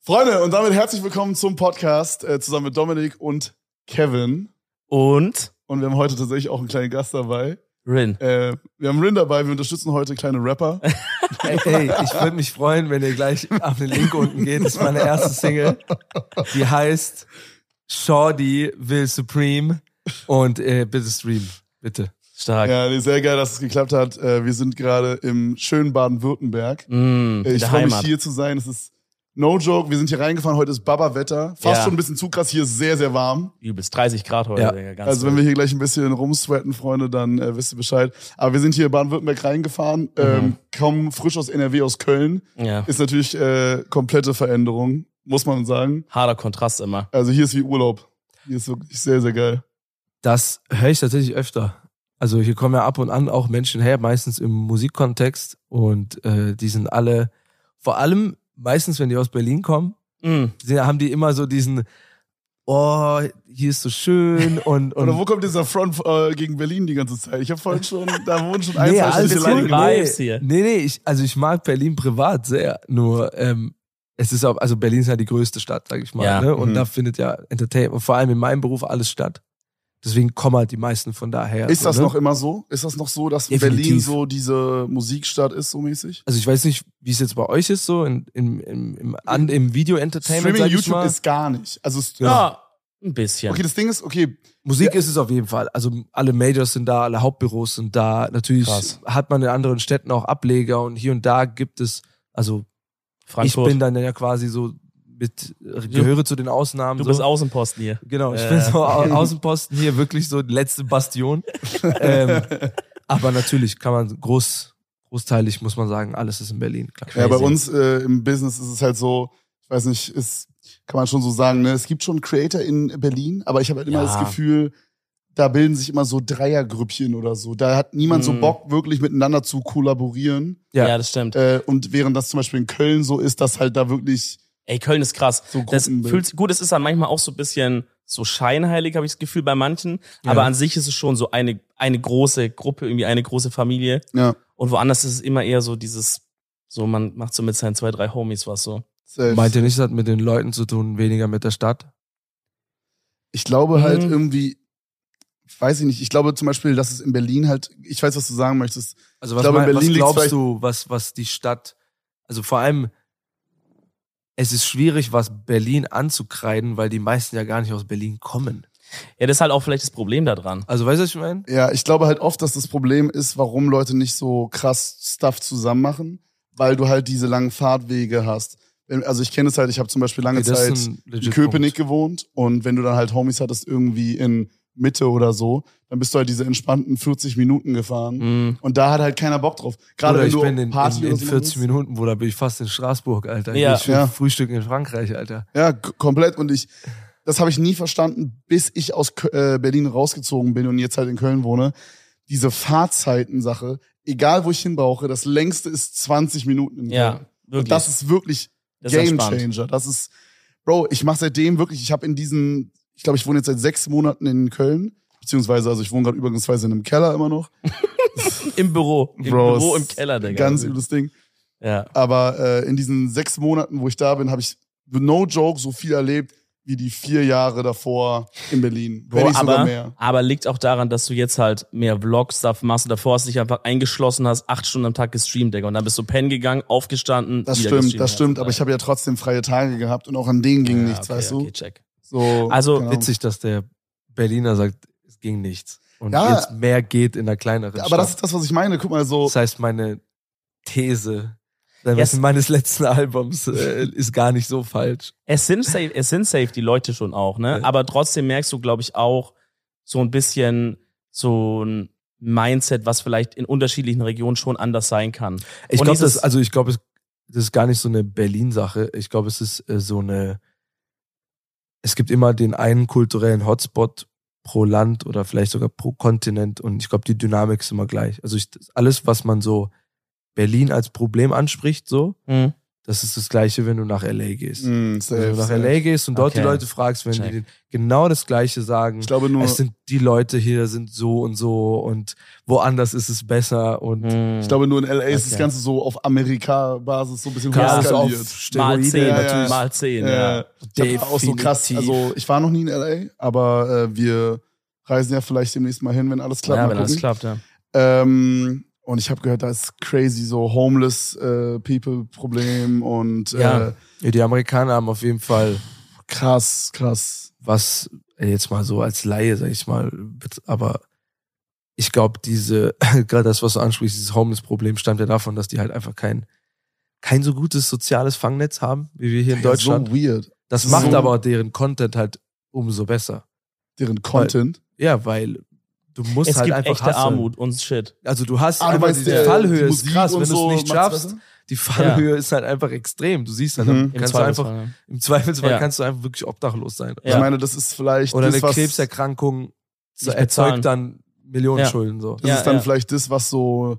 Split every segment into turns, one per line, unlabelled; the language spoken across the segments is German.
Freunde, und damit herzlich willkommen zum Podcast äh, zusammen mit Dominik und Kevin.
Und
Und wir haben heute tatsächlich auch einen kleinen Gast dabei.
Rin.
Äh, wir haben Rin dabei, wir unterstützen heute kleine Rapper.
Ey, ey, ich würde mich freuen, wenn ihr gleich auf den Link unten geht. Das ist meine erste Single. Die heißt Shorty will Supreme und äh, bitte streamen. Bitte.
Stark.
Ja, nee, sehr geil, dass es geklappt hat. Äh, wir sind gerade im schönen Baden-Württemberg.
Mm,
Äh,
in
ich
der
freue mich
Heimat.
hier zu sein. Es ist no joke. Wir sind hier reingefahren, heute ist Baba-Wetter. Fast
Ja.
schon ein bisschen zu krass, hier ist sehr, sehr warm.
Übelst 30 Grad heute.
Ja.
Digga, ganz genau.
Also wenn wir
wild.
hier gleich ein bisschen rumsweaten, Freunde, dann äh, wisst ihr Bescheid. Aber wir sind hier in Baden-Württemberg
Mhm.
reingefahren, ähm, kommen frisch aus NRW, aus Köln.
ja.
Ist natürlich äh, komplette Veränderung, muss man sagen.
harter Kontrast immer.
Also hier ist wie Urlaub. Hier ist wirklich sehr, sehr geil.
Das höre ich tatsächlich öfter. Also hier kommen ja ab und an auch Menschen her, meistens im Musikkontext und äh, die sind alle, vor allem meistens, wenn die aus Berlin kommen,
Mm.
sind, haben die immer so diesen, oh, hier ist so schön und, und
Oder wo kommt dieser Front äh, gegen Berlin die ganze Zeit? Ich habe vorhin schon, da wurden schon ein,
nee,
zwei
alles
Schritte
gut.
alleine
cool.
gemacht.
Vibes
nee,
hier.
nee, nee, ich, also ich mag Berlin privat sehr. Nur ähm, es ist auch, also Berlin ist ja die größte Stadt, sag ich mal.
Ja.
Ne? Und
Mhm.
da findet ja Entertainment, und vor allem in meinem Beruf alles statt. Deswegen kommen halt die meisten von daher.
Ist
so,
das
ne?
noch immer so? Ist das noch so, dass
Definitiv.
Berlin so diese Musikstadt ist, so mäßig?
Also ich weiß nicht, wie es jetzt bei euch ist, so in, im, im, im, an, im Video-Entertainment,
Streaming
sag ich
YouTube
mal.
ist gar nicht. Also es-
Ja.
Ja.
ein bisschen.
okay, das Ding ist, okay,
Musik ist es auf jeden Fall. Also alle Majors sind da, alle Hauptbüros sind da. Natürlich
Krass.
hat man in anderen Städten auch Ableger und hier und da gibt es, also
Frankfurt,
ich bin dann ja quasi so mit, äh, gehöre zu den Ausnahmen.
du
so.
bist Außenposten hier.
Genau, ich
Äh.
bin so Au Außenposten hier wirklich so die letzte Bastion. ähm, aber natürlich kann man groß, großteilig muss man sagen, alles ist in Berlin. Klar.
Ja, bei
Crazy.
uns äh, im Business ist es halt so, ich weiß nicht, ist, kann man schon so sagen, ne? es gibt schon Creator in Berlin, aber ich habe halt immer
Ja.
das Gefühl, da bilden sich immer so Dreiergrüppchen oder so. Da hat niemand so
Mhm.
Bock, wirklich miteinander zu kollaborieren.
Ja,
Ja.
das stimmt.
Äh, und während das zum Beispiel in Köln so ist, dass halt da wirklich
Ey, Köln ist krass.
so
Das
Gruppen-
fühlt sich- gut, es ist dann manchmal auch so ein bisschen so scheinheilig, habe ich das Gefühl bei manchen.
Ja.
Aber an sich ist es schon so eine, eine große Gruppe, irgendwie eine große Familie.
Ja,
Und woanders ist es immer eher so dieses, so man macht so mit seinen zwei, drei Homies was so.
safe.
Meint ihr nicht, das hat mit den Leuten zu tun, weniger mit der Stadt?
Ich glaube halt
Mhm.
irgendwie, weiß ich nicht, ich glaube zum Beispiel, dass es in Berlin halt, ich weiß, was du sagen möchtest.
Also
Ich
was,
glaube, in
mein, was
Berlin liegt's
glaubst
vielleicht-
du, was, was die Stadt, also vor allem, es ist schwierig, was Berlin anzukreiden, weil die meisten ja gar nicht aus Berlin kommen.
Ja, das ist halt auch vielleicht das Problem daran.
Also weißt du, was ich meine?
Ja, ich glaube halt oft, dass das Problem ist, warum Leute nicht so krass Stuff zusammen machen, weil du halt diese langen Fahrtwege hast. Wenn- Also ich kenne es halt, ich habe zum Beispiel lange
Nee, das
Zeit
ist ein
in
legit
Köpenick
Punkt.
gewohnt und wenn du dann halt Homies hattest irgendwie in Mitte oder so, dann bist du halt diese entspannten 40 Minuten gefahren
Mhm.
und da hat halt keiner Bock drauf. Gerade
Oder
wenn
ich
du
bin in,
Party
in, in
oder so
40
machst.
Minuten, Bruder, bin ich fast in Straßburg, Alter.
Ja.
Ja. Ich
Ja.
Frühstück in Frankreich, Alter.
Ja, k- komplett und ich das habe ich nie verstanden, bis ich aus Kö- äh, Berlin rausgezogen bin und jetzt halt in Köln wohne. Diese Fahrzeiten-Sache, egal wo ich hinbrauche, das längste ist 20 Minuten. in
Ja,
Köln.
wirklich.
Und das ist wirklich
Das ist
Game
entspannt.
Changer. Das ist, Bro, ich mache seitdem wirklich, ich habe in diesen, ich glaube, ich wohne jetzt seit sechs Monaten in Köln, beziehungsweise, also ich wohne gerade übrigens in einem Keller immer noch.
Im Büro. Im
Bro,
Büro,
es
im Keller, Digga.
Ganz übles Ding.
Ja.
Aber äh, in diesen sechs Monaten, wo ich da bin, habe ich no joke so viel erlebt wie die vier Jahre davor in Berlin.
Bro,
wenn nicht
aber,
sogar mehr.
aber liegt auch daran, dass du jetzt halt mehr Vlog-Stuff machst und davor hast du dich einfach eingeschlossen hast, acht Stunden am Tag gestreamt, Digga. Und dann bist du pennen gegangen, aufgestanden.
Das
wieder
stimmt,
gestreamt.
das stimmt. Aber ich habe ja trotzdem freie Tage gehabt und auch an denen ging
Ja,
nichts,
okay,
weißt
okay,
du?
Check.
So,
Also,
keine Ahnung.
Witzig, dass der Berliner sagt, es ging nichts. Und
Ja.
jetzt mehr geht in einer kleineren
Aber das
Stadt.
ist das, was ich meine. Guck mal, so.
Das heißt, meine These
Yes.
meines letzten Albums äh, ist gar nicht so falsch.
Es sind safe, es sind safe die Leute schon auch, ne?
Ja.
Aber trotzdem merkst du, glaube ich, auch so ein bisschen so ein Mindset, was vielleicht in unterschiedlichen Regionen schon anders sein kann.
Ich
Und
glaube,
dieses-
das, also ich glaube, es- das ist gar nicht so eine Berlin-Sache. Ich glaube, es ist äh, so eine. Es gibt immer den einen kulturellen Hotspot pro Land oder vielleicht sogar pro Kontinent und ich glaube, die Dynamik ist immer gleich. Also ich, alles, was man so Berlin als Problem anspricht, so,
Mhm.
Das ist das Gleiche, wenn du nach L.A. gehst.
Mm,
Also,
Wenn
safe,
du nach
safe.
L.A. gehst und dort
Okay.
die Leute fragst, wenn
Check.
die denen genau das Gleiche sagen,
Ich glaube nur,
es sind die Leute hier, sind so und so und woanders ist es besser und
Mhm.
ich glaube nur in LA ist das
Okay.
Ganze so auf Amerika-Basis so ein bisschen
Ja,
ja,
Klar, so
skaliert.
auf
mal
Steroide.
10,
ja,
natürlich.
ja.
Mal 10, ja.
Ich hab auch so krass,
Definitiv.
also ich war noch nie in LA, aber äh, wir reisen ja vielleicht demnächst mal hin, wenn alles klappt.
ja,
Mal
wenn alles
gucken.
klappt, ja.
Ähm, und ich habe gehört, da ist crazy so homeless äh, people Problem und
Ja.
äh,
Ja, die Amerikaner haben auf jeden Fall
krass, krass.
was äh, jetzt mal so als Laie, sag ich mal, bet- aber ich glaube, diese, gerade das, was du ansprichst, dieses Homeless-Problem stammt ja davon, dass die halt einfach kein, kein so gutes soziales Fangnetz haben, wie wir hier in
Ja,
Deutschland.
so weird,
das
so-
macht aber deren Content halt umso besser.
deren Content.
Ja, weil du musst
Es
halt
gibt
einfach
echte
hasseln.
Armut und Shit.
Also du hast
Ah, du
einfach
meinst,
die
der-
Fallhöhe
die
ist
Musik
krass,
und
wenn
so
du es nicht
macht's
schaffst.
besser?
Die Fallhöhe ist halt einfach extrem. Du siehst dann,
Mhm.
dann
Im
kannst du
Zweifelsfall,
einfach,
ja.
im Zweifelsfall
Ja.
kannst du einfach wirklich obdachlos sein.
Ja.
Ich meine, das ist vielleicht
Oder
das,
eine
was,
Krebserkrankung so
Nicht bezahlen.
erzeugt dann Millionen
Ja.
Schulden. So.
das
Ja,
ist dann
ja.
vielleicht das, was so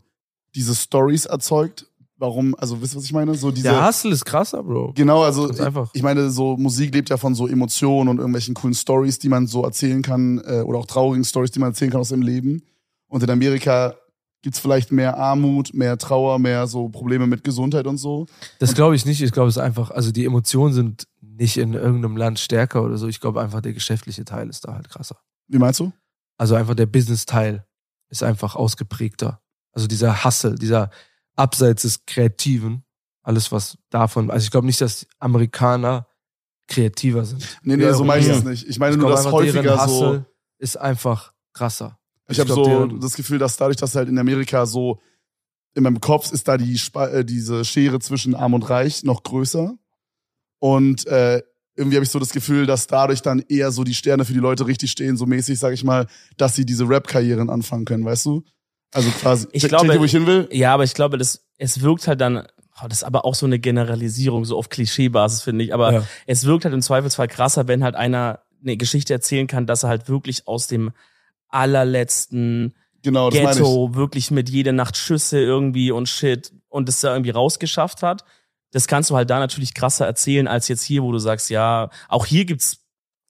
diese Stories erzeugt. Warum, also wisst ihr, was ich meine? So diese
Der Hustle ist krasser, Bro.
Genau, also
Ganz
ich-
einfach.
ich meine, so Musik lebt ja von so Emotionen und irgendwelchen coolen Stories, die man so erzählen kann äh, oder auch traurigen Stories, die man erzählen kann aus dem Leben. Und in Amerika gibt's vielleicht mehr Armut, mehr Trauer, mehr so Probleme mit Gesundheit und so.
Das glaube ich nicht. Ich glaube, es ist einfach, also die Emotionen sind nicht in irgendeinem Land stärker oder so. Ich glaube einfach, der geschäftliche Teil ist da halt krasser.
Wie meinst du?
Also einfach der Business-Teil ist einfach ausgeprägter. Also dieser Hustle, dieser Abseits des Kreativen, alles was davon, also ich glaube nicht, dass Amerikaner kreativer sind.
Nee, nee,
Ja,
so meine ich
ja.
das nicht. Ich meine
ich
nur,
glaube
dass
einfach,
häufiger
deren
so.
Hustle ist einfach krasser.
Ich habe so
glaub, deren-
das Gefühl, dass dadurch, dass halt in Amerika so in meinem Kopf ist da die Spa- äh, diese Schere zwischen Arm und Reich noch größer. Und äh, irgendwie habe ich so das Gefühl, dass dadurch dann eher so die Sterne für die Leute richtig stehen, so mäßig, sage ich mal, dass sie diese Rap-Karrieren anfangen können, weißt du? Also quasi,
Ich
check-
glaube-
check, wo ich hin will.
Ja, aber ich glaube, das, es wirkt halt dann, oh, das ist aber auch so eine Generalisierung, so auf Klischeebasis, finde ich. Aber
Ja.
es wirkt halt im Zweifelsfall krasser, wenn halt einer eine Geschichte erzählen kann, dass er halt wirklich aus dem allerletzten
Oh,
Genau, das meine ich.
Ghetto wirklich mit jeder Nacht Schüsse irgendwie und Shit und das da irgendwie rausgeschafft hat. Das kannst du halt da natürlich krasser erzählen als jetzt hier, wo du sagst, ja, auch hier gibt's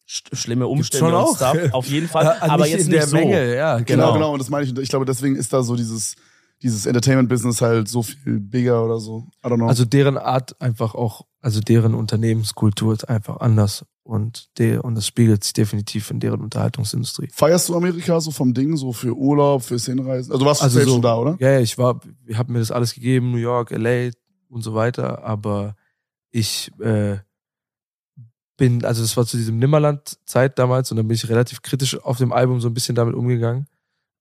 sch- schlimme Umstände
schon
und
auch.
Stuff, auf jeden Fall,
Äh,
aber jetzt
in
nicht
der
so.
Menge, ja.
Genau,
Genau.
genau, und das meine ich. Und ich glaube, deswegen ist da so dieses, dieses Entertainment-Business halt so viel bigger oder so. I don't know.
Also deren Art einfach auch, also deren Unternehmenskultur ist einfach anders und der und das spiegelt sich definitiv in deren Unterhaltungsindustrie.
Feierst du Amerika so vom Ding, so für Urlaub, fürs Hinreisen? Also du warst
Also
selbst
so-
schon da, oder?
Ja, ja, ich war, ich habe mir das alles gegeben, New York, LA und so weiter, aber ich äh, bin, also das war zu diesem Nimmerland-Zeit damals und dann bin ich relativ kritisch auf dem Album so ein bisschen damit umgegangen,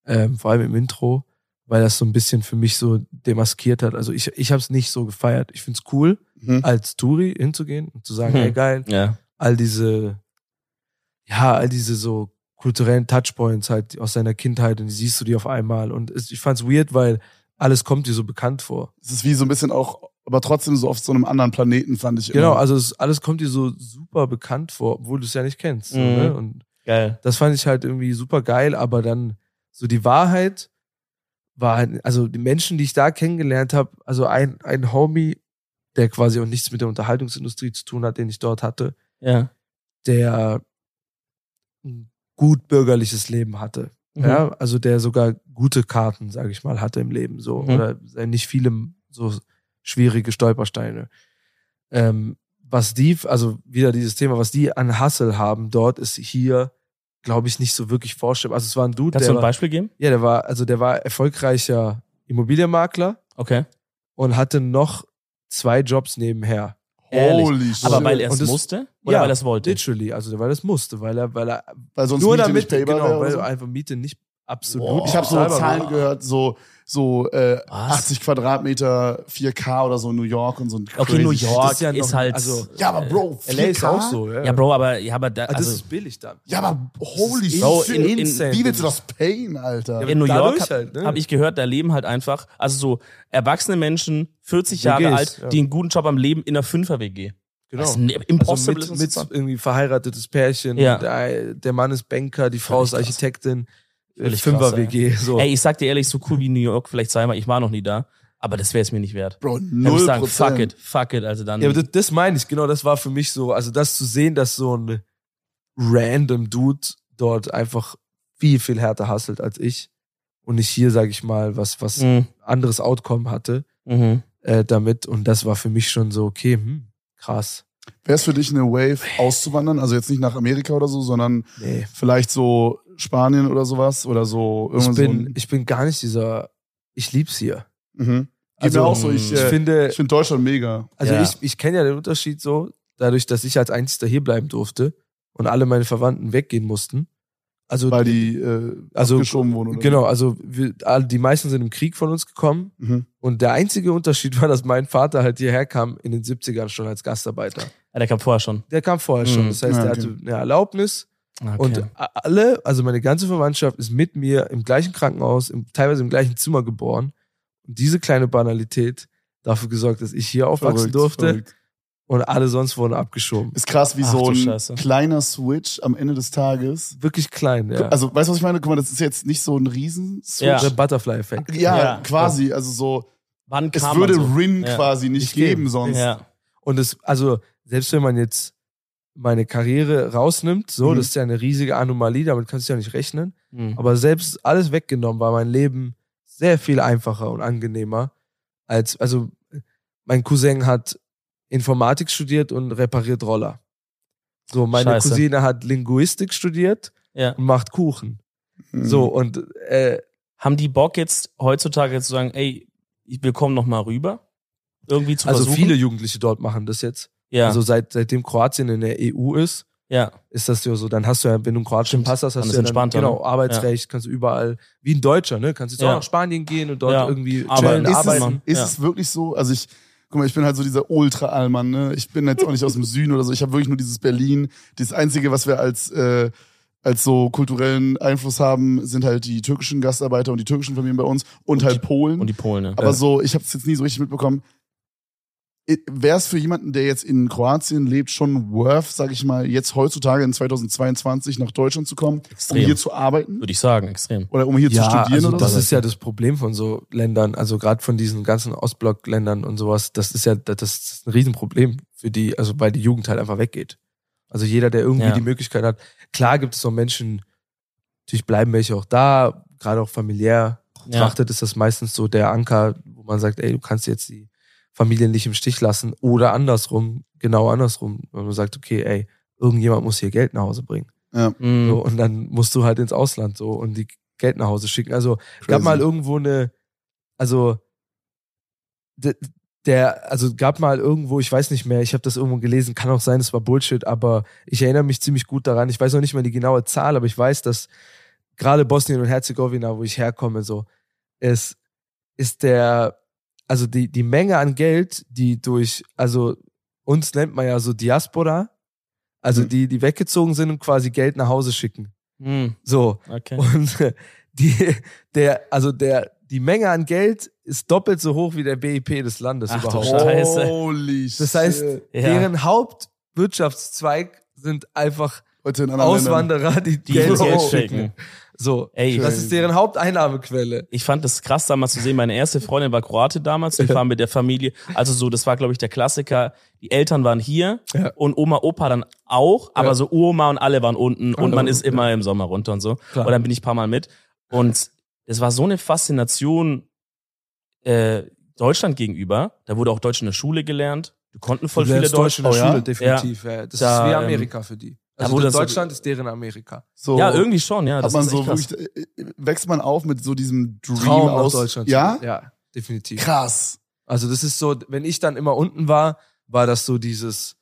ähm, vor allem im Intro, weil das so ein bisschen für mich so demaskiert hat. Also ich, ich habe es nicht so gefeiert. Ich find's cool,
Also,
Mhm.
als Touri hinzugehen und zu sagen,
Hm.
ey geil,
Ja.
all diese, ja, all diese so kulturellen Touchpoints halt aus seiner Kindheit und die siehst du die auf einmal. Und es, ich fand's weird, weil alles kommt dir so bekannt vor.
Es ist wie so ein bisschen auch, aber trotzdem so auf so einem anderen Planeten, fand ich.
Genau,
immer.
also es, alles kommt dir so super bekannt vor, obwohl du es ja nicht kennst. So,
Mhm.
ne? Und
Geil.
das fand ich halt irgendwie super geil, aber dann so die Wahrheit war halt, also die Menschen, die ich da kennengelernt habe, also ein, ein Homie, der quasi auch nichts mit der Unterhaltungsindustrie zu tun hat, den ich dort hatte,
Ja.
der ein gut bürgerliches Leben hatte.
Mhm.
Ja, also der sogar gute Karten, sage ich mal, hatte im Leben so
Mhm.
oder nicht viele so schwierige Stolpersteine. Ähm, was die, also wieder dieses Thema, was die an Hassel haben dort, ist hier, glaube ich, nicht so wirklich vorstellbar. Also es war ein Dude,
Kannst du
der
ein
war,
Beispiel geben?
ja, der war, also der war erfolgreicher Immobilienmakler
Okay.
und hatte noch zwei Jobs nebenher.
Ehrlich.
Holy shit.
Aber weil er
Und
es
das-
musste oder
Ja,
weil er es wollte?
Literally, also weil er es musste, weil er, weil er
weil sonst
nur
Miete
damit,
nicht paybar
genau,
wäre oder
weil
so.
einfach Miete nicht absolut.
Boah.
Ich habe so
bezahlbar
Zahlen
war.
gehört, so, so äh,
Was?
80 Quadratmeter, 4K oder so in New York und so ein
Okay,
crazy
New
shit.
York Äh, ist,
Das ist ja noch-
halt.
also-
Ja, aber Bro, 4K?
LA ist auch so, ja.
ja, Bro, aber ja, aber da,
Ah, das
also,
ist billig da.
Ja, aber holy
Das ist
Bro,
shit.
in- in-
wie willst du das payen, Alter?
in New
dadurch
York habe
halt, ne?
hab ich gehört, da leben halt einfach, also so erwachsene Menschen, 40
WGs,
Jahre alt,
ja.
die einen guten Job am Leben in einer 5er WG.
genau.
Das ist ne- impossible.
also
das
mit,
zu sagen.
mit irgendwie verheiratetes Pärchen,
Ja.
der, der Mann ist Banker, die Frau ist
Völlig krass.
Architektin, äh,
Völlig
Fünfer
krass, ey.
WG. So.
Ey, ich sag dir ehrlich, so cool wie New York vielleicht sein mag, ich war noch nie da. Aber das wäre es mir nicht wert.
Bro,
Ich muss
null
sagen, fuck
Prozent.
it, fuck it. Also dann.
Ja, aber das, das meine ich, genau, das war für mich so, also das zu sehen, dass so ein random Dude dort einfach viel, viel härter hasselt als ich und ich hier, sage ich mal, was, was
Mhm.
anderes Outcome hatte
Mhm.
äh, damit und das war für mich schon so, okay, hm, krass.
Wäre es für dich eine Wave auszuwandern? Also jetzt nicht nach Amerika oder so, sondern
Nee.
vielleicht so Spanien oder sowas oder so
Ich
irgendwas.
bin, ich bin gar nicht dieser, ich lieb's hier.
so ein, mhm. Geht
Also,
mir auch so. Ich,
ich
Ich
äh,
finde,
ich finde Deutschland mega.
Also
Ja.
ich, ich kenne ja den Unterschied so, dadurch, dass ich als Einziger hier bleiben durfte und alle meine Verwandten weggehen mussten. Also,
weil die äh,
also
geschoben wurden. Oder
genau, also wir, alle- die meisten sind im Krieg von uns gekommen.
So. Mhm.
Und der einzige Unterschied war, dass mein Vater halt hierher kam in den 70ern schon als Gastarbeiter.
Ah, der kam vorher schon.
Der kam vorher schon.
Mhm.
Das heißt,
Hm. Ja,
er
okay.
hatte eine Erlaubnis.
Okay.
Und a- alle, also meine ganze Verwandtschaft ist mit mir im gleichen Krankenhaus, im, teilweise im gleichen Zimmer geboren. Und diese kleine Banalität dafür gesorgt, dass ich hier aufwachsen
Verrückt,
durfte
verrückt.
und alle sonst wurden abgeschoben.
Ist krass, wie
Ach
so
du
ein
Scheiße.
kleiner Switch am Ende des Tages.
wirklich klein, ja.
Also, weißt du, was ich meine? Guck mal, das ist jetzt nicht so ein
Ja.
Riesen-Switch.
der Butterfly-Effekt.
Ja,
Ja.
quasi. Also so,
Wann
es
kam
würde
man so?
Rin
Ja.
quasi nicht
Nicht geben.
geben sonst.
Ja.
Und es, also, selbst wenn man jetzt meine Karriere rausnimmt, so,
Mhm.
das ist ja eine riesige Anomalie, damit kannst du ja nicht rechnen.
Mhm.
Aber selbst alles weggenommen war mein Leben sehr viel einfacher und angenehmer als, also, mein Cousin hat Informatik studiert und repariert Roller. So, meine
Scheiße.
Cousine hat Linguistik studiert
Ja.
und macht Kuchen.
Mhm.
So, und, äh,
Haben die Bock jetzt heutzutage zu sagen, ey, ich- wir kommen noch mal rüber? Irgendwie zu
also
versuchen?
viele Jugendliche dort machen das jetzt.
Ja.
Also seit, seitdem Kroatien in der EU ist,
ja.
ist das ja so, dann hast du ja, wenn du einen kroatischen
Stimmt.
Pass hast,
Dann
hast
ist
du ja dann,
entspannter,
genau,
ne?
Arbeitsrecht, kannst du überall, wie ein Deutscher, ne, kannst jetzt
Ja.
auch nach Spanien gehen und dort
Ja.
irgendwie
Aber
Aber
chillen,
ist,
arbeiten.
es, ist
Ja.
es wirklich so? Also ich, guck mal, ich bin halt so dieser Ultra-Allmann, ne? Ich bin jetzt auch nicht aus dem Süden oder so. Ich habe wirklich nur dieses Berlin. Das Einzige, was wir als, äh, als so kulturellen Einfluss haben, sind halt die türkischen Gastarbeiter und die türkischen Familien bei uns und,
Und
halt Polen.
Und die Polen, ne? ja.
Aber so, ich habe es jetzt nie so richtig mitbekommen. Wäre es für jemanden, der jetzt in Kroatien lebt, schon worth, sag ich mal, jetzt heutzutage in 2022 nach Deutschland zu kommen, um
Extrem.
hier zu arbeiten
Würde ich sagen, extrem.
oder um hier zu
ja,
studieren
also
oder
das
so?
ist ja das Problem von so Ländern, also gerade von diesen ganzen Ostblock-Ländern und sowas, das ist ja, das ist ein Riesenproblem für die, also weil die Jugend halt einfach weggeht. Also jeder, der irgendwie
Ja.
die Möglichkeit hat, klar gibt es so Menschen, natürlich bleiben welche auch da, gerade auch familiär,
Ja.
betrachtet, ist das meistens so der Anker, wo man sagt, ey, du kannst jetzt die Familie nicht im Stich lassen oder andersrum, genau andersrum, wenn man sagt, okay, ey, irgendjemand muss hier Geld nach Hause bringen.
Mhm.
So, und dann musst du halt ins Ausland so und die Geld nach Hause schicken. Also gab
Crazy.
mal irgendwo eine, also de- der, also gab mal irgendwo, ich weiß nicht mehr, ich habe das irgendwo gelesen, kann auch sein, es war Bullshit, aber ich erinnere mich ziemlich gut daran. Ich weiß noch nicht mal die genaue Zahl, aber ich weiß, dass gerade Bosnien und Herzegowina, wo ich herkomme, so, es ist der, also die, die Menge an Geld, die durch, also uns nennt man ja so Diaspora, also
Mhm.
die, die weggezogen sind und quasi Geld nach Hause schicken.
Mhm.
So.
Okay.
Und äh, die, der, also der, die Menge an Geld ist doppelt so hoch wie der BIP des Landes
Ach du
überhaupt.
Oh, Scheiße.
Holy
Das heißt,
shit.
Ja.
deren Hauptwirtschaftszweig sind einfach
Heute in anderen Ländern.
Auswanderer, die,
Die
Geld,
ins Geld
schicken.
stecken.
So.
Ey,
Das ist deren Haupteinnahmequelle.
ich fand das krass damals zu sehen. Meine erste Freundin war Kroate damals. Wir waren mit der Familie. Also so, das war glaube ich der Klassiker. Die Eltern waren hier
Ja.
und Oma, Opa dann auch, aber
Ja.
so Oma und alle waren unten und
Alle
man ist
unten,
immer im Sommer runter und so.
Klar.
Und dann bin ich ein paar Mal mit. Und es war so eine Faszination äh, Deutschland gegenüber. Da wurde auch Deutsch in der Schule gelernt. Wir konnten voll
Du
viele
lernst
Deutsch.
Deutsch in der
Oh, ja?
Schule, definitiv. Ja. Das
Da,
ist wie
ähm,
Amerika für die.
da
Also
wurde das so-
Deutschland ist deren Amerika.
So
Ja, irgendwie schon. Ja, das
hat man
ist echt
so
krass.
wirklich, äh, äh, wächst man auf mit so diesem Dream
Traum aus
aus
Deutschland. zu
Ja?
gehen. Ja, definitiv.
Krass.
Also das ist so, wenn ich dann immer unten war, war das so dieses,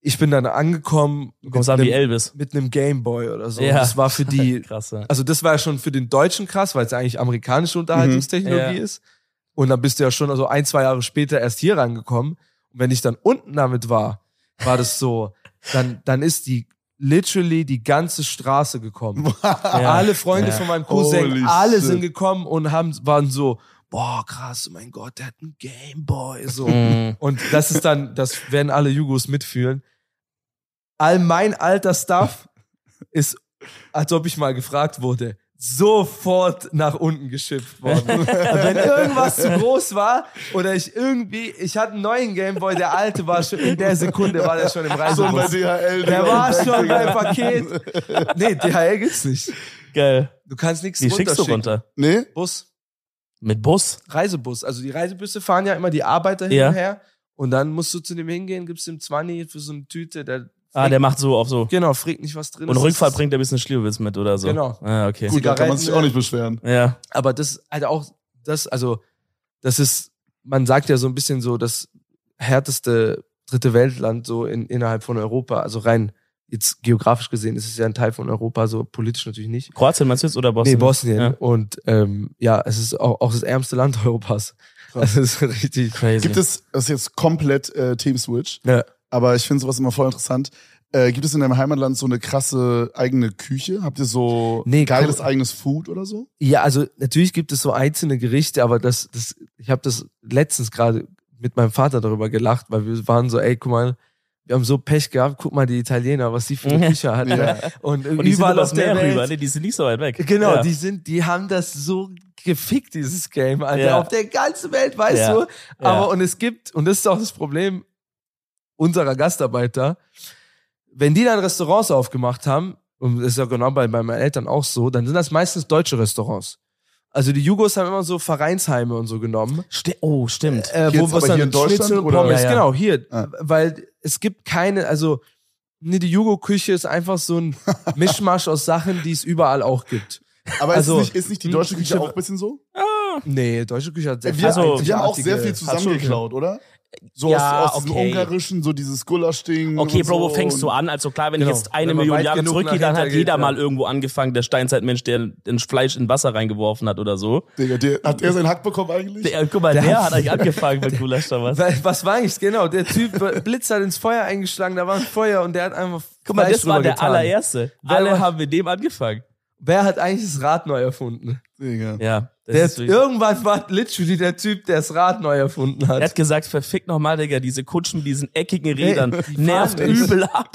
ich bin dann angekommen
Du
mit
kommst an wie
einem,
Elvis.
mit einem Gameboy oder so.
Ja.
Das war für die,
Krass. Ja.
also das war schon für den Deutschen krass, weil es eigentlich amerikanische Unterhaltungstechnologie
Mhm. Ja.
ist. Und dann bist du ja schon also ein, zwei Jahre später erst hier rangekommen. Und wenn ich dann unten damit war, war das so, dann, dann ist die literally die ganze Straße gekommen.
Ja.
Alle Freunde
Ja.
von meinem Cousin,
Holy
alle
shit.
sind gekommen und haben, waren so, boah, krass, oh mein Gott, der hat einen Gameboy, so.
Mhm.
und das ist dann, das werden alle Jugos mitfühlen. All mein alter Stuff ist, als ob ich mal gefragt wurde, sofort nach unten geschimpft worden. Wenn irgendwas zu groß war oder ich irgendwie, ich hatte einen neuen Gameboy, der alte war schon, in der Sekunde war der schon im
So bei
Reisebus.
DHL.
Der
Digga.
war schon beim Paket. Nee, DHL gibt's nicht.
Geil.
Du kannst nichts
Die schickst du runter.
runterschicken.
Nee?
Bus.
Mit Bus?
Reisebus. Also die Reisebusse fahren ja immer die Arbeiter hin
Ja.
und her. Und dann musst du zu dem hingehen, gibst ihm 20 für so eine Tüte. Der
Ah, der macht so auf so.
genau, fragt nicht, was drin
Und
ist.
Rückfall
Das-
bringt er ein bisschen Schlierwitz mit oder so.
Genau.
Ah, okay.
Gut, da kann man sich
Zigaretten, ne?
auch nicht beschweren.
Ja.
Aber das ist halt auch, das, also, das ist, man sagt ja so ein bisschen so, das härteste dritte Weltland so in, innerhalb von Europa. Also rein jetzt geografisch gesehen ist es ja ein Teil von Europa, so politisch natürlich nicht.
Kroatien meinst du jetzt oder Bosnien?
Nee, Bosnien.
Ja.
Und ähm, ja, es ist auch, auch das ärmste Land Europas.
Krass.
Das ist richtig.
Crazy.
Gibt es, das ist jetzt komplett äh, Themen-Switch,
Ja.
aber ich finde sowas immer voll interessant. Äh, gibt es in deinem Heimatland so eine krasse eigene Küche? Habt ihr so
Nee,
geiles
komm-
eigenes Food oder so?
Ja, also natürlich gibt es so einzelne Gerichte, aber das, das ich habe das letztens gerade mit meinem Vater darüber gelacht, weil wir waren so, ey, guck mal, wir haben so Pech gehabt, guck mal die Italiener, was die für eine Küche hatten.
Ja.
Und,
Und die
überall
sind
auf
übers
der
Meer
Welt.
rüber, ne? Die sind nicht so weit weg.
Genau,
ja.
die sind, die haben das so gefickt, dieses Game, Alter.
Ja.
Auf der ganzen Welt, weißt
Ja.
du? Aber
Ja.
und es gibt, und das ist auch das Problem unserer Gastarbeiter, wenn die dann Restaurants aufgemacht haben, und das ist ja genau bei, bei meinen Eltern auch so, dann sind das meistens deutsche Restaurants. Also die Jugos haben immer so Vereinsheime und so genommen.
Sti- oh, stimmt.
Äh,
Hier jetzt aber hier in Deutschland,
Schnitzel und
oder?
Pommes,
Ja, ja.
genau, hier.
Ah.
Weil es gibt keine, also nee, die Jugo-Küche ist einfach so ein Mischmasch aus Sachen, die es überall auch gibt.
Aber
Also,
ist, nicht, ist nicht die deutsche Küche auch ein bisschen so?
Nee, deutsche Küche hat sehr
Wir,
also,
wir haben auch sehr viel
einzigartige-
zusammengeklaut, oder? So
Ja,
aus, aus diesem
okay.
ungarischen, so dieses Gulaschding.
Hm,
Okay,
und
Bro, wo
so
fängst du
und-
an? Also klar, wenn
Genau.
ich jetzt eine
Wenn man
Million
weit
Jahre
genug
zurückgehe,
nach
dann hat
hinten
jeder
geht,
mal
ja.
irgendwo angefangen, der Steinzeitmensch, der ein Fleisch in Wasser reingeworfen hat oder so.
Digga, der, hat er seinen Hack bekommen eigentlich?
Der, guck mal, der,
Der hat-
hat eigentlich angefangen mit Gulasch da was.
Weil, was war ich? Genau, der Typ Blitz hat ins Feuer eingeschlagen, da war ein Feuer und der hat einfach.
Guck mal,
Fleisch
das war
drüber
der
getan.
allererste.
Wer
Alle
war-
haben mit dem angefangen.
Wer hat eigentlich das Rad neu erfunden?
Digga.
Ja. Das
Der,
ist wirklich-
irgendwann war literally der Typ, der das Rad neu erfunden
Er
hat.
hat gesagt, verfick nochmal, Digga, diese Kutschen mit diesen eckigen Rädern
Ey, die fahren
nervt
nicht.
übel ab.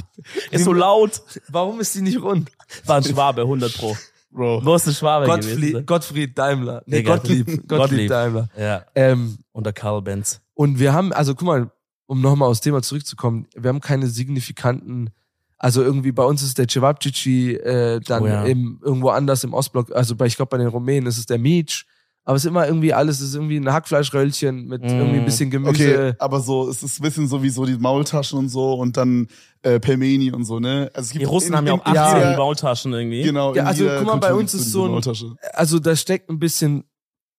Ist so laut.
Warum ist die nicht rund?
War ein Schwabe, 100 pro.
Bro.
Muss ein Schwabe
Gottfried,
gewesen
Gottfried Daimler. Nee,
Digga.
Gottlieb. Gottlieb.
Gottlieb.
Daimler.
sein. Ja,
Ähm,
unter Karl Benz.
Und wir haben, also guck mal, um nochmal aufs Thema zurückzukommen, wir haben keine signifikanten, also irgendwie bei uns ist der Cevapcici, äh, dann
Oh ja.
im, irgendwo anders im Ostblock, also bei, ich glaube bei den Rumänen ist es der Mietsch, aber es ist immer irgendwie alles, es ist irgendwie ein Hackfleischröllchen mit
Mm.
irgendwie ein bisschen
Okay,
Gemüse.
aber so, es ist ein bisschen so wie so die Maultaschen und so und dann äh, Pelmeni und so, ne? Also es gibt
Die Russen haben ja auch 18
in-
jeder-
Maultaschen irgendwie.
Genau,
Ja,
in
also,
jeder
guck mal, bei
Kultur
uns
gibt's
ist
diese
so ein-
Maultasche.
Also da steckt ein bisschen,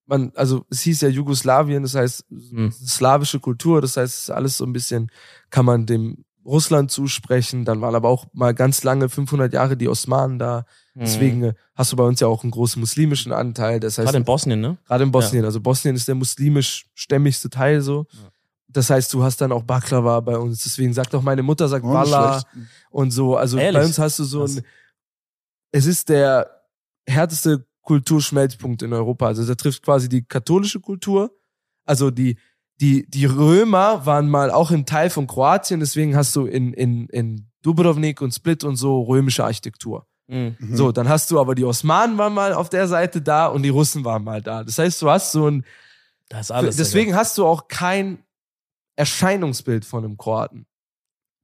man, also es hieß ja Jugoslawien, das heißt
Hm.
slawische Kultur, das heißt es ist alles so ein bisschen, kann man dem Russland zusprechen, dann waren aber auch mal ganz lange, 500 Jahre die Osmanen da,
Mhm.
Deswegen äh, hast du bei uns ja auch einen großen muslimischen Anteil. Das
Hm.
heißt,
Gerade in Bosnien, ne?
gerade in Bosnien. Also Bosnien ist der muslimisch stämmigste Teil so.
Ja.
Das heißt, du hast dann auch Baklava bei uns. Deswegen sagt auch meine Mutter, sagt
Oh, nicht
Balla
schlecht.
und so. Also
Ehrlich?
bei uns hast du so
Krass.
ein, es ist der härteste Kulturschmelzpunkt in Europa. Also da trifft quasi die katholische Kultur. Also die, die, die Römer waren mal auch ein Teil von Kroatien. Deswegen hast du in, in, in Dubrovnik und Split und so römische Architektur.
Mhm.
Mhm.
So, dann hast du aber die Osmanen waren mal auf der Seite da und die Russen waren mal da. Das heißt, du hast so ein,
Da ist alles.
deswegen hast du auch kein Erscheinungsbild von einem Kroaten.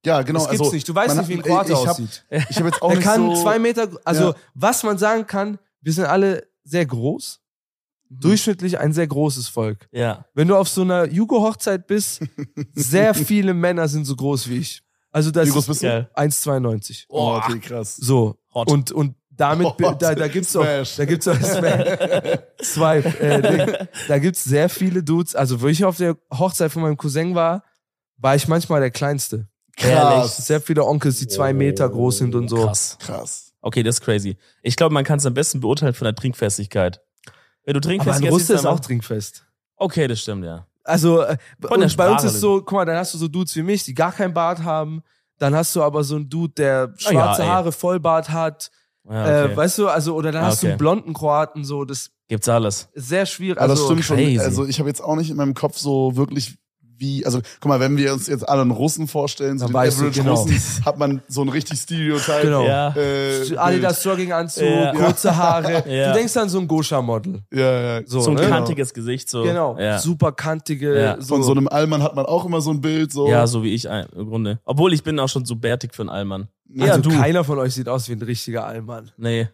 ja, genau.
das gibt's
also,
nicht. Du weißt
man
nicht, wie ein
hat-
Kroate
ich hab-
aussieht.
Ich habe jetzt auch
Er
nicht
kann
so,
zwei Meter, also
Ja.
was man sagen kann, wir sind alle sehr groß,
Mhm.
durchschnittlich ein sehr großes Volk.
Digga. Ja.
Wenn du auf so einer Jugo-Hochzeit bist, sehr viele Männer sind so groß wie ich. Also das
Wie groß
ist
bist
Geil.
du?
1,92.
Oh,
Boah.
okay, krass.
So.
Hot.
Und, und damit,
Hot.
da, da gibt's auch,
Smash.
da gibt's auch, Swipe, äh, Ding. da gibt's sehr viele Dudes. Also, wo ich auf der Hochzeit von meinem Cousin war, war ich manchmal der Kleinste.
Krass.
Sehr viele Onkels, die zwei Meter groß sind und so.
Oh, Krass.
Krass.
Okay, das ist crazy. Ich glaube, man kann es am besten beurteilen von der Trinkfestigkeit. Wenn du
Aber
trinkfestig
ein Russe ist
dann-
auch trinkfest.
Okay, das stimmt, ja.
Also, äh,
Von der
und bei uns
Sprache
ist so, guck mal, dann hast du so Dudes wie mich, die gar kein Bart haben. Dann hast du aber so einen Dude, der
Ah ja,
schwarze
ey.
Haare, Vollbart hat.
ja okay.
Äh, weißt du, also, oder dann
Ah,
hast du
okay.
einen blonden Kroaten, so, das
Gibt's alles.
ist sehr schwierig.
Ja, das
also,
stimmt
crazy.
schon. Also ich habe jetzt auch nicht in meinem Kopf so wirklich, wie, also guck mal, wenn wir uns jetzt alle einen Russen vorstellen, so
Dann
den
weißt du,
Average
genau.
Russen, hat man so ein richtig Stereotype.
Genau.
Ja.
Äh,
Adidas Jogginganzug,
Ja.
kurze Haare.
Ja.
Du denkst an so ein Gosha-Model.
Bild. äh, Ja, ja.
So,
so ein
ne?
kantiges Gesicht, so.
Genau.
Ja.
Super kantige.
Ja.
Von so einem Allmann hat man auch immer so ein Bild. So.
Ja, so wie ich ein- im Grunde. Obwohl ich bin auch schon so bärtig für einen Allmann.
ja,
also
du.
keiner von euch sieht aus wie ein richtiger Allmann.
Nee.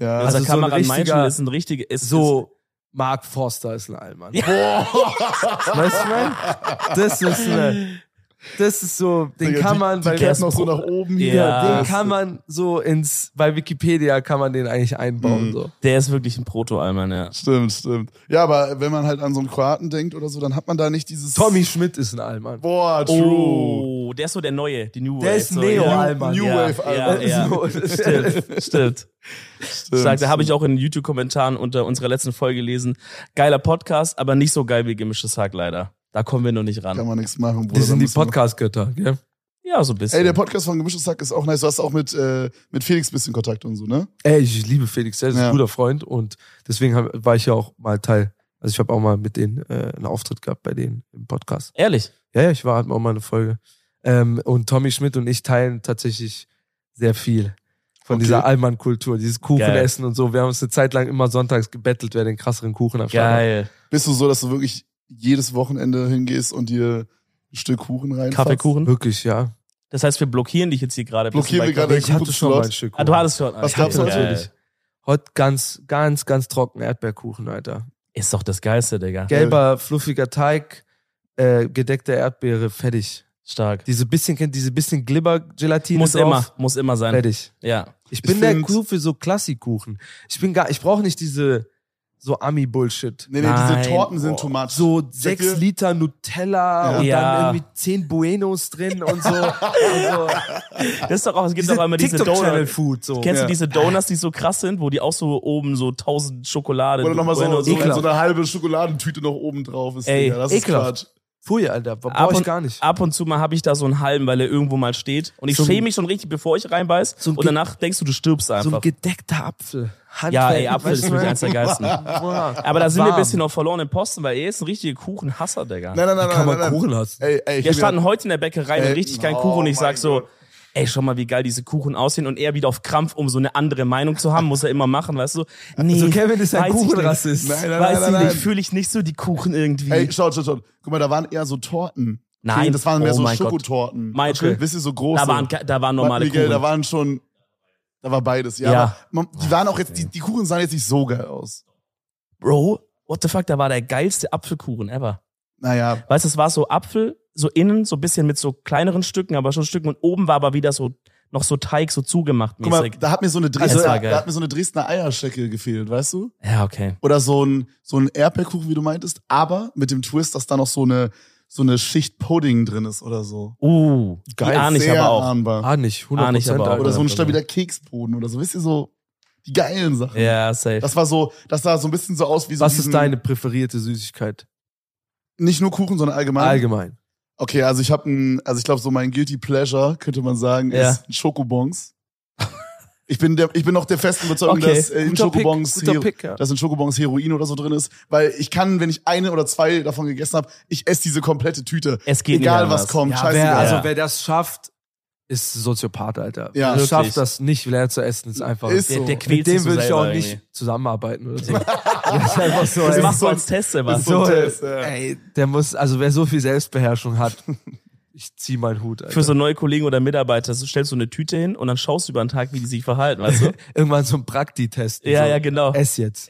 ja.
Also,
Also so ein
Kamera
richtiger-
ist ein richtiger, ist
So, Mark Forster ist ein Allmann.
Ja.
Weißt du, mein? Das ist, eine, das ist so, den
Digga,
kann
die-
man,
die,
weil
Ketten
das
noch so
Pro-
nach oben
Ja,
hier.
ja,
Ja,
den kann man so ins, bei Wikipedia kann man den eigentlich einbauen,
Mhm.
so.
Der ist wirklich ein Proto-Allmann, ja.
Stimmt, stimmt. Ja, aber wenn man halt an so einen Kroaten denkt oder so, dann hat man da nicht dieses.
Tommy Schmidt ist ein Allmann.
Boah, true.
Oh, der ist so der neue, die New Wave.
Der ist
so,
Neo
ja.
Allmann.
New
ja,
Wave Allmann.
Ja, ja.
So.
Stimmt, stimmt.
Stimmt,
Sagt, da habe ich auch in den YouTube-Kommentaren unter unserer letzten Folge gelesen. Geiler Podcast, aber nicht so geil wie gemischtes Hack leider. Da kommen wir noch nicht
Kann
ran.
man nichts machen, Bruder.
Das sind
Da
die
müssen wir-
Podcast-Götter, gell?
Ja, so ein bisschen.
Ey, der Podcast von Gemischtes Hack ist auch nice. Du hast auch mit, äh, mit Felix ein bisschen Kontakt und so, ne?
Ey, ich liebe Felix, der ist
Ja.
ein guter Freund und deswegen hab, war ich ja auch mal Teil. Also ich habe auch mal mit denen äh, einen Auftritt gehabt bei denen im Podcast.
Ehrlich.
Ja, ja, ich war hatten auch mal eine Folge. Ähm, und Tommy Schmidt und ich teilen tatsächlich sehr viel von
Okay.
dieser Allmann-Kultur, dieses Kuchenessen und so. Wir haben uns eine Zeit lang immer sonntags gebettelt, wer den krasseren Kuchen am Start hat.
Geil.
Bist du so, dass du wirklich jedes Wochenende hingehst und dir ein Stück Kuchen rein?
Kaffeekuchen.
Wirklich, ja.
Das heißt, wir blockieren dich jetzt hier gerade. Bist
Blockieren
du
wir
bei
gerade den
Ich hatte schon mal ein
Kuchen.
Stück
Ah,
Kuchen.
du hattest schon.
Was gab's
Geil.
natürlich? Heute ganz, ganz, ganz trocken Erdbeerkuchen, Alter.
Ist doch das Geilste, Digga.
Gelber, fluffiger Teig, äh, gedeckte Erdbeere, fertig.
Stark.
Diese bisschen, kennt diese bisschen Glibber-Gelatine
Muss
drauf,
immer, muss immer sein.
fertig.
Ja.
Ich
Ich
bin der
find-
Crew für so Klassikkuchen. Ich bin gar, ich brauche nicht diese so Ami-Bullshit.
Nee, nee,
Nein.
diese Torten sind
Boah.
Tomaten.
So
Check
sechs
it.
Liter Nutella
Ja.
und
Ja.
dann irgendwie zehn Buenos drin und so. und
Das ist doch auch, es gibt
so.
doch immer diese Donuts.
TikTok-Channel-Food. So.
Kennst
Ja.
du diese Donuts, die so krass sind, wo die auch so oben so tausend Schokolade.
Oder nochmal so,
Bueno-
so,
ekelhaft.
so eine halbe Schokoladentüte noch oben drauf ist.
Ey,
Digga. Das
ekelhaft.
ist Quatsch.
Pfui, Alter, brauche
Ab
ich
und-
gar nicht.
Ab und zu mal habe ich da so einen halben, weil er irgendwo mal steht. Und ich
So ein-
schäme mich schon richtig, bevor ich reinbeiß.
So ein
und
Ge-
danach denkst du, du stirbst
So ein
einfach.
gedeckter Apfel. Handwerk,
ja, ey, Apfel
weißt
ist
du,
wirklich
man?
eins der geilsten.
Boah.
Aber da sind wir ein
Warm.
bisschen auf verlorenen Posten, weil er ist ein richtiger Kuchenhasser, Digga.
Nein, nein, nein,
Wie kann
nein.
man
nein, nein.
Kuchen hassen?
Ey, ey, ich
Wir
bin ja-
standen heute in der Bäckerei mit
Ey,
richtig geilen
oh
Kuchen und ich
mein
sag so,
Gott.
ey, schau mal, wie geil diese Kuchen aussehen und er wieder auf Krampf, um so eine andere Meinung zu haben, muss er immer machen, weißt du? Nee,
So Kevin ist ein
weiß ich nicht.
Kuchenrassist.
Nein, nein,
Weiß
nein,
ich
nein,
nicht,
nein.
fühle ich nicht so die Kuchen irgendwie.
Ey, schaut, schaut, schaut. Guck mal, da waren eher so Torten.
Nein.
Okay, das waren mehr
Oh
so
mein Gott.
Schokotorten.
Michael,
Wisst ihr, so große.
da, waren, da waren normale
Miguel,
Kuchen.
da waren schon, da war beides, ja.
Ja.
Aber man, die waren auch jetzt, die, die Kuchen sahen jetzt nicht so geil aus.
Bro, what the fuck, da war der geilste Apfelkuchen ever.
Naja,
Weißt du, es war so Apfel, so innen, so ein bisschen mit so kleineren Stücken, aber schon Stücken und oben war aber wieder so, noch so Teig, so zugemacht
guck mal,
mäßig.
da hat mir so eine
Also,
Dresdner,
war geil.
da hat mir so eine Dresdner Eierschecke gefehlt, weißt du?
ja, okay.
Oder so ein, so ein Erdbeerkuchen, wie du meintest, aber mit dem Twist, dass da noch so eine, so eine Schicht Pudding drin ist oder so.
Uh, geil.
Geil,
Die ahne ich
Sehr
aber auch.
ahnbar.
Ah, nicht, 100%.
Ah, nicht, aber auch.
Alter.
Oder so ein
Oder so.
stabiler Keksboden oder so, wisst ihr, so die geilen Sachen.
Ja, safe.
Das war so, das sah so ein bisschen so aus wie so.
Was
diesen-
ist deine präferierte Süßigkeit?
Nicht nur Kuchen, sondern allgemein.
Allgemein.
Okay, also ich habe ein, also ich glaube so mein guilty pleasure könnte man sagen
Ja.
ist Schokobons. Ich bin der, ich bin noch der festen Überzeugung,
Okay,
dass äh, in
Guter Pick,
Schokobons,
guter
Hero-
Pick, ja.
dass in Schokobons Heroin oder so drin ist, weil ich kann, wenn ich eine oder zwei davon gegessen habe, ich esse diese komplette Tüte,
Es geht
egal
nicht
was
anders.
kommt,
Ja, wer,
scheißegal.
also
Ja.
wer das schafft, ist Soziopath, Alter.
Ja.
wer das
Wirklich.
schafft das nicht, leer zu essen, ist einfach.
Ist
Der,
so.
der
mit
quält sich
dem
so
würde ich
selber
auch nicht
irgendwie.
zusammenarbeiten oder so. das ist einfach so,
Das
ey.
machst du
so ein-
als Test,
das
Sebastian.
ist so ein Test, ja.
ey, der muss, also wer so viel Selbstbeherrschung hat, ich zieh meinen Hut, Alter.
Für so neue Kollegen oder Mitarbeiter, so stellst du eine Tüte hin und dann schaust du über den Tag, wie die sich verhalten, weißt du?
Irgendwann so ein Prakti-Test.
ja,
so.
ja, genau.
Ess jetzt.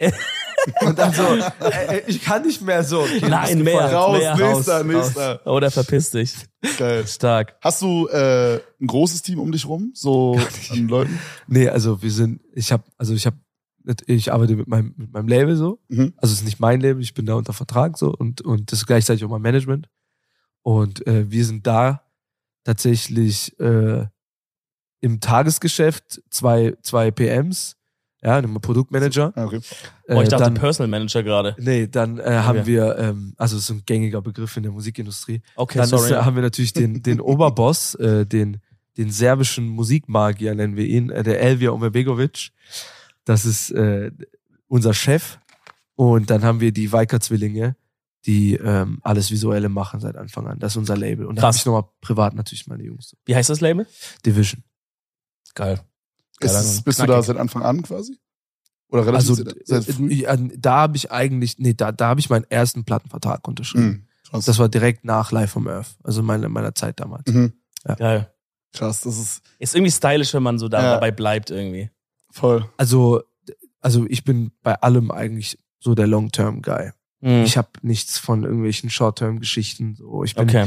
Und dann so, ey, ey, ich kann nicht mehr so. Okay,
Nein,
bist
mehr.
gefeuert.
raus,
Mehr
nächster,
raus,
nächster.
Oder verpiss dich.
Geil.
Stark.
Hast du äh, ein großes Team um dich rum, so an Leuten?
Nee, also wir sind, ich habe, also ich habe, ich arbeite mit meinem, mit meinem Label so.
Mhm.
Also es ist nicht mein Label, ich bin da unter Vertrag so und, und das ist gleichzeitig auch mein Management. Und äh, wir sind da tatsächlich äh, im Tagesgeschäft zwei, zwei PMs, ja, einen Produktmanager.
Ah, Okay.
Äh,
oh, ich dachte
dann,
Personal Manager gerade.
nee, dann äh, haben
Okay.
wir, ähm, also es ist ein gängiger Begriff in der Musikindustrie.
Okay,
dann
sorry.
Ist, äh, haben wir natürlich den, den Oberboss, äh, den, den serbischen Musikmagier nennen wir ihn, äh, der Elvia Omerbegovic. Das ist äh, unser Chef. Und dann haben wir die Weiker-Zwillinge, die ähm, alles Visuelle machen seit Anfang an. Das ist unser Label. Und da
Krass.
habe ich nochmal privat natürlich meine Jungs.
Wie heißt das Label?
Division.
Geil.
Ist,
Geil,
es-
also
bist du da
knackig.
seit Anfang an quasi? Oder relativ
Also
seit, seit früh?
äh, ja, da habe ich eigentlich, nee, da, da habe ich meinen ersten Plattenvertrag unterschrieben.
Mhm. Krass.
Das war direkt nach Live from Earth, also meiner meiner Zeit damals.
mhm.
Geil.
Krass, das ist
Ist irgendwie stylisch, wenn man so da,
Ja.
dabei bleibt irgendwie.
voll.
Also, also ich bin bei allem eigentlich so der Long-Term-Guy.
Mhm.
Ich habe nichts von irgendwelchen Short-Term-Geschichten. So. Ich bin,
Okay.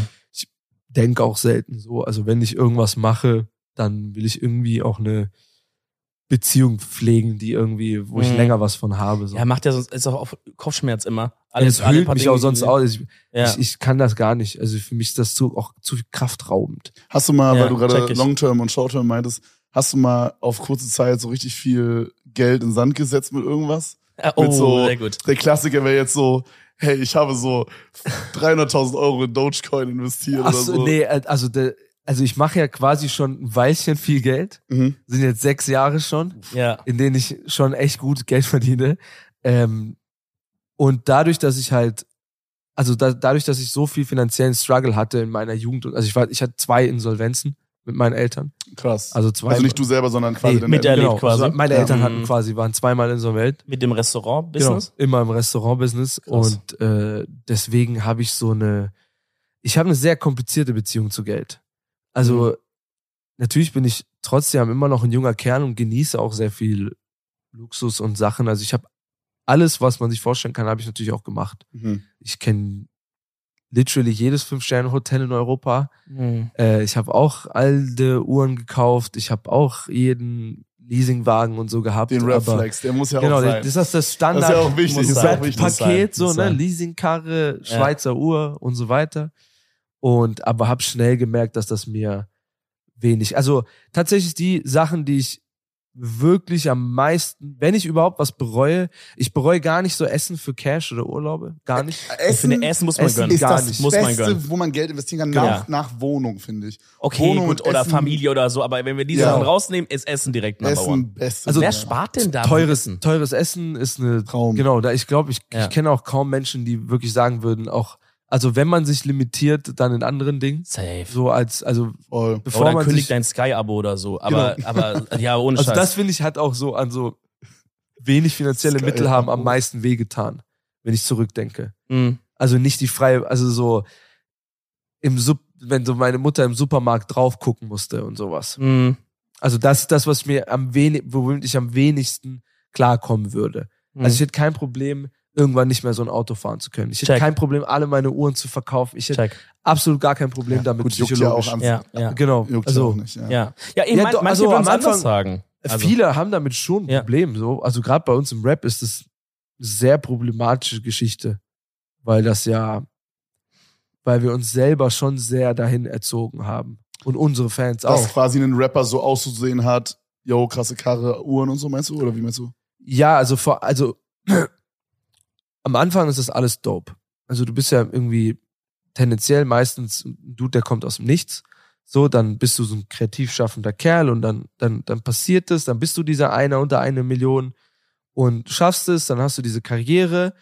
denke auch selten so. Also wenn ich irgendwas mache, dann will ich irgendwie auch eine Beziehung pflegen, die irgendwie, wo ich
Mhm.
länger was von habe. So.
Ja, macht ja sonst, ist auch auf Kopfschmerz immer.
es
alle
hüllt
paar
mich
Dinge,
auch
die
sonst
du-
aus. Ich,
Ja.
ich, ich kann das gar nicht. Also für mich ist das zu, auch zu kraftraubend.
Hast du mal,
Ja,
weil du gerade
check ich.
Long-Term und Short-Term meintest, hast du mal auf kurze Zeit so richtig viel Geld in den Sand gesetzt mit irgendwas?
Ah, oh,
mit so-
sehr gut.
Der Klassiker wäre jetzt so, hey, ich habe so 300.000 Euro in Dogecoin investiert
Ach
oder so.
so, nee, äh, also, der, also ich mache ja quasi schon ein Weilchen viel Geld.
Mhm.
Sind jetzt sechs Jahre schon.
Ja.
in denen ich schon echt gut Geld verdiene. Ähm, und dadurch, dass ich halt, also da, dadurch, dass ich so viel finanziellen Struggle hatte in meiner Jugend, und- also ich war, ich hatte zwei Insolvenzen mit meinen Eltern.
Krass. Also,
Also zwei.
nicht du selber, sondern quasi
Nee,
deine
mit
Eltern.
erlebt quasi.
Also meine
Ja.
Eltern hatten
Mhm.
quasi, waren zweimal insolvent.
Mit dem Restaurant-Business?
Genau, immer im Restaurant-Business.
Krass.
Und äh, deswegen habe ich so eine, ich habe eine sehr komplizierte Beziehung zu Geld. Also
Mhm.
natürlich bin ich trotzdem immer noch ein junger Kerl und genieße auch sehr viel Luxus und Sachen. Also ich habe alles, was man sich vorstellen kann, habe ich natürlich auch gemacht.
Mhm.
Ich kenne literally jedes Fünf-Sterne-Hotel in Europa.
Mhm.
Äh, ich habe auch alte Uhren gekauft. Ich habe auch jeden Leasingwagen und so gehabt.
Den
aber-
Red-Flags, der muss ja
Genau,
auch sein.
das ist das- das
Das
Standard.
ist ja auch wichtig.
muss
Das ist ja
sein.
auch wichtig.
Muss sein,
Paket, so,
muss
ne?
sein.
Leasingkarre,
Ja.
Schweizer Uhr und so weiter. Und, aber hab schnell gemerkt, dass das mir wenig, also tatsächlich die Sachen, die ich wirklich am meisten, wenn ich überhaupt was bereue, ich bereue gar nicht so Essen für Cash oder Urlaube, gar nicht.
Ich finde, Essen muss man
Essen
gönnen.
ist
gar
das
nicht.
Muss man gönnen.
Beste, wo man Geld investieren kann,
Genau.
nach, nach Wohnung, finde ich.
Okay,
Wohnung
gut.
und
Oder
Essen-
Familie oder so. Aber wenn wir diese
Ja.
Sachen rausnehmen, ist Essen direkt Number One.
Essen, beste.
Also-
Wer
Wohnung.
spart denn da?
Teures, teures Essen ist eine
Traum.
Genau, da ich glaube, ich,
Ja.
ich kenne auch kaum Menschen, die wirklich sagen würden, auch, also wenn man sich limitiert, dann in anderen Dingen.
Safe.
So als, also
Voll.
bevor
Oder
man
kündigt
sich, Genau.
dein Sky-Abo oder so. Aber, aber ja, ohne
Also
Scheiß.
das finde ich hat auch so an so wenig finanzielle
Das ist geil.
Mittel haben am meisten wehgetan, wenn ich zurückdenke.
Mhm.
Also nicht die freie, also so im Sub, wenn so meine Mutter im Supermarkt drauf gucken musste und sowas.
Mhm.
Also das ist das, was mir am wenig, womit ich am wenigsten klarkommen würde.
Mhm.
Also ich hätte kein Problem, irgendwann nicht mehr so ein Auto fahren zu können. Ich hätte
Check.
kein Problem, alle meine Uhren zu verkaufen. Ich hätte
Check.
absolut gar kein Problem damit.
Gut, juckt ja auch
psychologisch.
an.
Ja, ja.
Genau.
Juckt ja auch
Also
nicht. Ja.
Ja, ja, ich
Ja,
mein,
doch,
manche
also
würden
am
es anders
Anfang-
sagen. Also,
viele haben damit schon ein
Ja.
Problem. So. Also gerade bei uns im Rap ist das eine sehr problematische Geschichte, weil das ja, weil wir uns selber schon sehr dahin erzogen haben und unsere Fans
Dass
auch.
quasi ein Rapper so auszusehen hat, yo, krasse Karre, Uhren und so, meinst du? Oder wie meinst du?
Ja, also vor, also am Anfang ist das alles dope. Also du bist ja irgendwie tendenziell meistens ein Dude, der kommt aus dem Nichts. So, dann bist du so ein kreativ schaffender Kerl und dann, dann, dann passiert es, dann bist du dieser einer unter eine Million und schaffst es, dann hast du diese Karriere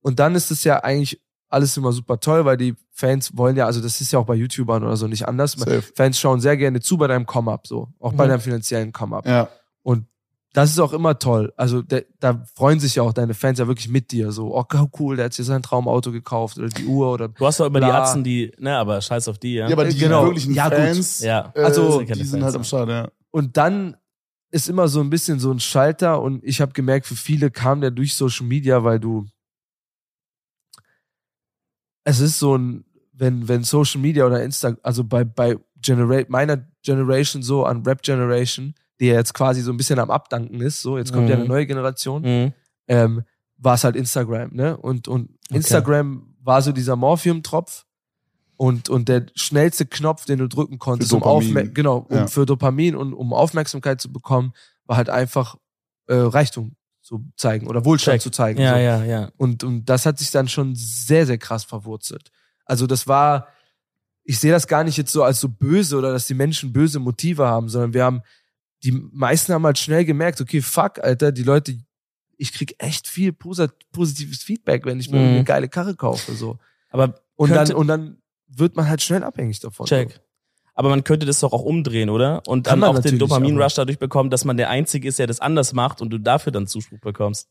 und dann ist es ja eigentlich alles immer super toll, weil die Fans wollen ja, also das ist ja auch bei YouTubern oder so nicht anders.
Safe.
Fans schauen sehr gerne zu bei deinem Come-Up, so. Auch bei
Mhm.
deinem finanziellen Come-Up.
Ja.
Und das ist auch immer toll. Also da, da freuen sich ja auch deine Fans ja wirklich mit dir. So, oh cool, der hat sich sein Traumauto gekauft oder die Uhr oder.
Du hast doch immer die
Klar.
Atzen, die, ne, aber scheiß auf die, ja.
ja, aber
Äh,
die
genau.
wirklichen
Ja, gut.
Fans,
ja.
Äh,
Also,
also,
sind keine
die sind
Fans,
halt
ja.
am Start, ja.
Und dann ist immer so ein bisschen so ein Schalter und ich habe gemerkt, für viele kam der durch Social Media, weil du. Es ist so ein, wenn, wenn Social Media oder Insta, also bei, bei Genera meiner Generation so, an Rap Generation, die ja jetzt quasi so ein bisschen am Abdanken ist, so, jetzt kommt ja
Mhm.
eine neue Generation.
Mhm.
ähm, war es halt Instagram, ne? Und, und
Okay.
Instagram war so dieser Morphium-Tropf und, und der schnellste Knopf, den du drücken konntest,
Für
um,
Dopamin.
Aufmer genau, um
Ja.
für Dopamin und um Aufmerksamkeit zu bekommen, war halt einfach äh, Reichtum zu zeigen oder Wohlstand
Check.
zu zeigen.
Ja,
so.
ja, ja.
Und, und das hat sich dann schon sehr, sehr krass verwurzelt. Also das war, ich sehe das gar nicht jetzt so als so böse oder dass die Menschen böse Motive haben, sondern wir haben, die meisten haben halt schnell gemerkt, okay, fuck, Alter, die Leute ich krieg echt viel posa- positives Feedback, wenn ich mir
Mhm.
eine geile Karre kaufe. So.
Aber
Und,
Könnte-
dann, und dann wird man halt schnell abhängig davon.
check. Aber man könnte das doch auch umdrehen, oder? Und dann
Kann man
auch den
natürlich,
Dopamin-Rush dadurch bekommen, dass man der Einzige ist, der das anders macht und du dafür dann Zuspruch bekommst.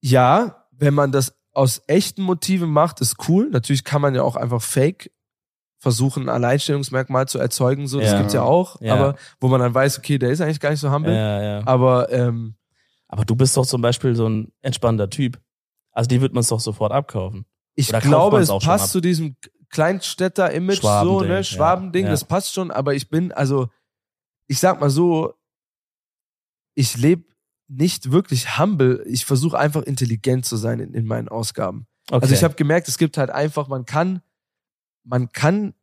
Ja, wenn man das aus echten Motiven macht, ist cool. Natürlich kann man ja auch einfach fake versuchen, ein Alleinstellungsmerkmal zu erzeugen. So, das
Ja.
gibt's ja auch.
Ja.
Aber wo man dann weiß, okay, der ist eigentlich gar nicht so humble.
Ja, ja.
Aber ähm,
Aber du bist doch zum Beispiel so ein entspannter Typ. Also die wird man es doch sofort abkaufen.
ich
Oder kauft
glaube,
man's
es
auch schon
passt
ab?
zu diesem Kleinstädter-Image so,
Schwabending,
ne?
ja.
Schwabending,
Ja.
das passt schon, aber ich bin, also, ich sag mal so, ich lebe nicht wirklich humble. Ich versuche einfach intelligent zu sein in, in meinen Ausgaben.
Okay.
Also ich habe gemerkt, es gibt halt einfach, man kann, man kann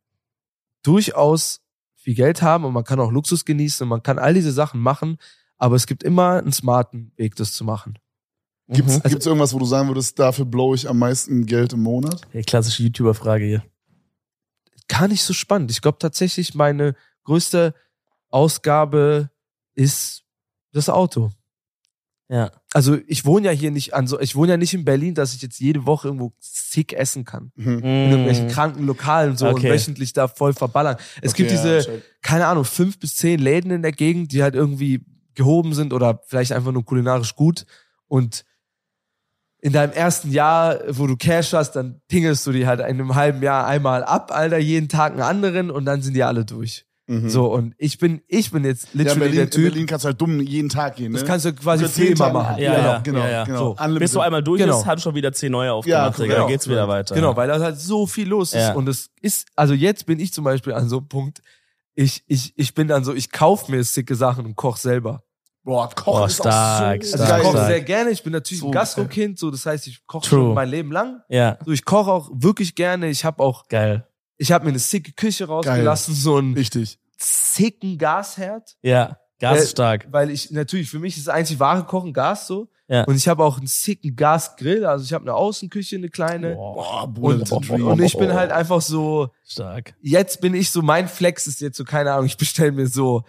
durchaus viel Geld haben und man kann auch Luxus genießen und man kann all diese Sachen machen, aber es gibt immer einen smarten Weg, das zu machen.
Gibt's,
Mhm.
Also-
gibt's irgendwas, wo du sagen würdest, dafür blow ich am meisten Geld im Monat?
Die klassische YouTuber-Frage hier.
gar nicht so spannend. Ich glaube tatsächlich, meine größte Ausgabe ist das Auto.
Ja.
Also ich wohne ja hier nicht an so, ich wohne ja nicht in Berlin, dass ich jetzt jede Woche irgendwo sick essen kann.
Mhm.
In irgendwelchen kranken Lokalen so
Okay.
und wöchentlich da voll verballern. Es
Okay,
gibt
ja,
diese,
check.
keine Ahnung, fünf bis zehn Läden in der Gegend, die halt irgendwie gehoben sind oder vielleicht einfach nur kulinarisch gut. Und in deinem ersten Jahr, wo du Cash hast, dann tingelst du die halt in einem halben Jahr einmal ab, Alter, jeden Tag einen anderen und dann sind die alle durch.
Mhm.
So, und ich bin, ich bin jetzt
ja,
literally
in Berlin,
der
in
Typ.
Berlin kannst du halt dumm jeden Tag gehen. Ne?
das kannst du quasi
Für
für
zehn
immer
Tage.
machen.
Ja,
genau,
ja,
genau,
ja, ja.
genau.
So.
Unlimited.
Bis du einmal durch
Genau.
bist, hat schon wieder zehn neue aufgemacht.
Ja,
Digga.
genau.
Dann geht's wieder weiter.
Genau, weil da halt so viel los
Ja.
ist. Und es ist, also jetzt bin ich zum Beispiel an so einem Punkt, ich, ich, ich bin dann so, ich kauf mir sicke Sachen und koch selber.
Boah, Kochen
Boah,
ist
stark,
auch so
Also
stark,
ich
geil.
koche
stark.
sehr gerne, ich bin natürlich
So
ein Gastrokind, so das heißt, ich koche
True.
schon mein Leben lang.
ja,
So, ich koche auch wirklich gerne. Ich habe auch,
geil.
ich habe mir eine sicke Küche rausgelassen, so einen
Richtig.
sicken Gasherd,
Ja, Gas
Äh,
ist stark.
weil ich natürlich für mich ist einzig wahre Kochen Gas so.
Ja.
Und ich habe auch einen sicken Gasgrill, also ich habe eine Außenküche, eine kleine.
Boah,
Und,
Bullet Dream.
und ich bin halt einfach so,
Stark.
jetzt bin ich so, mein Flex ist jetzt so, keine Ahnung, ich bestelle mir so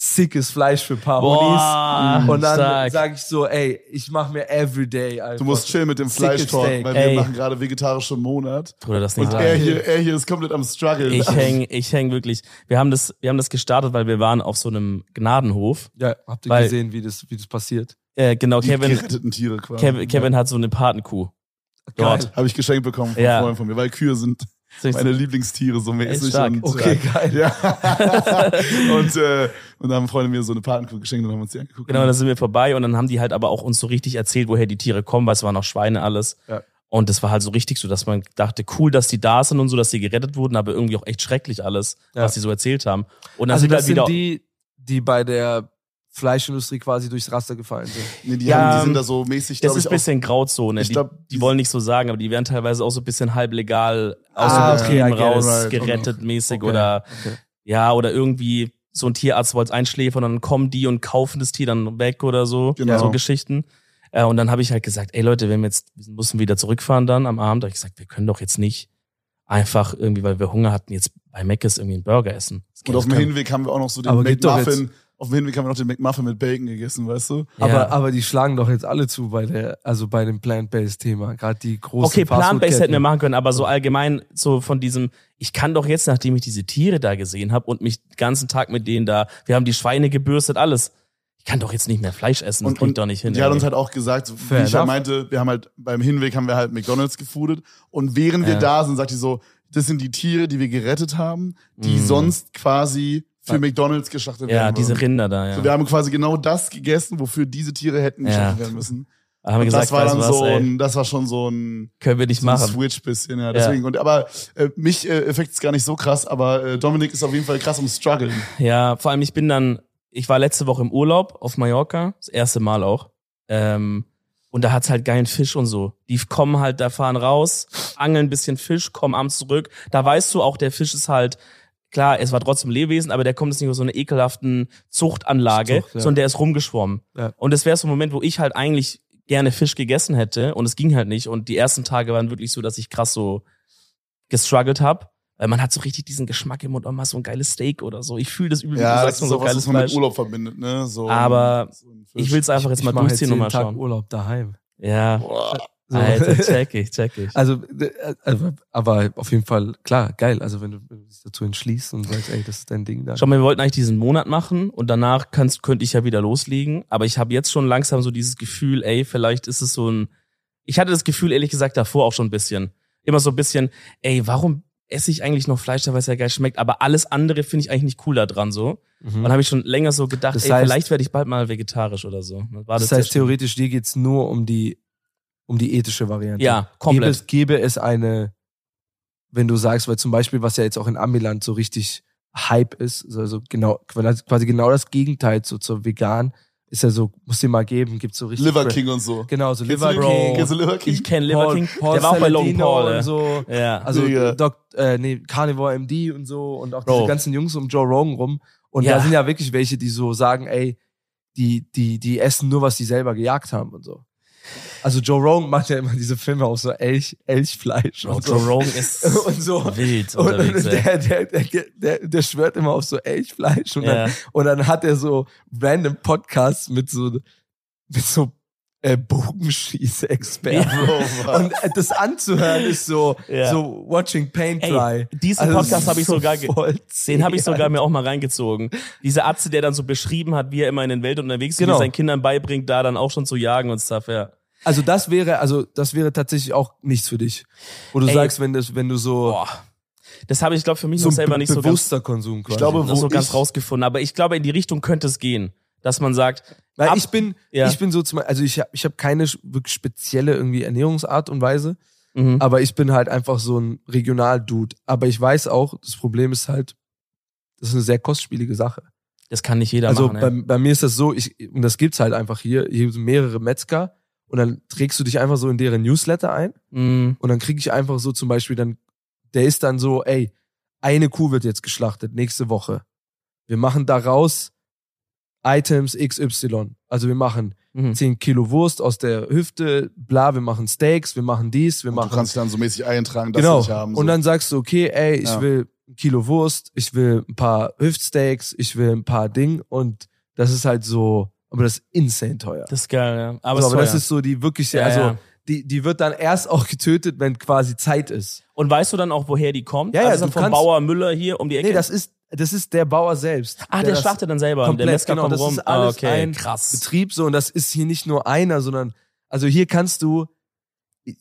sickes Fleisch für ein paar
Boah,
Honis. Und dann
stark.
sage ich so, ey, ich mache mir everyday einfach.
Du musst chillen mit dem
Sickes
Fleischtalk,
Steak.
weil
Ey.
wir machen gerade vegetarische Monat.
Bruder, das nicht
Und
sagen.
er hier, er hier ist komplett am Struggle.
Ich häng, ich häng wirklich. Wir haben das, wir haben das gestartet, weil wir waren auf so einem Gnadenhof.
Ja, habt ihr
Weil-
gesehen, wie das, wie das passiert?
Äh, genau,
Die
Kevin,
geretteten Tiere quasi.
Kevin, Kevin hat so eine Patenkuh. Dort.
Geil.
Habe ich geschenkt bekommen von
Ja.
Freunden von mir, weil Kühe sind meine Lieblingstiere, so
Ey,
mäßig.
stark.
Und, äh,
Okay, geil.
Ja. und, äh, und da haben Freunde mir so eine Patenkuh geschenkt und haben uns die angeguckt.
Genau, da sind wir vorbei und dann haben die halt aber auch uns so richtig erzählt, woher die Tiere kommen, weil es waren auch Schweine alles.
Ja.
Und das war halt so richtig so, dass man dachte, cool, dass die da sind und so, dass sie gerettet wurden, aber irgendwie auch echt schrecklich alles,
Ja.
was die so erzählt haben. Und dann
also
sind
das
halt wieder
sind die, die bei der Fleischindustrie quasi durchs Raster gefallen sind.
nee, die,
Ja,
haben, die sind
ähm,
da so mäßig,
das
glaube
ist
ich,
ein
auch
bisschen Grauzone.
Ich
die,
glaub,
die wollen nicht so sagen, aber die werden teilweise auch so ein bisschen halb legal aus
Ah,
dem
okay,
Betrieben
I get it,
raus
right, okay.
gerettet mäßig
Okay,
oder
okay.
ja, oder irgendwie so ein Tierarzt wollte einschläfern und dann kommen die und kaufen das Tier dann weg oder so.
Genau.
So Geschichten. Äh, und dann habe ich halt gesagt, ey Leute, wenn wir jetzt wir müssen wieder zurückfahren dann am Abend, habe ich gesagt, wir können doch jetzt nicht einfach irgendwie, weil wir Hunger hatten, jetzt bei Mc's irgendwie einen Burger essen. Das geht-
Und auf dem
das kann-
Hinweg haben wir auch noch so den
Aber geht doch
McMuffin. Auf dem Hinweg haben wir noch den McMuffin mit Bacon gegessen, weißt du?
Ja.
Aber, aber die schlagen doch jetzt alle zu bei der, also bei dem Plant-Based-Thema. Gerade die großen
Okay,
um
Plan-Based
Fastfood-Ketten.
hätten wir machen können, aber so allgemein, so von diesem, ich kann doch jetzt, nachdem ich diese Tiere da gesehen habe und mich den ganzen Tag mit denen da, wir haben die Schweine gebürstet, alles. Ich kann doch jetzt nicht mehr Fleisch essen, das
Und-
krieg ich
und
doch nicht hin.
Die hat
ey.
uns halt auch gesagt, so, wie
Fair
ich ja
enough.
meinte, wir haben halt beim Hinweg haben wir halt McDonalds gefoodet. Und während wir
Ja.
da sind, sagt die so, das sind die Tiere, die wir gerettet haben, die
Mm.
sonst quasi für
Ja.
McDonalds geschlachtet
ja,
werden.
diese
würden.
Rinder da, ja.
So, wir haben quasi genau das gegessen, wofür diese Tiere hätten
Ja.
geschlachtet werden müssen.
haben wir
Und
gesagt,
das war dann
weißt du was,
so
ey,
ein, das war schon so ein,
können wir nicht
so ein
machen.
Switch bisschen, ja. Deswegen, und aber äh, mich äh, effekt ist gar nicht so krass, aber äh, Dominik ist auf jeden Fall krass am Struggeln.
Ja, vor allem ich bin dann, ich war letzte Woche im Urlaub auf Mallorca, das erste Mal auch. Ähm, und da hat's halt geilen Fisch und so. Die kommen halt, da fahren raus, angeln ein bisschen Fisch, kommen abends zurück. Da weißt du auch, der Fisch ist halt, klar, es war trotzdem Lebewesen, aber der kommt jetzt nicht aus so einer ekelhaften Zuchtanlage,
Zucht, ja.
sondern der ist rumgeschwommen.
Ja.
Und das wäre so ein Moment, wo ich halt eigentlich gerne Fisch gegessen hätte und es ging halt nicht. Und die ersten Tage waren wirklich so, dass ich krass so gestruggelt habe. Weil man hat so richtig diesen Geschmack im Mund, oh, mal so ein geiles Steak oder so. Ich fühle das übel,
Ja,
du
das
sagst,
ist
so
so was,
geiles
was man mit
Fleisch.
Urlaub verbindet, ne? So,
Aber
so ein Fisch.
Ich will es einfach jetzt
ich
mal
mach
durchziehen und
jeden
mal
Tag
schauen.
Urlaub daheim.
Ja,
Boah.
So.
Alter, check ich, check ich.
Also, äh, also, aber auf jeden Fall, klar, geil. Also, wenn du wenn du dich dazu entschließt und sagst, ey, das ist dein Ding da.
Schau mal, wir wollten eigentlich diesen Monat machen und danach kannst, könnte ich ja wieder loslegen. Aber ich habe jetzt schon langsam so dieses Gefühl, ey, vielleicht ist es so ein. Ich hatte das Gefühl, ehrlich gesagt, davor auch schon ein bisschen. Immer so ein bisschen, ey, warum esse ich eigentlich noch Fleisch, da weil es ja geil schmeckt, aber alles andere finde ich eigentlich nicht cool da dran so. Und dann
Mhm.
habe ich schon länger so gedacht,
Das
ey,
heißt-
vielleicht werde ich bald mal vegetarisch oder so. War
Das
der
heißt,
Schritt?
theoretisch, dir geht's nur um die, um die ethische Variante.
Ja,
Gäbe
komplett.
es, gäbe es eine, wenn du sagst, weil zum Beispiel, was ja jetzt auch in Amiland so richtig Hype ist, also genau, quasi genau das Gegenteil zu, zur vegan, ist ja so, muss dir mal geben, gibt's so richtig.
Liver King und so.
Genau, so
Kennst
Liver
du
Bro.
King, kennst du Liver King?
Ich kenne Liver King, der war auch bei Logan
Saladino
Paul. ne?
und
ey.
so.
Ja.
Also
Digga.
Doc, äh, nee, Carnivore MD und so und auch
Bro.
diese ganzen Jungs um Joe Rogan rum. Und
Ja.
da sind ja wirklich welche, die so sagen, ey, die, die, die essen nur, was die selber gejagt haben und so. Also Joe Rogan macht ja immer diese Filme auf so Elch, Elchfleisch
Bro,
und so.
Joe Rogan ist
und so.
wild
Und, und
unterwegs. ey.
der, der, der, der, der schwört immer auf so Elchfleisch und, dann,
Ja.
und dann hat er so random Podcasts mit so, mit so äh, Bogenschießexperten.
Bro, was?
Und äh, das anzuhören ist so,
Ja.
so watching paint
Ey,
dry.
diesen
Also,
Podcast habe ich sogar ge Den habe ich sogar
mit
mir auch mal reingezogen. Dieser Atze, der dann so beschrieben hat, wie er immer in den Welt unterwegs ist, wie
Genau.
er seinen Kindern beibringt, da dann auch schon zu jagen und stuff, ja.
Also das wäre, also das wäre tatsächlich auch nichts für dich. Wo du
Ey.
sagst, wenn das, wenn du so,
Boah. Das habe ich, glaube für mich
so
noch selber
be-
nicht so ganz,
bewusster Konsum quasi.
Ich glaube,
noch so
wo
ganz
ich-
rausgefunden. Aber ich glaube, in die Richtung könnte es gehen. Dass man sagt,
Weil
ab-
ich bin,
Ja.
ich bin so zum, also ich habe ich hab keine sch- wirklich spezielle irgendwie Ernährungsart und Weise,
mhm.
aber ich bin halt einfach so ein Regional-Dude. Aber ich weiß auch, das Problem ist halt, das ist eine sehr kostspielige Sache.
das kann nicht jeder
also
machen.
bei,
ey.
bei mir ist das so, ich, und das gibt's halt einfach hier, hier sind mehrere Metzger und dann trägst du dich einfach so in deren Newsletter ein
Mhm.
und dann kriege ich einfach so zum Beispiel dann, der ist dann so, ey, eine Kuh wird jetzt geschlachtet nächste Woche. Wir machen daraus Items XY. Also wir machen
Mhm.
10 Kilo Wurst aus der Hüfte, bla, wir machen Steaks, wir machen dies, wir
Und du
machen
kannst dich dann so mäßig eintragen, dass
genau.
wir dich haben. So.
Und dann sagst du, okay, ey, ich
Ja.
will ein Kilo Wurst, ich will ein paar Hüftsteaks, ich will ein paar Ding und das ist halt so, aber das ist insane teuer.
Das ist geil, ja. Aber,
aber
es
so, aber das
teuer.
ist so die wirkliche,
Ja,
also
ja.
Die, die wird dann erst auch getötet, wenn quasi Zeit ist.
Und weißt du dann auch, woher die kommt?
Ja, ja,
also
du
vom
kannst-
Bauer Müller hier um die Ecke.
Nee, das ist, das ist der Bauer selbst.
Ach, der
das-
schlachtet dann selber.
komplett,
der Metzger
genau,
kommt
das
rum.
ist alles
ah, okay,
ein
krass.
Betrieb so und das ist hier nicht nur einer, sondern also hier kannst du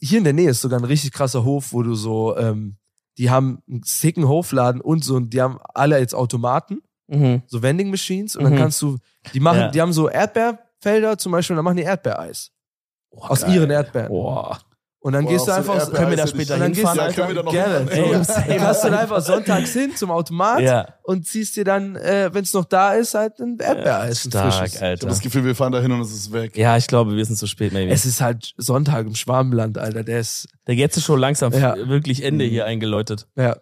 hier in der Nähe ist sogar ein richtig krasser Hof, wo du so ähm, die haben einen sicken Hofladen und so und die haben alle jetzt Automaten,
Mhm.
so Vending Machines und
Mhm.
dann kannst du die machen,
Ja.
die haben so Erdbeerfelder zum Beispiel, und dann machen die Erdbeereis
Oh,
aus
geil.
ihren Erdbeeren
Boah.
und dann
Boah,
gehst du
auf so
einfach
ein
können wir da
Erdbeereis hätte ich-
später
und dann gehst
hinfahren,
du
Ja,
einfach,
können wir da noch
gerne.
Ey,
Ja.
safe.
Dann kannst du dann einfach sonntags hin zum Automat
Ja.
und ziehst dir dann, äh, wenn es noch da ist, halt ein Erdbeereis. ein frisches.
Stark,
Ich
Alter.
habe das Gefühl, wir fahren da hin und es ist weg.
Ja, ich glaube, wir sind zu spät, maybe.
Es ist halt Sonntag im Schwabenland, Alter. Der ist,
da geht es schon langsam
Ja.
wirklich Ende hier eingeläutet.
ja.
Mhm.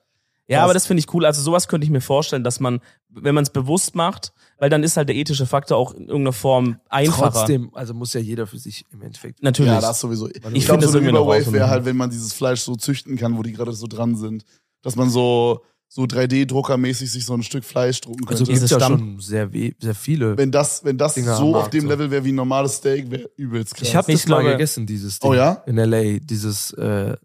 Ja,
Das-
aber das finde ich cool. Also sowas könnte ich mir vorstellen, dass man, wenn man es bewusst macht, weil dann ist halt der ethische Faktor auch in irgendeiner Form einfacher.
Trotzdem, also muss ja jeder für sich im Endeffekt.
Natürlich.
Ja, das sowieso. Ich,
Ich
glaube,
finde,
so
das
eine
irgendwie noch
Überwave
raus-
wäre halt, wenn man dieses Fleisch so züchten kann, wo die gerade so dran sind. Dass man so, so 3D-Druckermäßig sich so ein Stück Fleisch drucken könnte.
Also gibt
Dieses
ja
Stamm-
schon sehr, we- sehr viele.
wenn das, wenn das
Dinger am
so auf
Markt,
dem
so.
Level wäre wie ein normales Steak, wäre übelst krass.
Ich habe
Ich
das mal
glaube-
gegessen, dieses Ding.
Oh ja?
In L.A. Dieses, äh,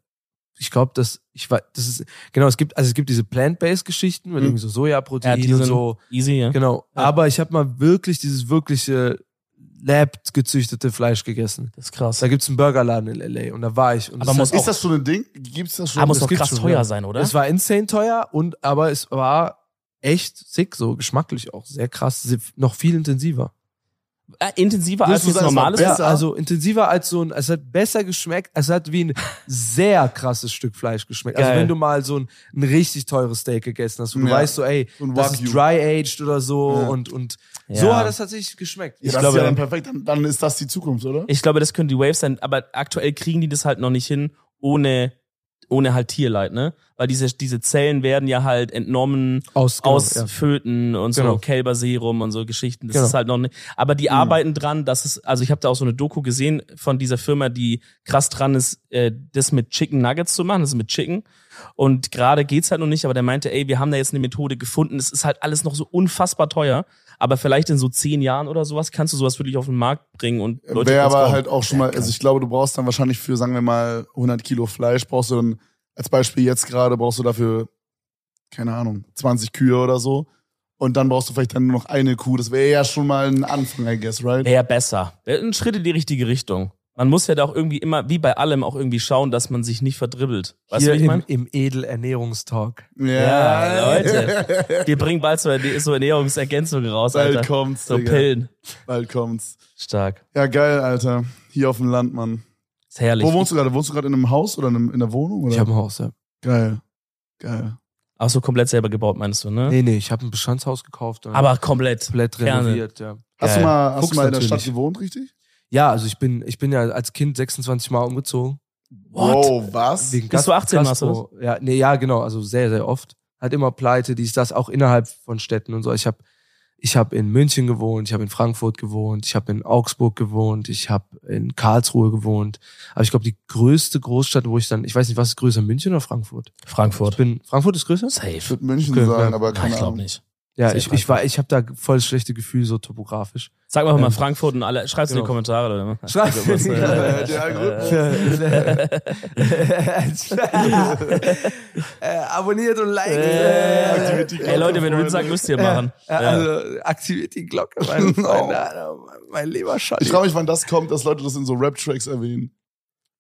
ich glaube, das, ich war, das ist, genau, es gibt, also es gibt diese Plant-Based-Geschichten mit
Mhm.
irgendwie so
Ja,
Sojaprotein
die
und
sind-
so.
Easy, ja.
Genau.
Ja.
Aber ich habe mal wirklich dieses wirkliche Lab-gezüchtete Fleisch gegessen.
Das ist krass.
Da gibt's einen Burgerladen in L.A. und da war ich. Und
Aber
das
muss
hat-
ist das schon ein Ding? Gibt's das schon?
Aber Ah, muss
das
doch
gibt's
krass
schon,
teuer
ja.
sein, oder?
Es war insane teuer und aber es war echt sick, so geschmacklich auch sehr krass, si- noch viel intensiver.
äh, intensiver
Würdest
als
du
jetzt
sagen, es war
normales.
besser?
Ja, also intensiver als so ein, es hat besser geschmeckt, es hat wie ein sehr krasses Stück Fleisch geschmeckt.
Geil.
Also wenn du mal so ein, ein richtig teures Steak gegessen hast und du
Ja.
weißt so, ey,
Und
das ist
Wagyu.
dry aged oder so
Ja.
und und
Ja.
so hat es tatsächlich geschmeckt.
ja,
ich
das
glaube-
ist ja dann perfekt. Dann, dann ist das die Zukunft, oder?
Ich glaube, das können die Waves sein, aber aktuell kriegen die das halt noch nicht hin, ohne, ohne halt Tierleid, ne? weil diese, diese Zellen werden ja halt entnommen
Aus,
aus
Genau, ja.
Föten und so
Genau.
Kälberserum und so Geschichten. Das
Genau.
ist halt noch nicht. Aber die arbeiten dran, dass es, also ich habe da auch so eine Doku gesehen von dieser Firma, die krass dran ist, äh, das mit Chicken Nuggets zu machen, das ist mit Chicken. Und gerade geht's halt noch nicht, aber der meinte, ey, wir haben da jetzt eine Methode gefunden. Es ist halt alles noch so unfassbar teuer. Aber vielleicht in so zehn Jahren oder sowas kannst du sowas wirklich auf den Markt bringen und
Äh,
Leute
Wäre
kann's
aber
kaufen.
halt auch schon mal, also ich glaube, du brauchst dann wahrscheinlich für, sagen wir mal, 100 Kilo Fleisch, brauchst du dann, als Beispiel jetzt gerade, brauchst du dafür, keine Ahnung, 20 Kühe oder so. Und dann brauchst du vielleicht dann nur noch eine Kuh. Das wäre ja schon mal ein Anfang, I guess, right?
Wäre besser. Wäre ein Schritt in die richtige Richtung. Man muss ja da auch irgendwie immer, wie bei allem, auch irgendwie schauen, dass man sich nicht verdribbelt. Weißt du,
Hier
wie ich
im,
meine?
im Edelernährungstalk.
Ja, Leute. Wir bringen bald so, eine- so Ernährungsergänzungen raus,
Bald
Alter.
kommt's,
So
Digga.
Pillen.
Bald kommt's.
Stark.
Ja, geil, Alter. Hier auf dem Land, Mann.
Ist herrlich.
Wo wohnst du gerade? Wohnst du gerade in einem Haus oder in, einem, in der Wohnung? Oder?
Ich habe ein Haus, ja.
geil. Geil.
Ach so, komplett selber gebaut, meinst du, ne?
Nee, nee, ich habe ein Bestandshaus gekauft. und
Aber komplett.
komplett
Gerne.
renoviert, ja.
Hast
Geil.
du mal, hast
Fuchs
du mal in der Stadt
natürlich.
gewohnt, richtig?
Ja, also ich bin, ich bin ja als Kind 26 Mal umgezogen.
What?
Wow, was?
Wegen
Bis
Gas-
du 18 warst,
Gastro. Ja, nee, ja, genau, also sehr, sehr oft. Hat immer Pleite, dies, das, auch innerhalb von Städten und so. Ich habe ich hab in München gewohnt, ich habe in Frankfurt gewohnt, ich habe in Augsburg gewohnt, ich habe in Karlsruhe gewohnt. Aber ich glaube, die größte Großstadt, wo ich dann, ich weiß nicht, was ist größer, München oder Frankfurt?
Frankfurt.
Ich bin, Frankfurt ist größer?
Ich
Safe.
würde München
Okay,
sein,
ja.
aber
Nein,
keine
ich glaube
Ahnung.
nicht.
Ja,
Sehr
ich,
Frankfurt.
ich war, ich habe da voll das schlechte Gefühl, so topografisch.
Sag mal mal
Ähm,
Frankfurt und alle. Schreib's in die
genau.
Kommentare, Leute. ne?
Schreib's in die
Irgendwas, äh,
Kommentare, der Algorithmus.
äh, abonniert und liked.
Äh,
Aktiviert die
Ey Leute, wenn du das
Glocke, Oh.
sagt, müsst ihr machen.
Ja, Also aktiviert die Glocke, meine Freunde. Mein lieber Scholli.
Ich frage mich, wann das kommt, dass Leute das in so Rap-Tracks erwähnen.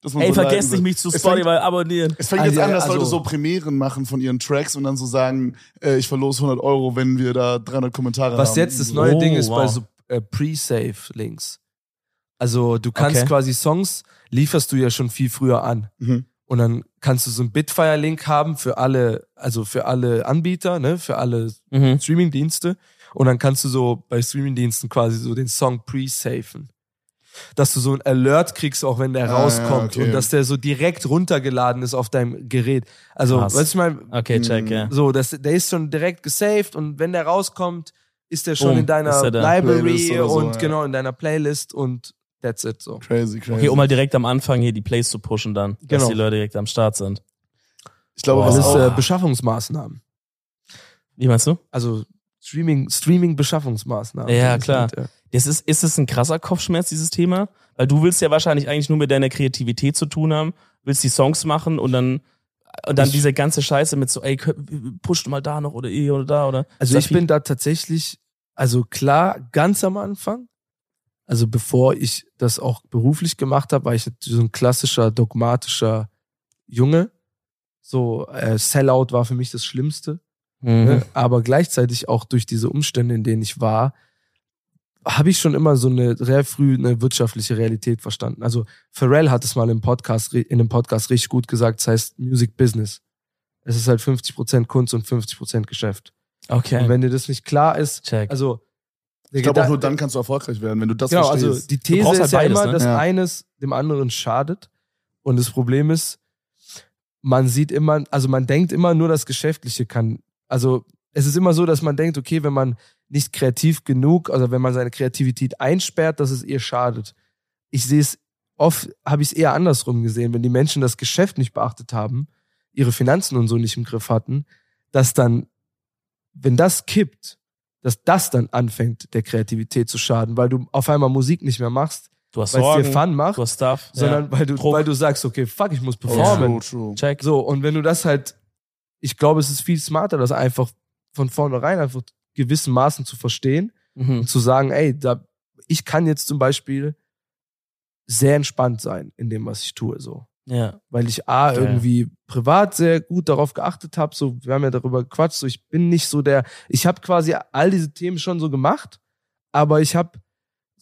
Dass man
Ey,
so
vergesst
leiden
nicht, mich zu
Es fängt-
Spotify abonnieren.
Es fängt jetzt
Also,
an, dass
also-
Leute so Premieren machen von ihren Tracks und dann so sagen, äh, ich verlose 100 Euro, wenn wir da 300 Kommentare haben.
Was jetzt das
So.
neue
Oh,
Ding ist bei
wow.
so äh, Pre-Save-Links. Also du kannst
Okay.
quasi Songs, lieferst du ja schon viel früher an.
Mhm.
Und dann kannst du so einen Bitfire-Link haben für alle, also für alle Anbieter, ne, für alle
Mhm.
Streaming-Dienste. Und dann kannst du so bei Streaming-Diensten quasi so den Song pre-safen. Dass du so ein Alert kriegst, auch wenn der
Ah, ja,
rauskommt.
okay.
Und dass der so direkt runtergeladen ist auf deinem Gerät. Also,
Krass.
weißt du, ich meine,
Okay, check,
Mhm.
ja.
so, das, der ist schon direkt gesaved und wenn der rauskommt, ist der schon
Boom,
in
ist
deiner
er da.
Playlist
Library
oder so,
und
ja.
genau in deiner Playlist und that's it so.
Crazy, crazy.
Okay, um mal direkt am Anfang hier die Plays zu pushen dann, dass
Genau.
die Leute direkt am Start sind.
ich glaube,
Boah.
was
Alles
auch,
äh, Beschaffungsmaßnahmen.
Wie meinst du?
Also Streaming, Streaming Beschaffungsmaßnahmen.
Ja,
Das
klar.
sind, äh,
Das ist, ist es ein krasser Kopfschmerz, dieses Thema? Weil du willst ja wahrscheinlich eigentlich nur mit deiner Kreativität zu tun haben, willst die Songs machen und dann, und dann
Ich-
diese ganze Scheiße mit so, ey, pusht mal da noch oder eh oder da oder.
Also
Ist
ich
da
bin da tatsächlich, also klar, ganz am Anfang, also bevor ich das auch beruflich gemacht habe, war ich halt so ein klassischer, dogmatischer Junge. So, äh, Sellout war für mich das Schlimmste.
viel- Mhm.
ne? aber gleichzeitig auch durch diese Umstände, in denen ich war, habe ich schon immer so eine sehr früh eine wirtschaftliche Realität verstanden. Also Pharrell hat es mal im Podcast ri- in einem Podcast richtig gut gesagt, es heißt Music Business. Es ist halt 50% Kunst und 50% Geschäft. Und
Okay.
wenn dir das nicht klar ist,
Check.
also
ich glaube auch nur dann kannst du erfolgreich werden, wenn du das
genau,
verstehst.
also die These
brauchst
ist
halt
ja
beides,
immer,
ne?
dass
Ja.
eines dem anderen schadet. Und das Problem ist, man sieht immer, also man denkt immer nur, das Geschäftliche kann. Also es ist immer so, dass man denkt, okay, wenn man nicht kreativ genug, also wenn man seine Kreativität einsperrt, dass es ihr schadet. Ich sehe es oft, habe ich es eher andersrum gesehen, wenn die Menschen das Geschäft nicht beachtet haben, ihre Finanzen und so nicht im Griff hatten, dass dann, wenn das kippt, dass das dann anfängt, der Kreativität zu schaden, weil du auf einmal Musik nicht mehr machst,
Du hast
weil es dir
Sorgen,
Fun macht,
du hast Stuff.
sondern
ja.
weil, du,
Druck.
weil du sagst, okay, fuck, ich muss performen.
true, true.
check.
So, und wenn du das halt, ich glaube, es ist viel smarter, das einfach von vornherein einfach gewissen Maßen zu verstehen
Mhm.
und zu sagen, ey, da, ich kann jetzt zum Beispiel sehr entspannt sein in dem, was ich tue, so.
Ja.
Weil ich A,
Geil.
irgendwie privat sehr gut darauf geachtet habe, so, wir haben ja darüber gequatscht, so, ich bin nicht so der, ich habe quasi all diese Themen schon so gemacht, aber ich habe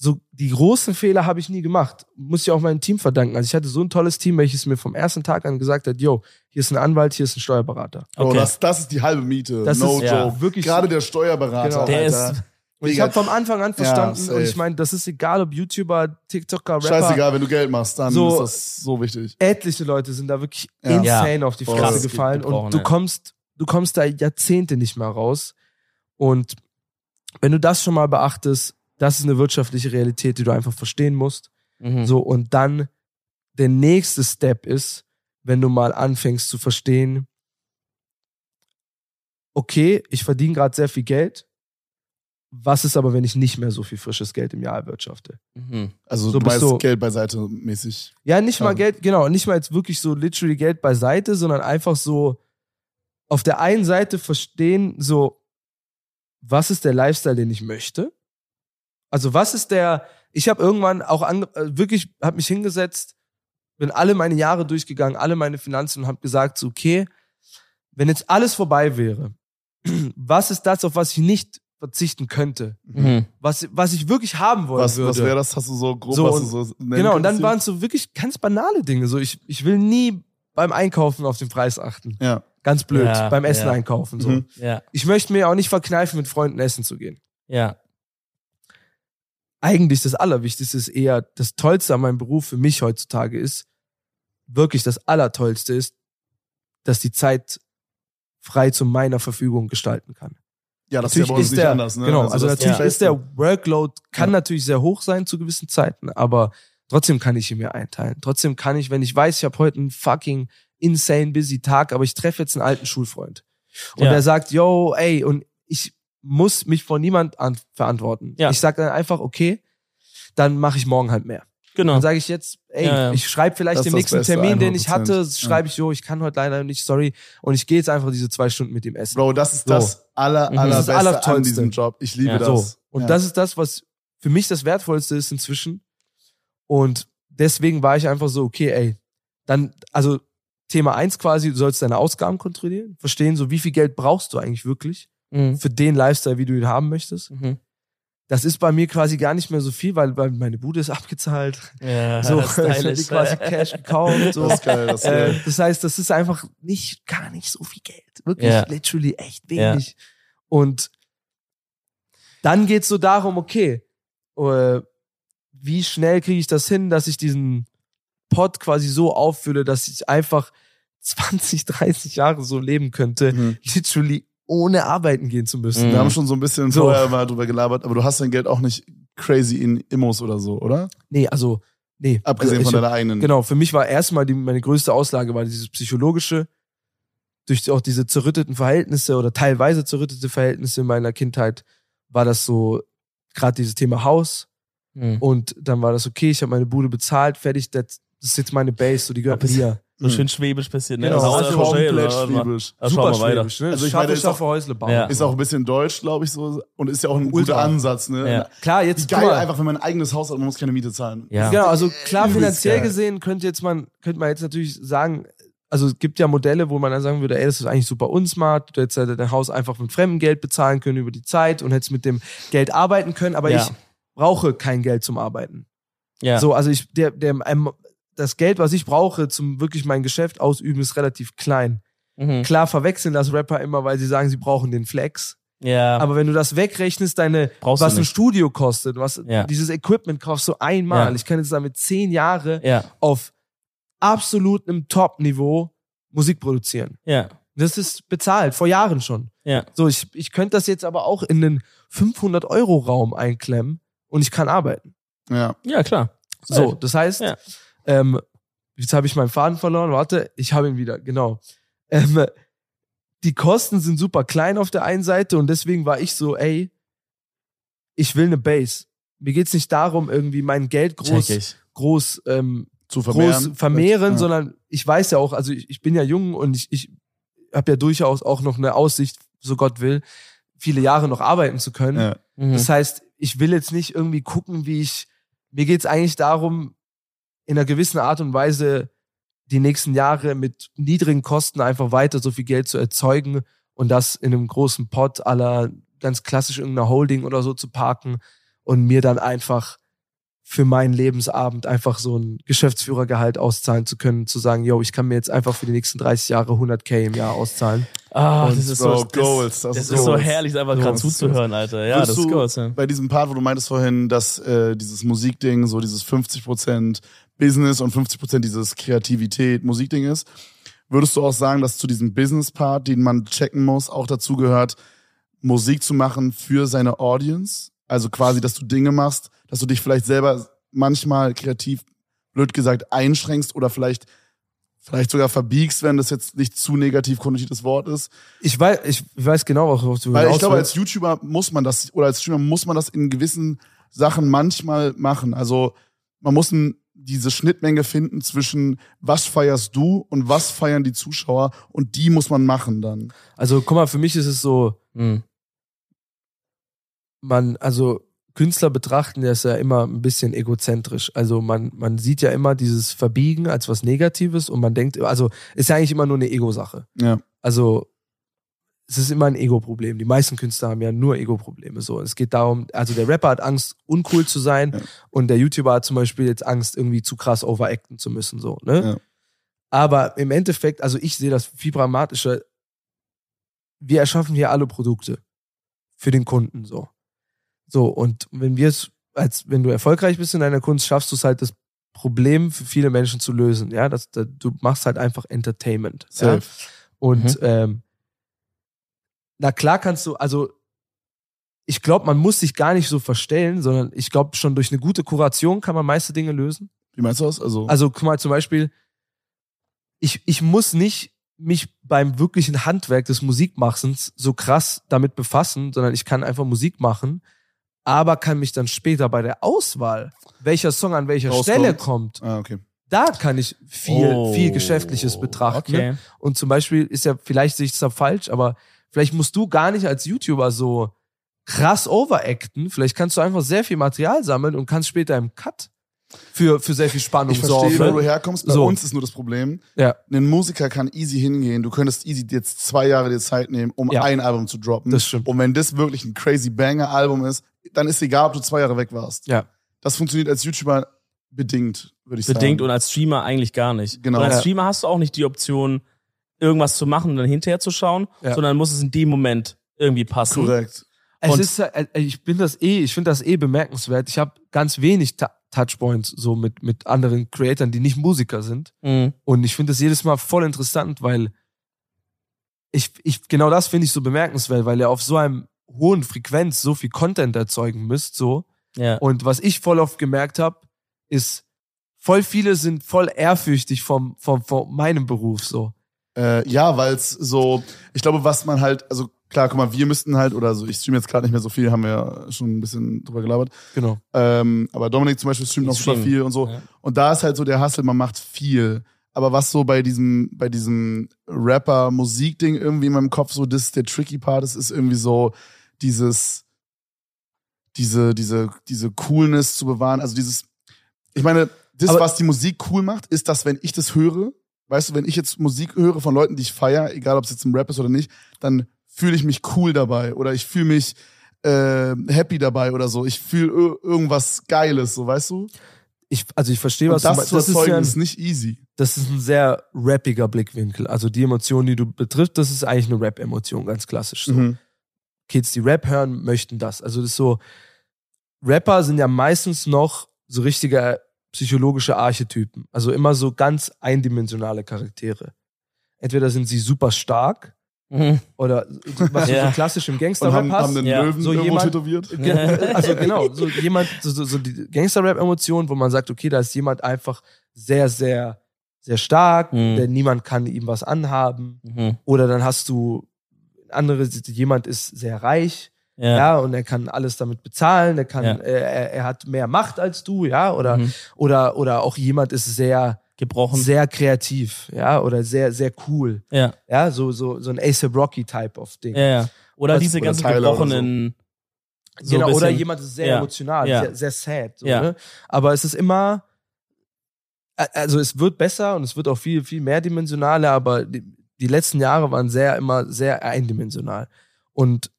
so, die großen Fehler habe ich nie gemacht. Muss ich auch meinem Team verdanken. Also ich hatte so ein tolles Team, welches mir vom ersten Tag an gesagt hat, yo, hier ist ein Anwalt, hier ist ein Steuerberater.
Bro,
Okay.
das, das ist die halbe Miete.
Das
no
ist
joke.
ja.
wirklich
Gerade der Steuerberater,
Genau.
Der
Alter.
ist,
Und ich
Digga.
habe vom Anfang an verstanden,
safe.
und ich meine, das ist egal, ob YouTuber, TikToker, Rapper,
Scheißegal, wenn du Geld machst, dann
So.
ist das so wichtig.
etliche Leute sind da wirklich
Ja.
insane auf die
Voll.
Fresse
Krass
gefallen
gebrochen,
und du
ja.
kommst, du kommst da Jahrzehnte nicht mehr raus. Und wenn du das schon mal beachtest, das ist eine wirtschaftliche Realität, die du einfach verstehen musst.
Mhm.
So, und dann der nächste Step ist, wenn du mal anfängst zu verstehen, okay, ich verdiene gerade sehr viel Geld. Was ist aber, wenn ich nicht mehr so viel frisches Geld im Jahr erwirtschafte?
Mhm.
Also
So
du
bist
meinst
du-
Geld beiseite mäßig.
Ja, nicht mal
Also-
Geld, genau, nicht mal jetzt wirklich so literally Geld beiseite, sondern einfach so auf der einen Seite verstehen, so, was ist der Lifestyle, den ich möchte? Also, was ist der, ich habe irgendwann auch an, äh, wirklich, habe mich hingesetzt, bin alle meine Jahre durchgegangen, alle meine Finanzen und habe gesagt, so, okay, wenn jetzt alles vorbei wäre, was ist das, auf was ich nicht verzichten könnte?
Mhm.
Was, was ich wirklich haben wollen
Was,
würde?
was wäre das? Hast du so grob,
So,
was
und-
du so nennen
Genau, und dann
könntest?
waren es so wirklich ganz banale Dinge. So, ich, ich will nie beim Einkaufen auf den Preis achten.
Ja.
Ganz blöd,
Ja,
beim Essen
ja.
einkaufen. So.
Mhm.
Ja,
Ich möchte mir auch nicht verkneifen, mit Freunden essen zu gehen.
ja.
Eigentlich das Allerwichtigste ist eher, das Tollste an meinem Beruf für mich heutzutage ist, wirklich das Allertollste ist, dass die Zeit frei zu meiner Verfügung gestalten kann.
Ja, das ist ja bei uns nicht anders. Ne?
Genau, also,
das
natürlich
Fest-
ist der Workload, kann
Ja.
natürlich sehr hoch sein zu gewissen Zeiten, aber trotzdem kann ich ihn mir einteilen. Trotzdem kann ich, wenn ich weiß, ich habe heute einen fucking insane busy Tag, aber ich treffe jetzt einen alten Schulfreund. Und
Ja.
der sagt, yo, ey, und ich muss mich vor niemand an verantworten.
Ja.
Ich sage dann einfach, okay, dann mache ich morgen halt mehr.
Genau.
Dann sage ich jetzt, ey,
Ja, ja.
ich schreibe vielleicht
Das
den
ist das
nächsten
Beste,
Termin, den ich
100%.
hatte, schreibe ich, yo, ich kann heute leider nicht, sorry, und ich gehe jetzt einfach diese zwei Stunden mit dem Essen.
Bro, das ist
So.
das aller,
Mhm. Das
allerbeste
ist das
an
Allertollste.
diesem Job. Ich liebe
Ja.
das.
So. Und
ja.
das ist das, was für mich das Wertvollste ist inzwischen. Und deswegen war ich einfach so, okay, ey, dann, also Thema eins quasi, du sollst deine Ausgaben kontrollieren, verstehen, so wie viel Geld brauchst du eigentlich wirklich
Mhm.
für den Lifestyle, wie du ihn haben möchtest.
Mhm.
Das ist bei mir quasi gar nicht mehr so viel, weil, weil meine Bude ist abgezahlt.
Ja,
So, ich hab die
stylisch.
quasi Cash gekauft. So.
das ist geil. Das ist
Äh,
geil.
das heißt, das ist einfach nicht, gar nicht so viel Geld. Wirklich,
Ja.
literally echt
Ja.
wenig. Und dann geht's so darum, okay, äh, wie schnell kriege ich das hin, dass ich diesen Pot quasi so auffülle, dass ich einfach 20, 30 Jahre so leben könnte,
Mhm.
literally ohne arbeiten gehen zu müssen.
Mhm.
Wir haben schon so ein bisschen
So.
vorher mal drüber gelabert, aber du hast dein Geld auch nicht crazy in Immos oder so, oder?
Nee, also, nee.
Abgesehen
also,
von
ich-
deiner eigenen.
Genau, für mich war erstmal die, meine größte Auslage war dieses psychologische, durch die- auch diese zerrütteten Verhältnisse oder teilweise zerrüttete Verhältnisse in meiner Kindheit war das so gerade dieses Thema Haus
Mhm.
und dann war das okay, ich habe meine Bude bezahlt, fertig, das, das ist jetzt meine Base, so die gehört
Aber es-
mir.
Mhm.
So schön schwäbisch bisschen, ne?
Genau,
Das ist
also
auch schon schön,
komplett
oder?
schwäbisch.
Ja, schauen wir weiter.
schwäbisch, ne?
Also
Also
ich
ich
meine,
schaffe,
ist
schaffe Häusle bauen.
Ja.
Ist auch ein bisschen deutsch, glaube ich, so. Und ist ja auch ein guter
Ultra.
Ansatz, ne?
Ja.
Klar,
Wie
jetzt guck
geil
mal.
einfach, wenn man ein eigenes Haus hat und man muss keine Miete zahlen. Äh,
Ja.
Genau, also klar,
Übelst
finanziell
geil.
gesehen könnte jetzt man, könnte man jetzt natürlich sagen, also es gibt ja Modelle, wo man dann sagen würde, ey, das ist eigentlich super unsmart, du hättest ja dein Haus einfach mit fremdem Geld bezahlen können über die Zeit und hättest mit dem Geld arbeiten können, aber
Ja.
ich brauche kein Geld zum Arbeiten.
Ja.
So, also ich, der, der, ähm, das Geld, was ich brauche, zum wirklich mein Geschäft ausüben, ist relativ klein.
Mhm.
Klar verwechseln das Rapper immer, weil sie sagen, sie brauchen den Flex.
Ja.
Aber wenn du das wegrechnest, deine,
Brauchst du
was ein
nicht.
Studio kostet, was
Ja.
dieses Equipment kaufst du einmal.
Ja.
Ich kann jetzt damit zehn Jahre
Ja.
auf absolutem Top-Niveau Musik produzieren.
Ja.
Das ist bezahlt, vor Jahren schon.
Ja.
So, ich, ich könnte das jetzt aber auch in den 500-Euro-Raum einklemmen und ich kann arbeiten.
Ja.
Ja, klar.
So, das heißt,
Ja.
ähm, jetzt habe ich meinen Faden verloren. Warte, ich habe ihn wieder, genau. Ähm, die Kosten sind super klein auf der einen Seite und deswegen war ich so, ey, ich will eine Base. Mir geht's nicht darum, irgendwie mein Geld
Check
groß,
ich.
groß ähm,
Zu vermehren.
groß vermehren,
ja.
sondern ich weiß ja auch, also ich, ich bin ja jung und ich, ich habe ja durchaus auch noch eine Aussicht, so Gott will, viele Jahre noch arbeiten zu können.
Ja.
Mhm.
Das heißt, ich will jetzt nicht irgendwie gucken, wie ich. Mir geht's eigentlich darum, in einer gewissen Art und Weise die nächsten Jahre mit niedrigen Kosten einfach weiter so viel Geld zu erzeugen und das in einem großen Pot aller ganz klassisch irgendeiner Holding oder so zu parken und mir dann einfach für meinen Lebensabend einfach so ein Geschäftsführergehalt auszahlen zu können, zu sagen, yo, ich kann mir jetzt einfach für die nächsten 30 Jahre 100k im Jahr auszahlen.
Ah, das
Und
ist
Bro,
so
Goals,
Das,
das
das
ist
ist so
Goals.
herrlich, einfach gerade
Goals,
zuzuhören, Alter. Ja,
Würdest
das ist
du-
Goals, ja.
bei diesem Part, wo du meintest vorhin, dass äh, dieses Musikding, so dieses 50% Business und 50% dieses Kreativität, Musikding ist, würdest du auch sagen, dass zu diesem Business-Part, den man checken muss, auch dazu gehört, Musik zu machen für seine Audience? Also quasi, dass du Dinge machst, dass du dich vielleicht selber manchmal kreativ, blöd gesagt, einschränkst oder vielleicht vielleicht sogar verbiegst, wenn das jetzt nicht zu negativ konnotiertes Wort ist.
Ich weiß, ich weiß genau, worauf du
Weil ich
hinaus
glaube,
willst.
als YouTuber muss man das, oder als Streamer muss man das in gewissen Sachen manchmal machen. Also man muss n- diese Schnittmenge finden zwischen was feierst du und was feiern die Zuschauer und die muss man machen dann.
Also guck mal, für mich ist es so,
Mhm.
man, also Künstler betrachten das ja immer ein bisschen egozentrisch. Also man, man sieht ja immer dieses Verbiegen als was Negatives und man denkt, also ist ja eigentlich immer nur eine Ego-Sache.
Ja.
Also es ist immer ein Ego-Problem. Die meisten Künstler haben ja nur Ego-Probleme. So, es geht darum, also der Rapper hat Angst, uncool zu sein
Ja.
und der YouTuber hat zum Beispiel jetzt Angst, irgendwie zu krass overacten zu müssen. So, ne?
Ja.
Aber im Endeffekt, also ich sehe das viel dramatischer. Wir erschaffen hier alle Produkte für den Kunden so. So, und wenn wir es, als wenn du erfolgreich bist in deiner Kunst, schaffst du es halt, das Problem für viele Menschen zu lösen. Ja, das, das, du machst halt einfach Entertainment. Ja?
Safe.
Und
Mhm.
ähm, na klar kannst du, also ich glaube, man muss sich gar nicht so verstellen, sondern ich glaube, schon durch eine gute Kuration kann man meiste Dinge lösen.
Wie meinst du das? Also,
Mhm.
Also guck mal, zum Beispiel, ich, ich muss nicht mich beim wirklichen Handwerk des Musikmachens so krass damit befassen, sondern ich kann einfach Musik machen, aber kann mich dann später bei der Auswahl, welcher Song an welcher
Rauskommt.
Stelle kommt,
ah, okay.
da kann ich viel,
Oh,
viel Geschäftliches betrachten. ne?
Okay.
Und zum Beispiel ist ja, vielleicht sehe ich es da falsch, aber vielleicht musst du gar nicht als YouTuber so krass overacten. Vielleicht kannst du einfach sehr viel Material sammeln und kannst später im Cut für, für sehr viel Spannung
Ich verstehe, ne?
sorgen.
wo du herkommst. Bei
So.
uns ist nur das Problem,
Ja.
ein Musiker kann easy hingehen. Du könntest easy jetzt zwei Jahre dir Zeit nehmen, um
Ja.
ein Album zu droppen.
Das stimmt.
Und wenn das wirklich ein crazy Banger-Album ist, dann ist egal, ob du zwei Jahre weg warst.
Ja.
Das funktioniert als YouTuber bedingt, würde ich sagen.
Bedingt und als Streamer eigentlich gar nicht.
Genau.
Und als
Ja.
Streamer hast du auch nicht die Option, irgendwas zu machen und dann hinterher zu schauen,
Ja.
sondern muss es in dem Moment irgendwie passen.
Korrekt.
Es
Und-
ist, äh, ich bin das eh, ich finde das eh bemerkenswert. Ich habe ganz wenig Ta Touchpoints so mit mit anderen Creatoren, die nicht Musiker sind.
Mhm.
Und ich finde das jedes Mal voll interessant, weil ich, ich genau das finde ich so bemerkenswert, weil ihr auf so einem hohen Frequenz so viel Content erzeugen müsst, so.
Ja.
Und was ich voll oft gemerkt habe, ist, voll viele sind voll ehrfürchtig vom, vom, von meinem Beruf, so.
Äh, ja, weil's so, ich glaube, was man halt, also klar, guck mal, wir müssten halt, oder so, ich streame jetzt gerade nicht mehr so viel, haben wir ja schon ein bisschen drüber gelabert.
Genau.
Ähm, aber Dominik zum Beispiel streamt
Die
noch super
streamen.
viel und so.
Ja.
Und da ist halt so der Hustle, man macht viel. Aber was so bei diesem, bei diesem Rapper-Musik-Ding irgendwie in meinem Kopf so, das ist der tricky Part, ist, ist irgendwie so dieses, diese, diese, diese Coolness zu bewahren. Also dieses, ich meine, das,
Aber-
was die Musik cool macht, ist das, wenn ich das höre, weißt du, wenn ich jetzt Musik höre von Leuten, die ich feier, egal ob es jetzt ein Rap ist oder nicht, dann fühle ich mich cool dabei oder ich fühle mich äh, happy dabei oder so. Ich fühle irgendwas Geiles, so weißt du?
Ich, also ich verstehe, was
Und das
du meinst.
zu
Das ist
erzeugen
ja ein-
ist, nicht easy.
das ist ein sehr rappiger Blickwinkel. Also die Emotion, die du betrifft, das ist eigentlich eine Rap-Emotion, ganz klassisch. So.
Mhm.
Kids, die Rap hören, möchten das. Also das ist so, Rapper sind ja meistens noch so richtige äh, psychologische Archetypen. Also immer so ganz eindimensionale Charaktere. Entweder sind sie super stark
Mhm.
oder was du
Ja.
so klassisch im
Und haben,
Gangster-Rap
haben
hast.
den
Ja.
Löwen
So
irgendwo
jemand-
tätowiert.
Ge- also genau, so jemand, so, so, so die Gangster-Rap-Emotion, wo man sagt, okay, da ist jemand einfach sehr, sehr, sehr stark,
Mhm.
denn niemand kann ihm was anhaben.
Mhm.
Oder dann hast du andere, jemand ist sehr reich, ja,
Ja.
und er kann alles damit bezahlen, er kann,
Ja.
äh, er, er hat mehr Macht als du, ja, oder,
Mhm.
oder, oder auch jemand ist sehr,
Gebrochen.
sehr kreativ, ja, oder sehr, sehr cool,
ja.
ja, so, so, so ein Ace Rocky Type of Ding.
Ja, ja. Oder
Was-
diese
oder
ganzen
Tyler oder so.
gebrochenen. so ein
genau, oder
bisschen-
jemand ist sehr
ja,
emotional,
ja.
sehr, sehr sad. So,
Ja.
ne? Aber es ist immer, a- also es wird besser und es wird auch viel, viel mehrdimensionaler, aber die, die letzten Jahre waren sehr, immer sehr eindimensional. Und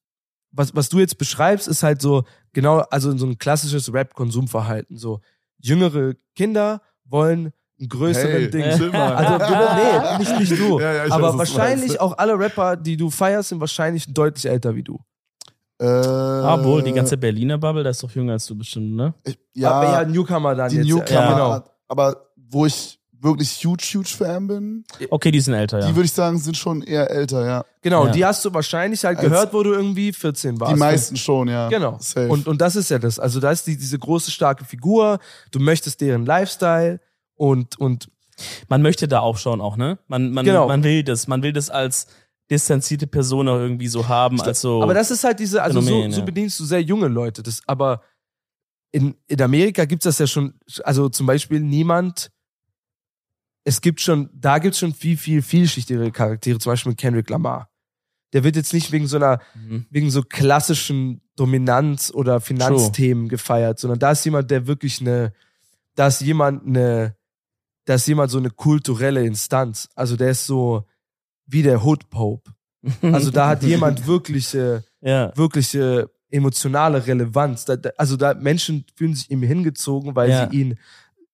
was, was du jetzt beschreibst, ist halt so, genau, also so ein klassisches Rap-Konsumverhalten. So, jüngere Kinder wollen einen größeren
hey,
Ding.
chill mal.
Also du, nee, nicht, nicht du.
Ja, ja, ich weiß, was
aber
du
wahrscheinlich
meinst.
auch alle Rapper, die du feierst, sind wahrscheinlich deutlich älter wie du.
Äh,
Ah, wohl,
Obwohl,
äh,
die ganze Berliner Bubble, da ist doch jünger als du bestimmt, ne?
ja,
aber ja, Newcomer dann
die
jetzt.
Newcomer.
Ja,
genau. Aber wo ich wirklich huge, huge Fan bin,
Okay, die sind älter, ja.
die würde ich sagen, sind schon eher älter, ja.
Genau,
Ja.
die hast du wahrscheinlich halt
Als-
gehört, wo du irgendwie 14 warst.
Die meisten schon, ja.
Genau.
äh,
Safe.
Und, und das ist ja das. Also da ist die, diese große, starke Figur, du möchtest deren Lifestyle und, und
man möchte da aufschauen auch, ne? Man, man,
Genau.
man will das. Man will das als distanzierte Person auch irgendwie so haben.
Stimmt.
Als so,
Aber das ist halt diese, also
Phänomen,
so, so
ja.
bedienst du sehr junge Leute. Das, aber in, in Amerika gibt's das ja schon, also zum Beispiel niemand, es gibt schon, da gibt's schon viel, viel, vielschichtigere Charaktere, zum Beispiel Kendrick Lamar. Der wird jetzt nicht wegen so einer,
Mhm.
wegen so klassischen Dominanz- oder Finanzthemen gefeiert, sondern da ist jemand, der wirklich eine, da ist jemand eine, da ist jemand so eine kulturelle Instanz. Also der ist so wie der Hood Pope.
Mhm.
Also da hat jemand wirklich, äh,
ja.
wirkliche emotionale Relevanz. Da, da, also da Menschen fühlen sich ihm hingezogen, weil
Ja.
sie ihn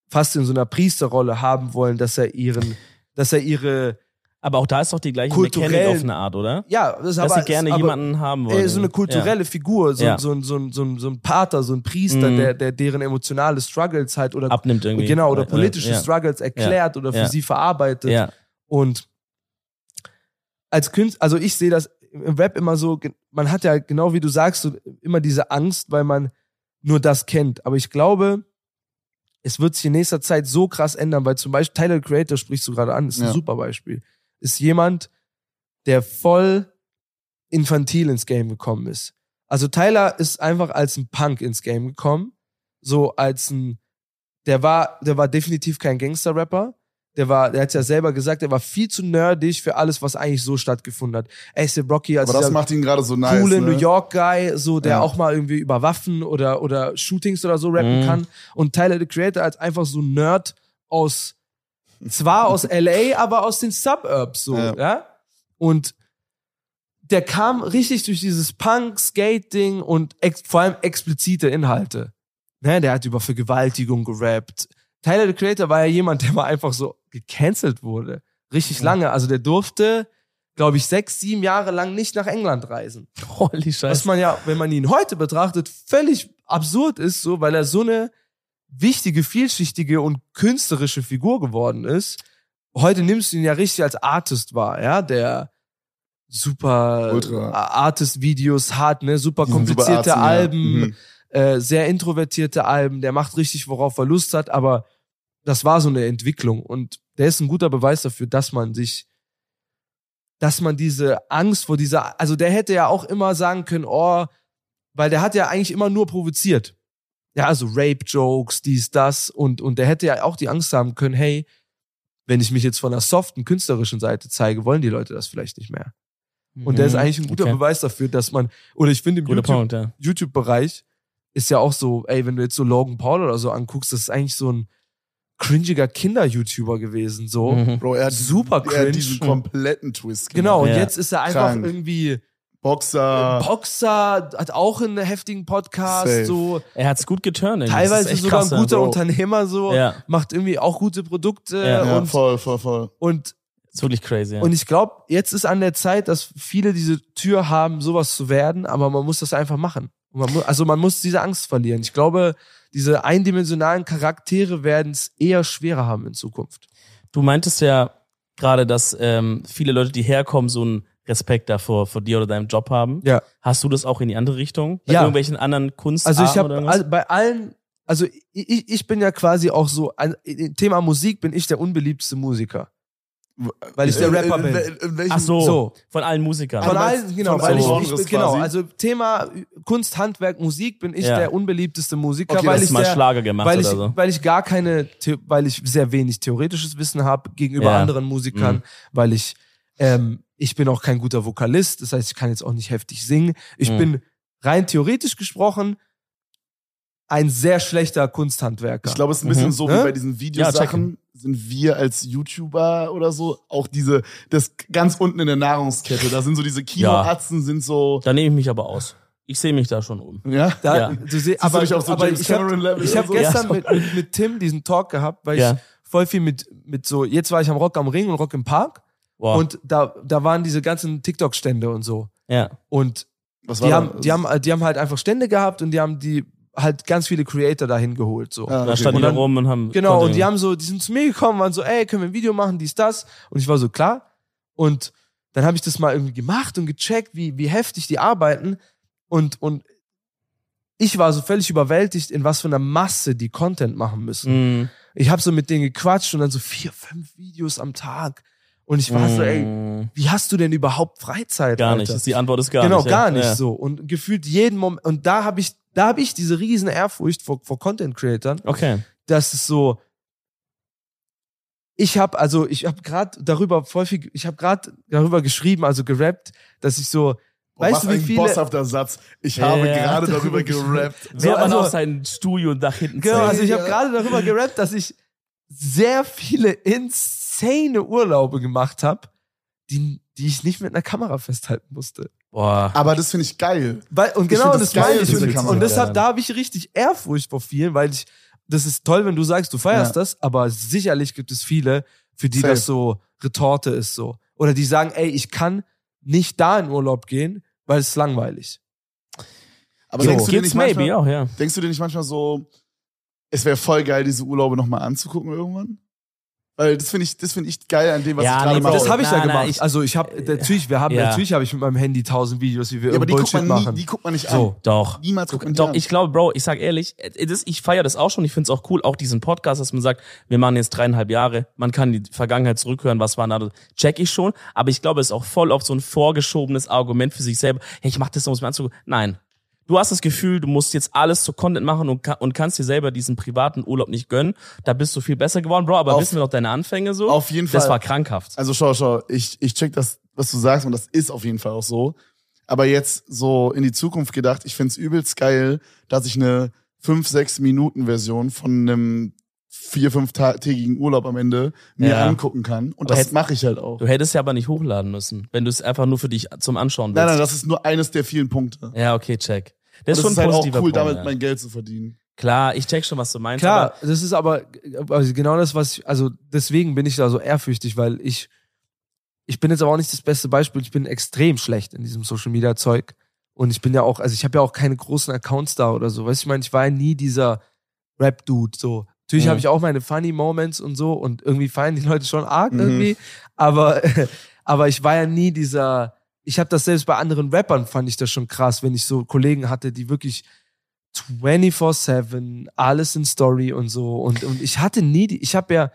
fast in so einer Priesterrolle haben wollen, dass er ihren, dass er ihre,
Aber auch da ist doch die gleiche
Kulturell-
Mechanik auf eine Art, oder?
ja, das ist
Dass
aber,
sie gerne
aber,
jemanden haben wollen.
äh, so eine kulturelle Figur, so,
Ja.
so, ein- so, ein- so, ein- so ein Pater, so ein Priester,
Mhm.
der, der deren emotionale Struggles halt
Ja.
oder
Abnimmt irgendwie.
genau oder politische
ja.
Struggles erklärt oder für
Ja.
sie verarbeitet.
Ja.
Und als Künstler, also ich sehe das im Rap immer so, ge- man hat ja genau wie du sagst, so immer diese Angst, weil man nur das kennt. Aber ich glaube, es wird sich in nächster Zeit so krass ändern, weil zum Beispiel Tyler the Creator sprichst du gerade an, ist ein
Ja.
super Beispiel. Ist jemand, der voll infantil ins Game gekommen ist. Also Tyler ist einfach als ein Punk ins Game gekommen, so als ein, der war, der war definitiv kein Gangster-Rapper, der war, der hat ja selber gesagt, der war viel zu nerdig für alles, was eigentlich so stattgefunden hat. Acid Rocky als
aber das
dieser
macht ihn gerade so nice.
coole
ne?
New York Guy, so der
Ja.
auch mal irgendwie über Waffen oder oder Shootings oder so rappen
Mhm.
kann und Tyler the Creator als einfach so ein Nerd aus zwar aus LA, aber aus den Suburbs so, ja.
Ja.
Und der kam richtig durch dieses Punk, Skating und ex vor allem explizite Inhalte. Ne, der hat über Vergewaltigung gerappt. Tyler the Creator war ja jemand, der mal einfach so gecancelt wurde. Richtig lange. Also der durfte, glaube ich, sechs, sieben Jahre lang nicht nach England reisen.
Holy
Was
Scheiße.
man ja, wenn man ihn heute betrachtet, völlig absurd ist, so, weil er so eine wichtige, vielschichtige und künstlerische Figur geworden ist. Heute nimmst du ihn ja richtig als Artist wahr, ja, der super
Ultra.
Artist-Videos hat, ne, super
Die sind super
komplizierte
Arzen, ja.
Alben,
Mhm.
äh, sehr introvertierte Alben, der macht richtig, worauf er Lust hat, aber das war so eine Entwicklung und der ist ein guter Beweis dafür, dass man sich, dass man diese Angst vor dieser, also der hätte ja auch immer sagen können, oh, weil der hat ja eigentlich immer nur provoziert. Ja, also Rape-Jokes, dies, das und, und der hätte ja auch die Angst haben können, hey, wenn ich mich jetzt von der soften künstlerischen Seite zeige, wollen die Leute das vielleicht nicht mehr. Und der ist eigentlich ein guter
Mhm, Okay.
Beweis dafür, dass man, oder ich finde im
Guter
YouTube,
Punkt, ja.
YouTube-Bereich ist ja auch so, ey, wenn du jetzt so Logan Paul oder so anguckst, das ist eigentlich so ein cringiger Kinder-YouTuber gewesen, so.
Mhm.
Bro, er hat
Super
diesen, er
cringe.
hat diesen kompletten Twist.
Genau, und
Ja.
jetzt ist er einfach
Krank.
irgendwie
Boxer.
Boxer, hat auch einen heftigen Podcast,
Safe.
so.
Er hat's gut geturnt. irgendwie. Das ist
Teilweise
echt
sogar
krass,
ein guter
ja.
Unternehmer, so.
Ja,
Macht irgendwie auch gute Produkte
Ja.
ja,
und,
voll, voll, voll.
und
ist wirklich crazy. Ja.
Und ich glaube, jetzt ist an der Zeit, dass viele diese Tür haben, sowas zu werden, aber man muss das einfach machen. Und man mu also man muss diese Angst verlieren. Ich glaube, diese eindimensionalen Charaktere werden es eher schwerer haben in Zukunft.
Du meintest ja gerade, dass ähm, viele Leute, die herkommen, so einen Respekt davor vor dir oder deinem Job haben.
Ja.
Hast du das auch in die andere Richtung? Bei
Ja.
irgendwelchen anderen Kunstarten
Also ich
oder
habe
irgendwas?
also bei allen, also ich- ich, ich bin ja quasi auch so, an, im Thema Musik bin ich der unbeliebteste Musiker. Weil ich der
In-
Rapper
in-
bin.
in- in welchem-
Ach so,
So.
von allen Musikern.
Von
Aber
allen, genau,
von
weil
allen
ich,
Genres
ich genau,
quasi.
also Thema Kunst, Handwerk, Musik bin ich
Ja.
der unbeliebteste Musiker,
Okay,
weil
Hast
ich
mal
der,
Schlager gemacht
weil
oder
ich,
so.
weil ich gar keine, The- weil ich sehr wenig theoretisches Wissen habe gegenüber
Ja.
anderen Musikern,
Mhm.
weil ich, ähm, ich bin auch kein guter Vokalist, das heißt, ich kann jetzt auch nicht heftig singen. Ich
Mhm.
bin rein theoretisch gesprochen ein sehr schlechter Kunsthandwerker.
Ich glaube, es ist ein bisschen
Mhm.
so
Ne?
wie bei diesen Videosachen. sind wir als YouTuber oder so auch diese, das ganz unten in der Nahrungskette. Da sind so diese Kinoatzen, sind so,
Da nehme ich mich aber aus. Ich sehe mich da schon um. oben.
Ja?
Da,
Ja.
du siehst,
Das
aber,
hab ich auf so
aber
James
ich habe
Cameron Level
ich hab
oder so.
gestern
Ja.
mit, mit, mit Tim diesen Talk gehabt, weil
Ja.
ich voll viel mit, mit so, jetzt war ich am Rock am Ring und Rock im Park
Wow.
und da, da waren diese ganzen TikTok-Stände und so.
ja.
Und
Was da?
die
Ah,
haben, die, haben, äh, die haben halt einfach Stände gehabt und die haben die halt ganz viele Creator dahin geholt. So.
Ja,
Da
okay.
standen
Und
die da
dann-
rum und haben.
Genau, und die
Content-
haben so, die sind zu mir gekommen, waren so, ey, können wir ein Video machen, dies, das. Und ich war so, klar. Und dann habe ich das mal irgendwie gemacht und gecheckt, wie, wie heftig die arbeiten. Und, und ich war so völlig überwältigt, in was für einer Masse die Content machen müssen.
Mhm.
Ich habe so mit denen gequatscht und dann so vier, fünf Videos am Tag. Und ich war so, ey,
Mhm.
wie hast du denn überhaupt Freizeit?
Gar
Alter?
nicht. Die Antwort ist gar
genau,
nicht. ja.
gar nicht
Ja.
so. Und gefühlt jeden Moment, und da habe ich, da habe ich diese riesen Ehrfurcht vor, vor Content-Creatern
Okay.
dass es so ich habe also ich habe gerade darüber voll viel ich habe gerade darüber geschrieben also gerappt dass ich so
Boah,
weißt
Oh, was
du wie
ein
viele
bosshafter Satz. Ich habe
Ja.
gerade darüber gerappt.
So, Wer
also-
man auf sein Studio und nach hinten
genau, also
zeigt.
ich habe gerade darüber gerappt dass ich sehr viele insane Urlaube gemacht habe die die ich nicht mit einer Kamera festhalten musste
Boah.
Aber das finde ich geil.
weil, und
find
genau
das
das,
geil,
meine ich
diese
und,
Kamera.
und deshalb
Ja.
da habe ich richtig Ehrfurcht vor vielen weil ich das ist toll wenn du sagst du feierst das aber sicherlich gibt es viele für die
Safe.
das so Retorte ist so. Oder die sagen, ey, ich kann nicht da in Urlaub gehen, weil es ist langweilig.
Aber
Jo.
denkst, du dir
Gibt's
nicht
maybe
manchmal,
auch, ja.
denkst du dir nicht manchmal so, es wäre voll geil, diese Urlaube nochmal anzugucken irgendwann? Weil das finde ich, das finde ich geil an dem, was ich
Ja, nee,
gerade
Bro,
mache.
das habe ich
na,
ja
na,
gemacht.
ich- Äh,
also ich habe natürlich, wir haben
Ja.
natürlich habe ich mit meinem Handy tausend Videos, wie wir
ja, aber die guckt,
Bullshit
man nie,
machen.
die guckt man nicht
So.
Doch.
an. Niemals guckt man die
Doch,
an.
ich glaube, Bro, ich sag ehrlich, äh, das, ich feiere das auch schon. Ich finde es auch cool, auch diesen Podcast, dass man sagt, wir machen jetzt dreieinhalb Jahre, man kann die Vergangenheit zurückhören, was war da, check ich schon. Aber ich glaube, es ist auch voll oft so ein vorgeschobenes Argument für sich selber. Hey, ich mach das, um es mir anzugucken. Nein. Du hast das Gefühl, du musst jetzt alles zu Content machen und, ka- und kannst dir selber diesen privaten Urlaub nicht gönnen. Da bist du viel besser geworden, Bro, aber
Auf-
wissen wir doch deine Anfänge so?
Auf jeden Fall.
das war krankhaft.
Also schau, schau, ich, ich check das, was du sagst, und das ist auf jeden Fall auch so. Aber jetzt so in die Zukunft gedacht, ich find's übelst geil, dass ich eine 5-6-Minuten-Version von einem 4-5-tägigen Urlaub am Ende mir
Ja.
angucken kann. Und
Aber
das
hätt-
mache ich halt auch.
Du hättest ja aber nicht hochladen müssen, wenn du es einfach nur für dich zum Anschauen willst.
Nein, nein, das ist nur eines der vielen Punkte.
ja, okay, check.
Das ist,
Das ist schon
ist
ein
halt auch cool,
positiver Punkt,
damit
ja.
mein Geld zu verdienen.
Klar, ich check schon, was du meinst.
Klar, das ist aber also genau das, was ich, also deswegen bin ich da so ehrfürchtig, weil ich ich bin jetzt aber auch nicht das beste Beispiel, ich bin extrem schlecht in diesem Social Media Zeug und ich bin ja auch, also ich habe ja auch keine großen Accounts da oder so, weißt du, ich meine, ich war ja nie dieser Rap Dude so. Natürlich
Mhm.
habe ich auch meine funny Moments und so und irgendwie feiern die Leute schon arg
Mhm.
irgendwie, aber aber ich war ja nie dieser ich habe das selbst bei anderen Rappern fand ich das schon krass, wenn ich so Kollegen hatte, die wirklich 24/7 alles in Story und so und und ich hatte nie die ich habe ja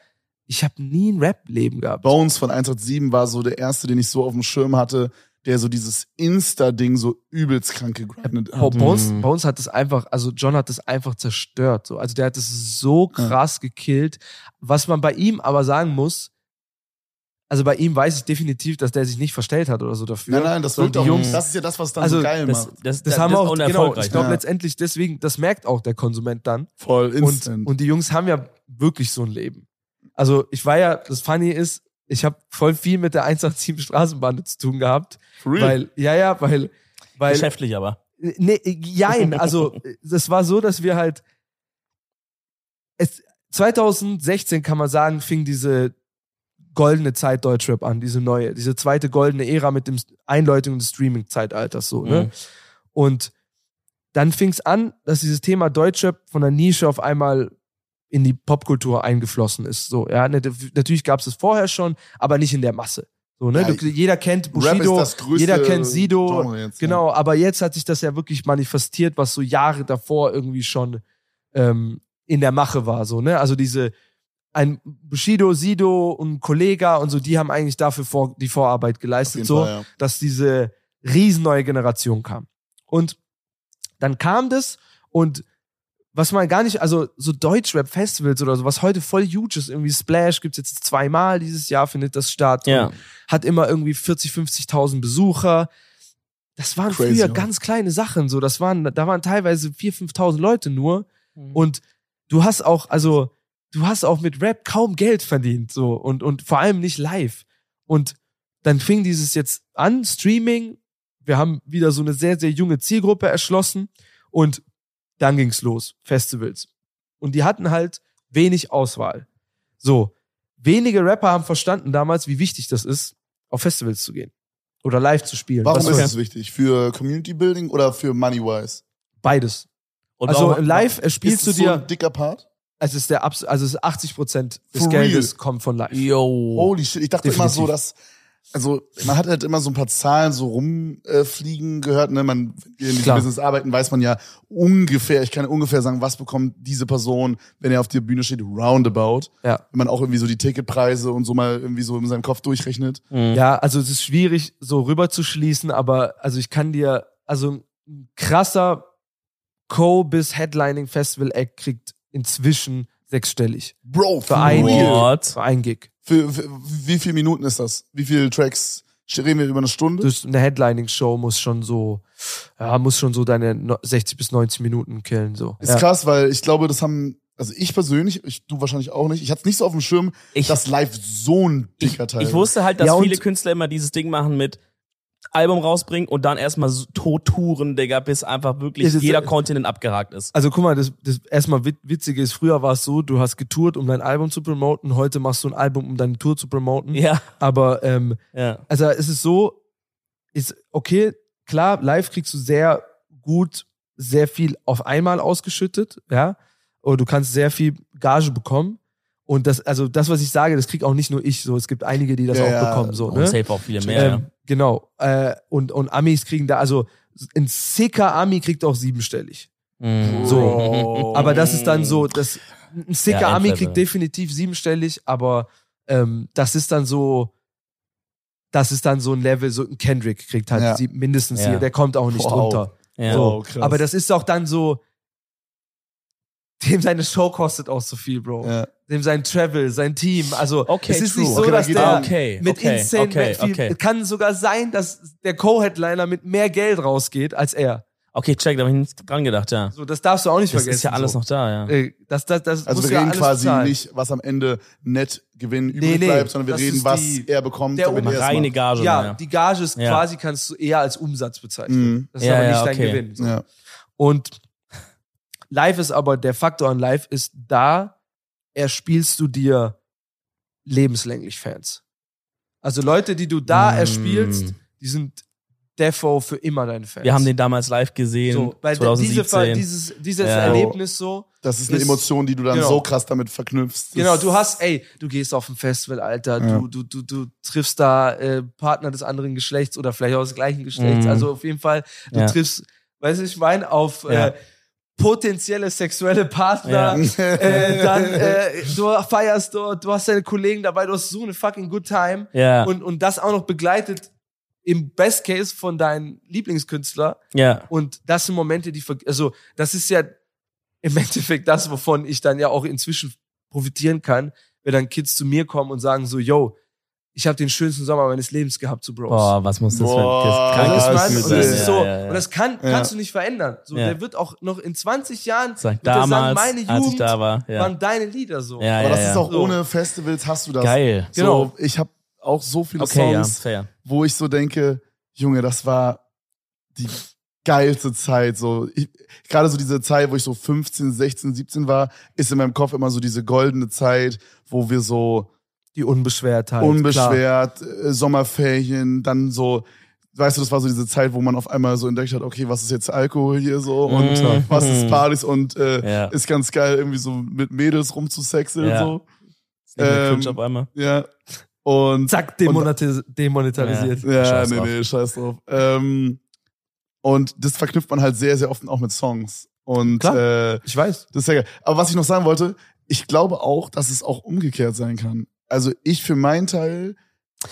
ich habe nie ein Rap Leben gehabt.
Bones von 187 war so der erste, den ich so auf dem Schirm hatte, der so dieses Insta-Ding so übelst krank gegrindet
Oh, Bo-
hat.
Bones,
Mhm.
Bones hat das einfach, also John hat das einfach zerstört. So. Also der hat das so krass gekillt. Was man bei ihm aber sagen muss, also bei ihm weiß ich definitiv, dass der sich nicht verstellt hat oder so dafür.
Nein, nein, das
so,
wirkt
Also die
auch
Jungs,
Das ist ja das, was dann so
Also,
geil
Aber das,
macht.
das,
das haben auch, genau,
unerfolgreich.
ich glaube
Ja.
letztendlich deswegen, das merkt auch der Konsument dann.
Voll
Und,
instant.
und die Jungs haben ja wirklich so ein Leben. Also ich war ja, das Funny ist, ich habe voll viel mit der 187 Straßenbahn zu tun gehabt,
For real.
weil, ja, ja, weil, weil
Geschäftlich aber.
Nee, äh, jein. Also, äh, das war so, dass wir halt. Es, 2016 kann man sagen, fing diese goldene Zeit Deutschrap an, diese neue, diese zweite goldene Ära mit dem S- Einläutung des Streaming-Zeitalters, so, ne?
Mhm.
Und dann fing es an, dass dieses Thema Deutschrap von der Nische auf einmal in die Popkultur eingeflossen ist, so, ja. Ne, Natürlich gab es es vorher schon, aber nicht in der Masse. So, ne?
Ja,
du, jeder kennt Bushido,
Rap ist das größte
jeder kennt Sido,
Genre jetzt,
Genau, aber jetzt hat sich das ja wirklich manifestiert, was so Jahre davor irgendwie schon ähm, in der Mache war. So, ne? Also diese ein Bushido, Sido und Kollega und so, die haben eigentlich dafür vor, die Vorarbeit
Auf jeden
geleistet, so,
Fall, ja.
dass diese riesen neue Generation kam. Und dann kam das und was man gar nicht, also so Deutschrap-Festivals oder so, was heute voll huge ist, irgendwie Splash gibt's jetzt zweimal dieses Jahr, findet das statt.
Ja.
Hat immer irgendwie 40, 50.000 Besucher. Das waren
Crazy,
früher
oder?
ganz kleine Sachen, so das waren, da waren teilweise 4.000, 5.000 Leute nur und du hast auch, also du hast auch mit Rap kaum Geld verdient, so und und vor allem nicht live. Und dann fing dieses jetzt an, Streaming wir haben wieder so eine sehr, sehr junge Zielgruppe erschlossen und dann ging's los, Festivals. Und die hatten halt wenig Auswahl. So, wenige Rapper haben verstanden damals, wie wichtig das ist, auf Festivals zu gehen oder live zu spielen.
Warum
Was
ist
soll-
es wichtig? Für Community Building oder für Money Wise?
beides?
Und
also
warum-
live äh,
ist
spielst du
es so
dir,
ein dicker Part?
also es ist der Abs also es ist 80 Prozent des
For
Geldes kommt von live. Oh,
Yo.
Holy shit, ich dachte
Definitiv.
immer so, dass also man hat halt immer so ein paar Zahlen so rumfliegen äh, fliegen gehört, ne? Man wenn wir in diesem
Klar.
Business arbeiten, weiß man ja ungefähr, ich kann ungefähr sagen, was bekommt diese Person, wenn er auf der Bühne steht, roundabout.
Ja.
Wenn man auch irgendwie so die Ticketpreise und so mal irgendwie so in seinem Kopf durchrechnet.
Mhm.
Ja, also es ist schwierig, so rüber zu schließen, aber also ich kann dir, also ein krasser Co- bis Headlining-Festival-Act kriegt inzwischen sechsstellig
Bro,
Für
for
ein
real.
What?
für einen Gig.
Für, für wie viele Minuten ist das? Wie viele Tracks? Reden wir über eine Stunde?
Das, eine Headlining-Show muss schon so, ja, muss schon so deine no- 60 bis 90 Minuten killen, so.
Ist
ja.
krass, weil ich glaube, das haben, also ich persönlich, ich, du wahrscheinlich auch nicht, ich hatte es nicht so auf dem Schirm,
Ich,
dass live so ein
ich,
dicker Teil
ich wusste halt, dass
Ja, und-
viele Künstler immer dieses Ding machen mit Album rausbringen und dann erstmal so tot touren, Digga, bis einfach wirklich
Es ist-
jeder Kontinent abgehakt ist.
Also guck mal, das, das erstmal wit- Witzige ist, früher war es so, du hast getourt, um dein Album zu promoten, heute machst du ein Album, um deine Tour zu promoten.
Ja,
Aber ähm,
ja.
also es ist so, ist okay, klar, live kriegst du sehr gut, sehr viel auf einmal ausgeschüttet, ja. Oder du kannst sehr viel Gage bekommen. Und das, also das, was ich sage, das kriegt auch nicht nur ich so. Es gibt einige, die das
Ja,
auch
ja.
bekommen, so,
Und
ne?
safe auch viele mehr.
ähm, genau. Äh, und, und Amis kriegen da, also ein sicker Ami kriegt auch siebenstellig.
ja. Mhm.
So.
ähm, Aber das ist dann so, das, ein sicker
Oh. Ja,
Ami
Endlevel.
kriegt definitiv siebenstellig, aber ähm, das ist dann so, das ist dann so ein Level, so ein Kendrick kriegt halt
Ja.
sieb- mindestens
Ja.
hier, der kommt auch nicht
Wow.
drunter.
Ja.
Wow, krass.
Aber das ist auch dann so, dem seine Show kostet auch so viel, Bro.
Ja.
Dem sein Travel, sein Team, also
Okay,
es ist
true.
nicht so,
Okay, da
dass
geht's
der
ab.
Ah, okay,
mit
okay,
insane
okay,
mit viel,
okay.
es kann sogar sein, dass der Co-Headliner mit mehr Geld rausgeht als er.
Okay, check, da habe ich nicht dran gedacht, ja.
So, das darfst du auch nicht
Das
vergessen.
ist ja alles
so.
noch da, ja.
Äh, Das, das, das
Also
muss
wir
ja
reden
alles
quasi
bezahlen.
nicht, was am Ende nett Gewinn übrig
Nee, nee,
bleibt, sondern wir
das
reden,
ist
was
die-
er bekommt,
der
wenn er es
Reine
macht.
Gage.
Ja,
ja.
die Gage ist
Ja.
quasi, kannst du eher als Umsatz bezeichnen.
Mhm.
Das ist
Ja,
aber nicht
ja,
dein
okay.
Gewinn. So.
Ja.
Und live ist aber, der Faktor an live ist da, erspielst du dir lebenslänglich Fans. Also Leute, die du da
Mm.
erspielst, die sind defo für immer deine Fans.
Wir haben den damals live gesehen,
so, weil de- diese,
2017.
Ver- dieses, dieses
Ja.
Erlebnis so,
Das ist eine
Ist-
Emotion, die du dann
genau.
so krass damit verknüpfst. Das-
Genau, du hast, ey, du gehst auf ein Festival, Alter,
Ja.
du, du, du, du triffst da äh, Partner des anderen Geschlechts oder vielleicht auch des gleichen Geschlechts.
Mhm.
Also auf jeden Fall, du
Ja.
triffst, weißt du, ich meine, auf
Ja.
äh, potenzielle sexuelle Partner.
Ja.
Äh, dann, äh, du feierst dort, du hast deine Kollegen dabei, du hast so eine fucking good time.
ja,
Und, und das auch noch begleitet im Best Case von deinem Lieblingskünstler.
ja.
Und das sind Momente, die, ver- also das ist ja im Endeffekt das, wovon ich dann ja auch inzwischen profitieren kann, wenn dann Kids zu mir kommen und sagen so, yo, ich habe den schönsten Sommer meines Lebens gehabt, so Bros.
Boah, was muss das
Boah,
für ein krankes
das
Weißt
Gefühl
du, Mann,
ist
und das
ja,
ist so,
Ja, ja, ja.
und das kann,
Ja.
kannst du nicht verändern. So,
Ja.
der wird auch noch in 20 Jahren
Sag,
er sagen,
damals,
meine
als ich
Jugend
da war. Ja.
waren deine Lieder so.
ja,
Aber
ja,
das
ja.
ist auch
So.
ohne Festivals hast du das.
geil.
So,
Genau.
Ich habe auch so viele
Okay, ja,
Songs,
fair.
wo ich so denke, Junge, das war die geilste Zeit. So, ich- gerade so diese Zeit, wo ich so 15, 16, 17 war, ist in meinem Kopf immer so diese goldene Zeit, wo wir so
Die Unbeschwertheit. Klar.
unbeschwert, äh, Sommerferien, dann so, weißt du, das war so diese Zeit, wo man auf einmal so entdeckt hat, okay, was ist jetzt Alkohol hier so und
Mhm.
was ist Partys und äh,
Ja.
ist ganz geil, irgendwie so mit Mädels rumzusexeln
Ja.
und so.
Ähm,
Ähm,
cringe auf einmal.
ja. Und
Zack, demonetis- demonetarisiert.
ja,
Scheiß
nee,
drauf.
nee, scheiß drauf. Ähm, und das verknüpft man halt sehr, sehr oft auch mit Songs. Und äh,
Ich weiß.
das ist ja geil. Aber was ich noch sagen wollte, ich glaube auch, dass es auch umgekehrt sein kann. Also ich für meinen Teil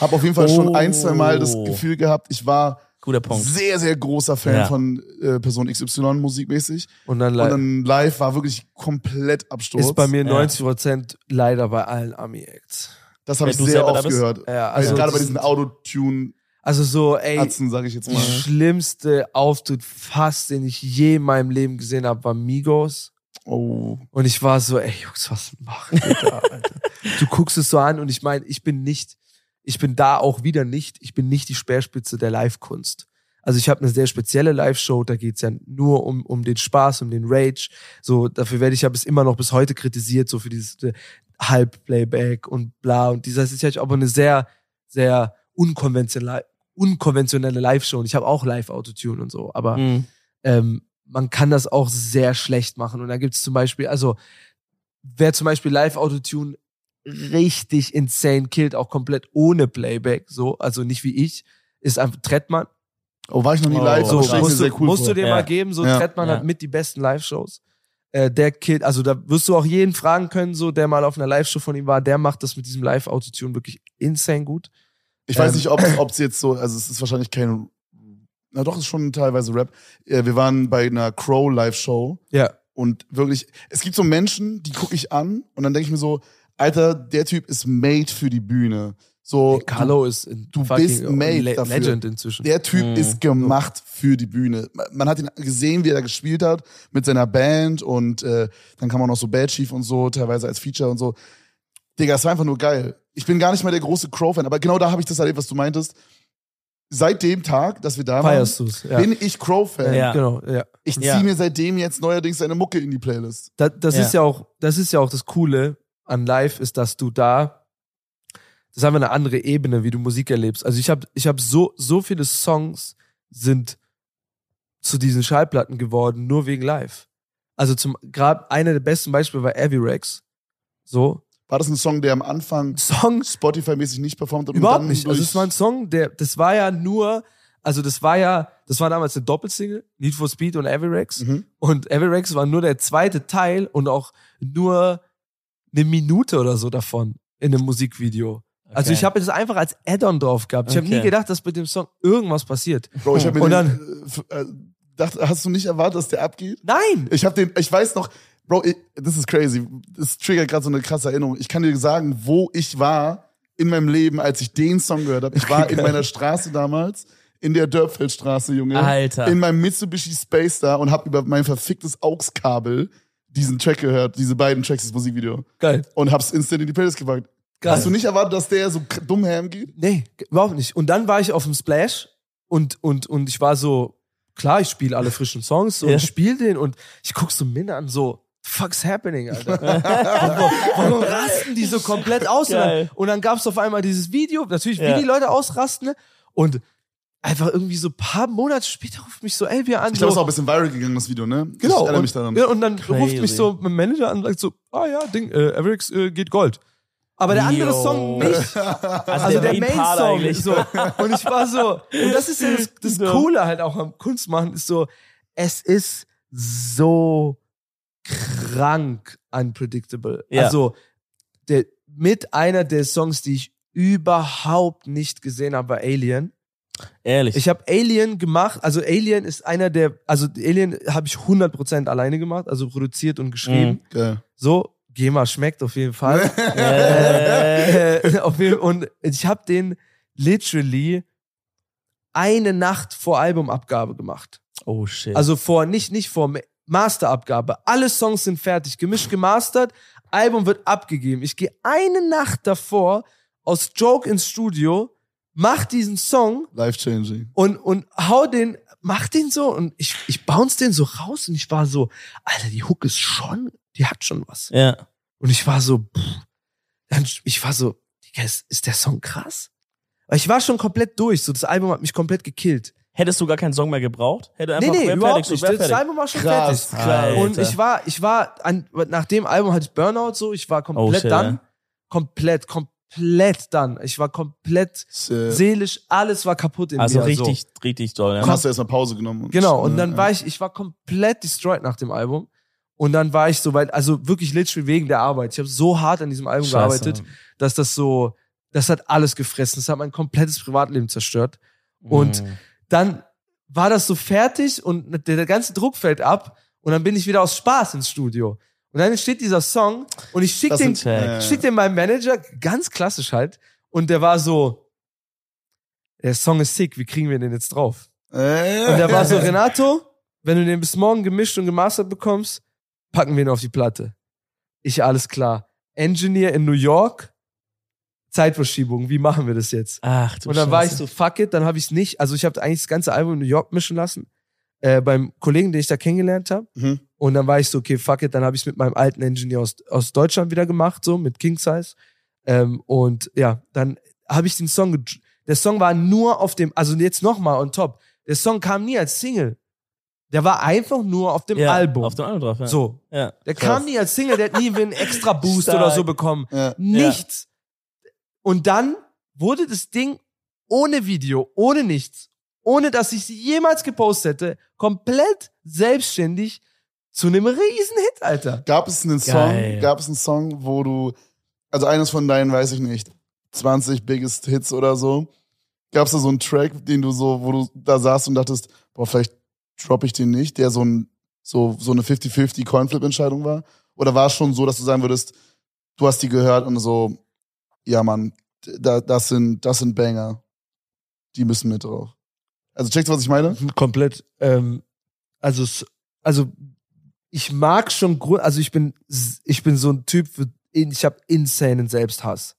habe auf jeden Fall schon
Oh.
ein, zwei Mal das Gefühl gehabt, ich war
Guter Punkt.
sehr, sehr großer Fan
Ja.
von äh, Person XY musikmäßig.
Und dann
Und
leider.
dann live war wirklich komplett Absturz.
Ist bei mir
Ja.
90% leider bei allen Ami-Acts.
das habe
Wenn
ich
du
sehr
selber da
oft
bist?
gehört.
Ja,
Also
also
Gerade bei
das-
diesen Autotune-Atzen,
Also so, ey,
sage ich jetzt
die
mal.
Mhm.
schlimmste Auftritt fast, den ich je in meinem Leben gesehen habe, war Migos.
Oh.
Und ich war so, ey, Jungs, was machen wir da, Alter? Du guckst es so an und ich meine, ich bin nicht, ich bin da auch wieder nicht, ich bin nicht die Speerspitze der Live-Kunst. Also ich habe eine sehr spezielle Live-Show, da geht's ja nur um, um den Spaß, um den Rage. So, dafür werde ich ja bis immer noch bis heute kritisiert, so für dieses äh, Halb-Playback und bla. Und dieses ist ja aber eine sehr, sehr unkonventionelle, unkonventionelle Live-Show. Und ich habe auch Live-Autotune und so, aber
Mhm.
ähm, man kann das auch sehr schlecht machen. Und da gibt's zum Beispiel, also wer zum Beispiel Live-Autotune richtig insane killt, auch komplett ohne Playback, so, also nicht wie ich, ist einfach Trettmann.
Oh, war ich noch nie
Oh,
live,
so,
aber stell ich mir
musst, du,
sehr cool
musst
vor.
du dir
Ja.
mal geben, so
Ja.
Trettmann
Ja.
hat mit die besten Live-Shows. Äh, der killt, also da wirst du auch jeden fragen können, so der mal auf einer Live-Show von ihm war, der macht das mit diesem Live-Autotune wirklich insane gut.
Ich weiß
Ähm.
nicht, ob ob sie jetzt so, also es ist wahrscheinlich kein, na doch, es ist schon teilweise Rap. Äh, Wir waren bei einer Crow Live Show
Ja.
und wirklich, es gibt so Menschen, die gucke ich an und dann denke ich mir so, Alter, der Typ ist made für die Bühne. So,
Carlo ist ein
Oh, du
fucking
bist made
Le
dafür.
Legend inzwischen.
Der Typ
Mhm.
ist gemacht für die Bühne. Man hat ihn gesehen, wie er gespielt hat mit seiner Band und äh, dann kam auch noch so Bad Chief und so, teilweise als Feature und so. Digga, es war einfach nur geil. Ich bin gar nicht mehr der große Crow-Fan, aber genau da habe ich das erlebt, was du meintest. Seit dem Tag, dass wir da waren,
Feierst du's. Ja.
bin ich Crow-Fan.
Ja.
Genau, ja.
Ich ziehe
Ja.
mir seitdem jetzt neuerdings eine Mucke in die Playlist.
Das, das
Ja.
ist ja auch, das ist ja auch das Coole an Live, ist, dass du da, das haben wir eine andere Ebene, wie du Musik erlebst. Also ich habe, ich habe so, so viele Songs sind zu diesen Schallplatten geworden, nur wegen Live. Also zum, gerade einer der besten Beispiele war Avirex. So.
War das ein Song, der am Anfang
Songs
Spotify-mäßig nicht performt hat? und
Überhaupt
dann
nicht.
durch-
Also es war ein Song, der, das war ja nur, also das war ja, das war damals eine Doppelsingle, Need for Speed und Avirex.
Mhm.
Und Avirex war nur der zweite Teil und auch nur eine Minute oder so davon in einem Musikvideo. Also ich habe das einfach als Add-on drauf gehabt. Ich habe nie
Okay.
gedacht, dass mit dem Song irgendwas passiert.
Bro, ich hab mir
Und
den, äh, f- äh, dachte, hast du nicht erwartet, dass der abgeht?
Nein!
Ich habe den, ich weiß noch, Bro, ich, das ist crazy. Das triggert gerade so eine krasse Erinnerung. Ich kann dir sagen, wo ich war in meinem Leben, als ich den Song gehört habe. Ich war in meiner Straße damals, in der Dörpfeldstraße, Junge.
Alter.
In meinem Mitsubishi Space Star und habe über mein verficktes AUX-Kabel diesen Track gehört, diese beiden Tracks, das Musikvideo.
Geil.
Und hab's instant in die Playlist gepackt.
Geil.
Hast du nicht erwartet, dass der so k- dumm ham geht?
Nee, überhaupt nicht. Und dann war ich auf dem Splash und, und, und ich war so, klar, ich spiele alle frischen Songs so,
Ja.
und ich spiele den und ich guck so Minna an, so, fuck's happening, Alter. warum, warum rasten die so komplett aus? Und dann,
Geil.
und dann gab's auf einmal dieses Video, natürlich,
Ja.
wie die Leute ausrasten ne? und einfach irgendwie so ein paar Monate später ruft mich so Elvia an.
Ich glaube, es ist
so, genau,
auch ein bisschen viral gegangen, das Video, ne? Ich erinnere
und,
mich daran.
Ja, und dann
Crazy.
ruft mich so mein Manager an und sagt so, ah ja, Ding, äh, Avericks äh, geht Gold. Aber der andere
Yo.
Song nicht.
also,
Also der,
Main Part
Main-Song.
eigentlich.
So. Und ich war so, und das ist ja das, das
So.
Coole halt auch am Kunstmachen, ist so, es ist so krank unpredictable.
Ja.
Also der, mit einer der Songs, die ich überhaupt nicht gesehen habe, war Alien.
Ehrlich.
Ich habe Alien gemacht, also Alien ist einer der, also Alien habe ich 100% alleine gemacht, also produziert und geschrieben.
Mhm.
Geil.
So, GEMA schmeckt auf jeden Fall.
äh,
Äh, auf jeden, und ich habe den literally eine Nacht vor Albumabgabe gemacht.
oh shit.
Also vor, nicht, nicht vor Ma- Masterabgabe. Alle Songs sind fertig, gemischt, gemastert, Album wird abgegeben. Ich gehe eine Nacht davor aus Joke ins Studio, mach diesen Song
Life-changing.
und, und hau den, mach den so und ich, ich bounce den so raus und ich war so, Alter, die Hook ist schon, die hat schon was.
ja.
Und ich war so, pff, dann, ich war so, Digga, ist, ist der Song krass? Aber ich war schon komplett durch, so das Album hat mich komplett gekillt.
Hättest du gar keinen Song mehr gebraucht? Hätte
Nee,
einfach
nee,
wär
überhaupt
fertig,
nicht.
wär
Das
fertig.
Album war schon
Krass,
fertig.
krass.
Alter.
Und ich war, ich war, an, nach dem Album hatte ich Burnout so, ich war komplett
Oh, shit,
dann,
ja.
komplett, komplett dann. Ich war komplett
Sick.
seelisch, alles war kaputt in
Also
mir. so.
richtig, richtig doll.
Dann
Ja.
hast du erstmal Pause genommen. und- ne?
Genau, und dann
Ja.
war ich, ich war komplett destroyed nach dem Album. Und dann war ich so weit, also wirklich literally wegen der Arbeit. Ich habe so hart an diesem Album
Scheiße.
gearbeitet, dass das so, das hat alles gefressen. Das hat mein komplettes Privatleben zerstört. Und
Mhm.
Dann war das so fertig und der, der ganze Druck fällt ab. Und dann bin ich wieder aus Spaß ins Studio. Und dann entsteht dieser Song und ich schicke
Das
den,
sind-
Check.
äh,
schick den meinem Manager, ganz klassisch halt. Und der war so, der Song ist sick, wie kriegen wir den jetzt drauf?
Äh.
Und da war so, Renato, wenn du den bis morgen gemischt und gemastert bekommst, packen wir ihn auf die Platte. Ich, alles klar. Engineer in New York, Zeitverschiebung, wie machen wir das jetzt?
Ach du
und dann war ich
Scheiße.
so, fuck it, dann habe ich es nicht. Also ich habe eigentlich das ganze Album in New York mischen lassen, äh, beim Kollegen, den ich da kennengelernt habe.
Mhm.
Und dann war ich so, okay, fuck it, dann habe ich es mit meinem alten Engineer aus, aus Deutschland wieder gemacht, so mit King Size. Ähm, und ja, dann habe ich den Song, gedr- der Song war nur auf dem, also jetzt nochmal on top, der Song kam nie als Single. Der war einfach nur auf dem
ja,
Album.
Auf dem Album drauf, ja.
so,
Ja.
der
Krass.
kam nie als Single, der hat nie einen extra Boost
Stark.
oder so bekommen.
Ja.
Nichts. Und dann wurde das Ding ohne Video, ohne nichts, ohne dass ich sie jemals gepostet hätte, komplett selbstständig zu einem Riesenhit, Alter.
Gab es einen Song,
Geil.
gab es einen Song, wo du, also eines von deinen weiß ich nicht, 20 Biggest Hits oder so. Gab es da so einen Track, den du so, wo du da saßt und dachtest, boah, vielleicht droppe ich den nicht, der so ein, so, so eine 50-50 Coinflip-Entscheidung war? Oder war es schon so, dass du sagen würdest, du hast die gehört und so, ja Mann, da, das sind, das sind Banger. Die müssen mit drauf. Also checkst du, was ich meine?
Komplett. Ähm, also, s- also ich mag schon, Grund, also ich bin, s- ich bin so ein Typ, für, in- ich habe insanen Selbsthass.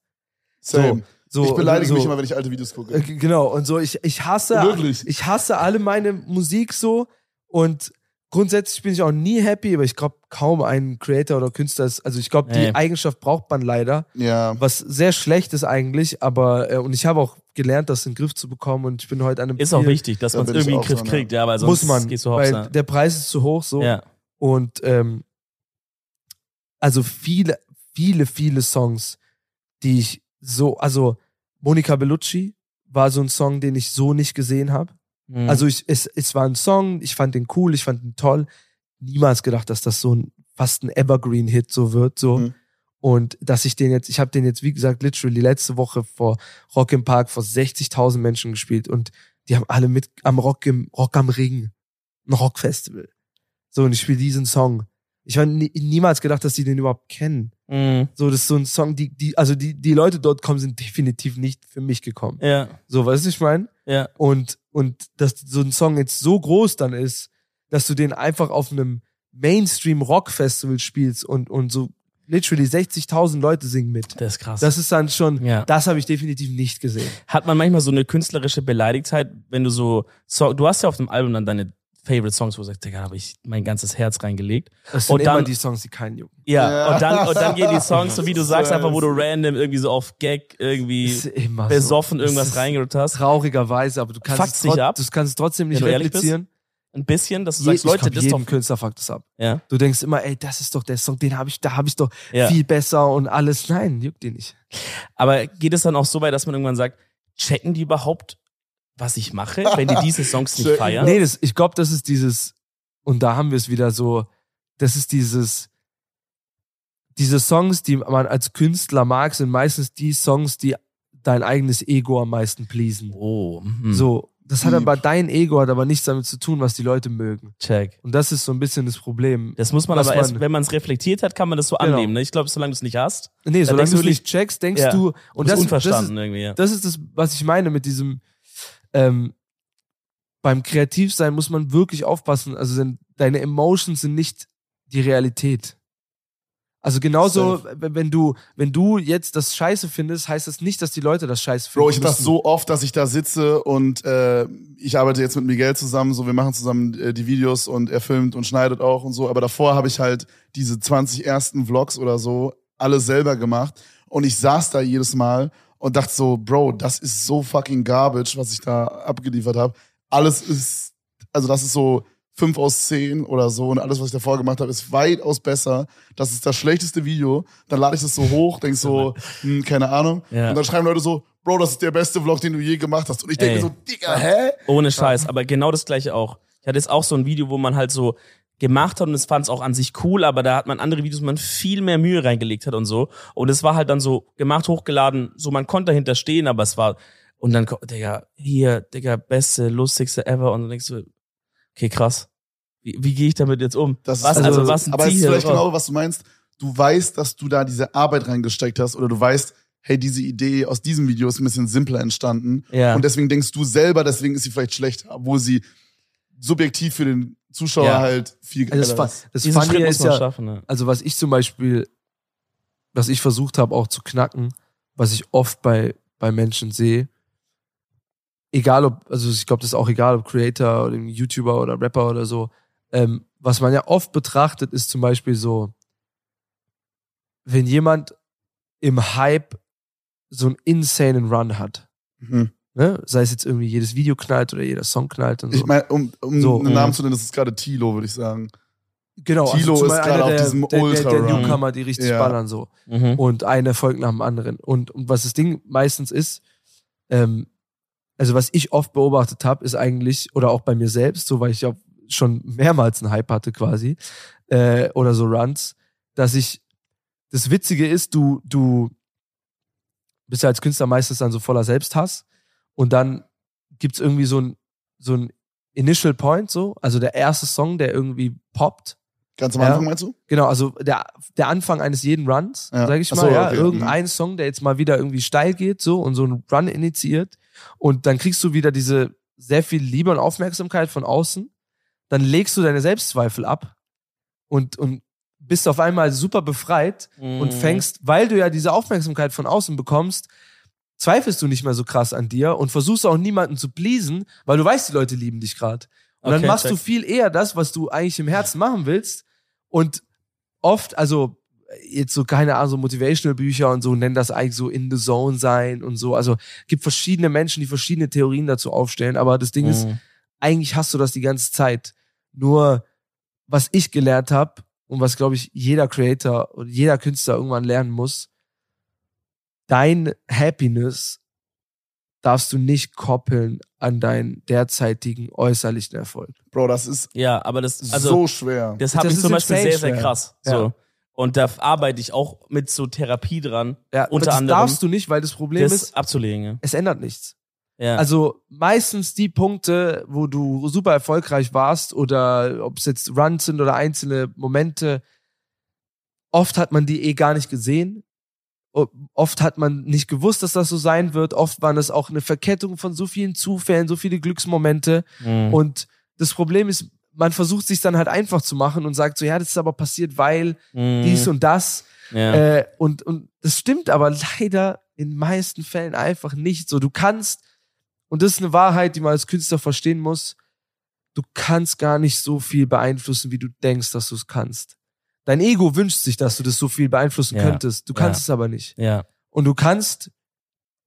Same.
So,
ich beleidige
so,
mich immer, wenn ich alte Videos gucke.
äh, g- Genau, und so, ich, ich hasse
Wirklich.
ich hasse alle meine Musik so und grundsätzlich bin ich auch nie happy, aber ich glaube kaum einen Creator oder Künstler ist, also ich glaube, die
Nee.
Eigenschaft braucht man leider,
Ja.
was sehr schlecht ist eigentlich, aber äh, und ich habe auch gelernt, das in den Griff zu bekommen und ich bin heute an einem
Ist auch
Ziel.
wichtig, dass
Da
man es
bin ich
irgendwie in
auch
den Griff
so, ne?
kriegt, ja, weil sonst
muss man,
gehst du hops,
weil
ne?
der Preis ist zu hoch so
Ja.
und ähm, also viele, viele, viele Songs, die ich so, also Monica Bellucci war so ein Song, den ich so nicht gesehen habe.
Mhm.
Also ich, es, es war ein Song, ich fand den cool, ich fand ihn toll. Niemals gedacht, dass das so ein fast ein Evergreen-Hit so wird. So.
Mhm.
Und dass ich den jetzt, ich habe den jetzt, wie gesagt, literally letzte Woche vor Rock im Park vor 60.000 Menschen gespielt und die haben alle mit am Rock im Rock am Ring, ein Rockfestival. So, und ich spiele diesen Song. Ich habe nie, niemals gedacht, dass die den überhaupt kennen.
Mhm.
So, das ist so ein Song, die, die, also die, die Leute dort kommen, sind definitiv nicht für mich gekommen.
Ja,
So, weißt du, ich meine?
ja.
Und, und dass so ein Song jetzt so groß dann ist, dass du den einfach auf einem Mainstream-Rock-Festival spielst und, und so literally 60.000 Leute singen mit.
Das ist krass.
Das ist dann schon,
Ja.
das habe ich definitiv nicht gesehen.
Hat man manchmal so eine künstlerische Beleidigtheit, wenn du so, so du hast ja auf dem Album dann deine Favorite Songs, wo du sagst, Digga, habe ich mein ganzes Herz reingelegt.
Das
sind
sind
immer
immer
die
die Songs, die keinen jucken.
Ja,
Ja.
Und, dann, und dann gehen die Songs, so wie du sagst,
Safe.
einfach, wo du random irgendwie so auf Gag irgendwie
immer
besoffen
so.
irgendwas
Es ist
reingerückt hast.
Traurigerweise, aber du kannst,
Fuckt
es
sich
trot-
ab.
du kannst es trotzdem nicht
Wenn du ehrlich
replizieren.
Ein bisschen, dass du
Je-
sagst,
ich
Leute,
glaub,
das ist doch.
jedem Künstler fuckt es ab.
Ja,
Du denkst immer, ey, das ist doch der Song, den habe ich, da habe ich doch
ja.
viel besser und alles. Nein, juckt den nicht.
Aber geht es dann auch so weit, dass man irgendwann sagt, checken die überhaupt, was ich mache, wenn die diese Songs nicht
Checken.
feiern?
Nee, das, ich glaube, das ist dieses, und da haben wir es wieder so, das ist dieses, diese Songs, die man als Künstler mag, sind meistens die Songs, die dein eigenes Ego am meisten pleasen.
Oh, mhm.
So, das hat
Deep.
aber dein Ego hat aber nichts damit zu tun, was die Leute mögen.
check.
Und das ist so ein bisschen das Problem.
Das muss man
Was
aber erst,
man-
wenn man es reflektiert hat, kann man das so
Genau.
annehmen. Ne? Ich glaube, solange du es nicht hast,
Nee, solange
denkst du
du es nicht checkst, denkst
Ja.
du, und
bist
das, das ist
unverstanden irgendwie. Ja.
das ist das, was ich meine mit diesem ähm, beim Kreativsein muss man wirklich aufpassen. Also sind, deine Emotions sind nicht die Realität. Also genauso, w- wenn du, wenn du jetzt das Scheiße findest, heißt das nicht, dass die Leute das Scheiße finden.
Bro, ich hab das
müssen.
so oft, dass ich da sitze und äh, ich arbeite jetzt mit Miguel zusammen, so wir machen zusammen äh, die Videos und er filmt und schneidet auch und so, aber davor habe ich halt diese 20 ersten Vlogs oder so alle selber gemacht und ich saß da jedes Mal und dachte so, Bro, das ist so fucking garbage, was ich da abgeliefert habe. Alles ist, also das ist so 5 aus 10 oder so und alles, was ich davor gemacht habe, ist weitaus besser. Das ist das schlechteste Video. Dann lade ich das so hoch, denk so, hm, keine Ahnung.
Ja.
Und dann schreiben Leute so, Bro, das ist der beste Vlog, den du je gemacht hast. Und ich denke
Ey.
so, Digga, hä?
Ohne Scheiß, aber genau das gleiche auch. Ich hatte jetzt auch so ein Video, wo man halt so gemacht hat und es fand es auch an sich cool, aber da hat man andere Videos, wo man viel mehr Mühe reingelegt hat und so. Und es war halt dann so gemacht, hochgeladen, so man konnte dahinter stehen, aber es war und dann ko- Digga, hier, Digga, beste, lustigste ever und dann denkst du, okay, krass. Wie, wie gehe ich damit jetzt um?
Das ist-
was, also,
also,
was ein
Aber es
Ziel
ist vielleicht
daraus?
genau, was du meinst. Du weißt, dass du da diese Arbeit reingesteckt hast oder du weißt, hey, diese Idee aus diesem Video ist ein bisschen simpler entstanden.
ja.
Und deswegen denkst du selber, deswegen ist sie vielleicht schlecht, obwohl sie subjektiv für den Zuschauer
Ja.
halt viel
Also das,
geiler
Fun-
ist.
das
Diesen Schritt
Funny
muss
ist
man
ja,
schaffen. Ne?
also was ich zum Beispiel, was ich versucht habe auch zu knacken, was ich oft bei, bei Menschen sehe, egal ob, also ich glaube, das ist auch egal, ob Creator oder YouTuber oder Rapper oder so, ähm, was man ja oft betrachtet, ist zum Beispiel so, wenn jemand im Hype so einen insanen Run hat,
Mhm.
ne? sei es jetzt irgendwie jedes Video knallt oder jeder Song knallt und so.
Ich meine, um, um
So,
einen
ja.
Namen zu nennen, das ist gerade Tilo, würde ich sagen.
genau,
Tilo
zum
ist
Beispiel
gerade
einer
auf
der-
diesem
der, der, der
Ultra-Run.
Newcomer, die richtig
Ja.
ballern so.
Mhm.
und eine folgt nach dem anderen. Und, und was das Ding meistens ist, ähm, also was ich oft beobachtet habe, ist eigentlich, oder auch bei mir selbst, so weil ich ja schon mehrmals einen Hype hatte quasi, äh, oder so Runs, dass ich, das Witzige ist, du, du bist ja als Künstler meistens dann so voller Selbsthass und dann gibt's irgendwie so ein, so ein Initial Point, so, also der erste Song, der irgendwie poppt
Ganz am
Ja.
Anfang meinst du?
Genau, also der, der Anfang eines jeden Runs,
Ja.
sag ich
Ach
mal,
so,
ja,
okay. Mhm.
irgendein Song, der jetzt mal wieder irgendwie steil geht, so und so einen Run initiiert und dann kriegst du wieder diese sehr viel Liebe und Aufmerksamkeit von außen, dann legst du deine Selbstzweifel ab und und bist auf einmal super befreit
Mhm.
und fängst, weil du ja diese Aufmerksamkeit von außen bekommst, zweifelst du nicht mehr so krass an dir und versuchst auch niemanden zu pleasen, weil du weißt, die Leute lieben dich gerade. Und dann
Okay,
machst
check.
du viel eher das, was du eigentlich im Herzen machen willst. Und oft, also jetzt so keine Ahnung, so Motivational Bücher und so nennen das eigentlich so in the zone sein und so. Also gibt verschiedene Menschen, die verschiedene Theorien dazu aufstellen, aber das Ding ist,
Mhm.
eigentlich hast du das die ganze Zeit. Nur was ich gelernt habe und was glaube ich jeder Creator und jeder Künstler irgendwann lernen muss, dein Happiness darfst du nicht koppeln an deinen derzeitigen äußerlichen Erfolg.
Bro, das ist
Ja, aber das, also,
so schwer.
das habe
Das
ich
ist
zum Beispiel
insane
sehr, sehr
schwer.
krass.
Ja.
So. Und da arbeite ich auch mit so Therapie dran,
Ja,
Unter
das
anderem.
darfst du nicht, weil das Problem
das
ist,
abzulegen.
es ändert nichts.
Ja. Ja.
Also meistens die Punkte, wo du super erfolgreich warst oder ob es jetzt Runs sind oder einzelne Momente, oft hat man die eh gar nicht gesehen. O- Oft hat man nicht gewusst, dass das so sein wird. Oft waren es auch eine Verkettung von so vielen Zufällen, so viele Glücksmomente.
Mhm.
Und das Problem ist, man versucht sich dann halt einfach zu machen und sagt so, ja, das ist aber passiert, weil
Mhm.
dies und das.
ja.
Äh, und, und das stimmt aber leider in meisten Fällen einfach nicht so. Du kannst, und das ist eine Wahrheit, die man als Künstler verstehen muss, du kannst gar nicht so viel beeinflussen, wie du denkst, dass du es kannst. Dein Ego wünscht sich, dass du das so viel beeinflussen
Ja.
könntest. Du kannst
Ja.
es aber nicht.
ja.
Und du kannst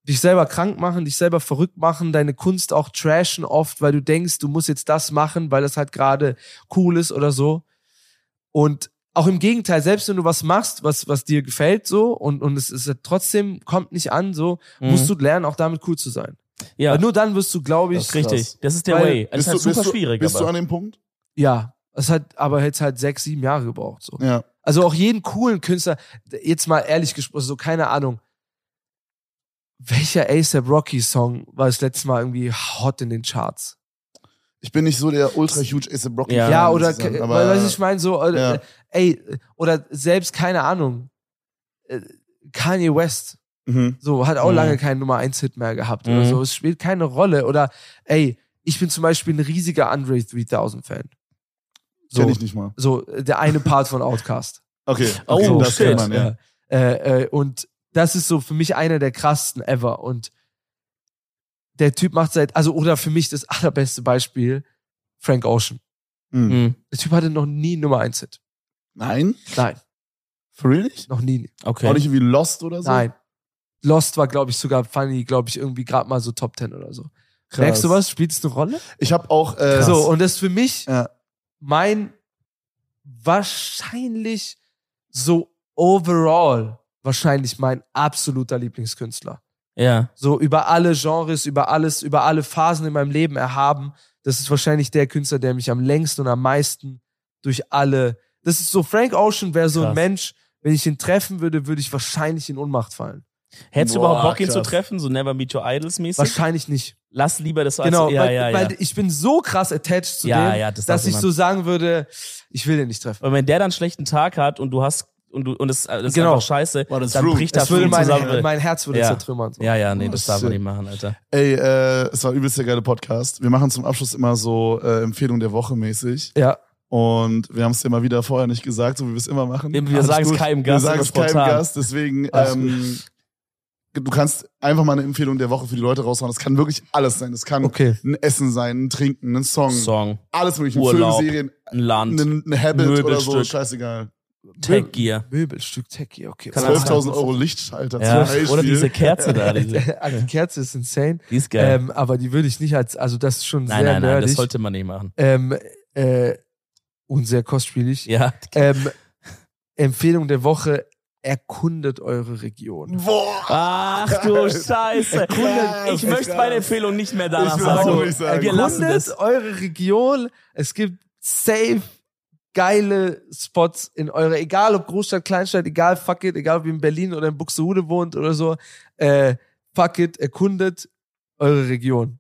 dich selber krank machen, dich selber verrückt machen, deine Kunst auch trashen oft, weil du denkst, du musst jetzt das machen, weil das halt gerade cool ist oder so. Und auch im Gegenteil, selbst wenn du was machst, was, was dir gefällt so und, und es ist trotzdem, kommt nicht an, so,
Mhm.
musst du lernen, auch damit cool zu sein.
ja.
Weil nur dann wirst du, glaube ich,
Das-
Richtig,
krass.
das ist der
Weil-
Way. Das ist halt
du,
super
bist
schwierig.
Du, bist du
aber.
an dem Punkt?
ja, es hat aber jetzt halt sechs, sieben Jahre gebraucht. So.
Ja.
Also auch jeden coolen Künstler, jetzt mal ehrlich gesprochen, so keine Ahnung. Welcher ASAP Rocky Song war das letzte Mal irgendwie hot in den Charts?
Ich bin nicht so der ultra huge Ace of Broccoli.
Ja,
Ja, oder,
Aber,
weil, weißt du, ich meine, so, äh,
Ja.
ey, oder selbst, keine Ahnung, äh, Kanye West,
mhm.
so, hat auch
Mhm.
lange keinen Nummer 1 Hit mehr gehabt
Mhm.
oder so. Es spielt keine Rolle. Oder, ey, ich bin zum Beispiel ein riesiger Andre 3000 Fan. So,
Kenn ich nicht mal.
so, äh, der eine Part von Outcast.
Okay.
Oh,
okay, das
shit,
kennt man, ja.
Ja. Äh, äh, und das ist so für mich einer der krassesten ever. Und der Typ macht seit, also oder für mich das allerbeste Beispiel, Frank Ocean.
Mhm.
Mhm.
Der Typ hatte noch nie Nummer 1 Hit.
Nein?
Nein,
For real nicht?
noch nie.
Okay.
Auch nicht irgendwie Lost oder so?
Nein. Lost war, glaube ich, sogar Funny, glaube ich, irgendwie gerade mal so Top 10 oder so.
Krass.
Merkst du was? Spielt es eine Rolle?
Ich habe auch. Äh,
So, und das ist für mich
Ja.
mein wahrscheinlich so overall wahrscheinlich mein absoluter Lieblingskünstler.
Ja.
so über alle Genres, über alles, über alle Phasen in meinem Leben erhaben. Das ist wahrscheinlich der Künstler, der mich am längsten und am meisten durch alle. Das ist so, Frank Ocean wäre so
Krass.
ein Mensch, wenn ich ihn treffen würde, würde ich wahrscheinlich in Ohnmacht fallen.
Hättest du
Boah,
überhaupt Bock, ihn zu
krass.
treffen? So Never Meet Your Idols mäßig?
Wahrscheinlich nicht.
Lass lieber das so
genau,
als, ja,
weil,
ja, ja.
weil ich bin so krass attached zu
Ja,
dem,
ja, das
dass
darf
ich
man.
so sagen würde, ich will den nicht treffen.
Und wenn der dann einen schlechten Tag hat und du hast und du und das, das ist
Genau.
einfach scheiße,
Boah, das ist
dann
rude.
bricht
Das
das
würde
Team
mein,
zusammen.
mein Herz würde
Ja.
zertrümmern. So.
Ja, ja, nee,
Oh,
das darf man
shit.
nicht machen, Alter.
Ey, äh, es war übelst der geile Podcast. Wir machen zum Abschluss immer so äh, Empfehlung der Woche mäßig.
Ja.
Und wir haben es dir mal wieder vorher nicht gesagt, so wie wir es immer machen.
Wir
Alles
sagen es
gut.
keinem
Wir
Gast,
sagen
aber
es keinem
spontan.
Gast, deswegen
Alles
ähm, du kannst einfach mal eine Empfehlung der Woche für die Leute raushauen. Das kann wirklich alles sein. Das kann
Okay.
ein Essen sein, ein Trinken, ein Song,
Song,
alles mögliche.
Urlaub.
Filme, Serien,
ein Land,
ein, ein Habit oder so,
Möbelstück.
scheißegal.
Tech Gear.
Möbelstück Techie, okay.
Kann
12.000 Euro Lichtschalter.
Ja.
zum Beispiel.
Oder diese Kerze da, diese,
Die Kerze ist insane.
die ist geil.
Ähm, aber die würde ich nicht als, also das ist schon
nein,
sehr
nein, nein, das
nerdig.
sollte man nicht machen.
ähm, äh, und sehr kostspielig.
Ja,
Ähm, Empfehlung der Woche, erkundet eure Region.
Boah!
Ach du Scheiße.
Erkundet.
Ich möchte meine Empfehlung nicht mehr danach
Ich will
sagen. Äh,
auch nicht sagen.
Also, Wir lassen
Erkundet
das.
eure Region. Es gibt safe geile Spots in eurer, egal ob Großstadt, Kleinstadt, egal, fuck it, egal ob ihr in Berlin oder in Buxtehude wohnt oder so. Äh, fuck it, erkundet eure Region.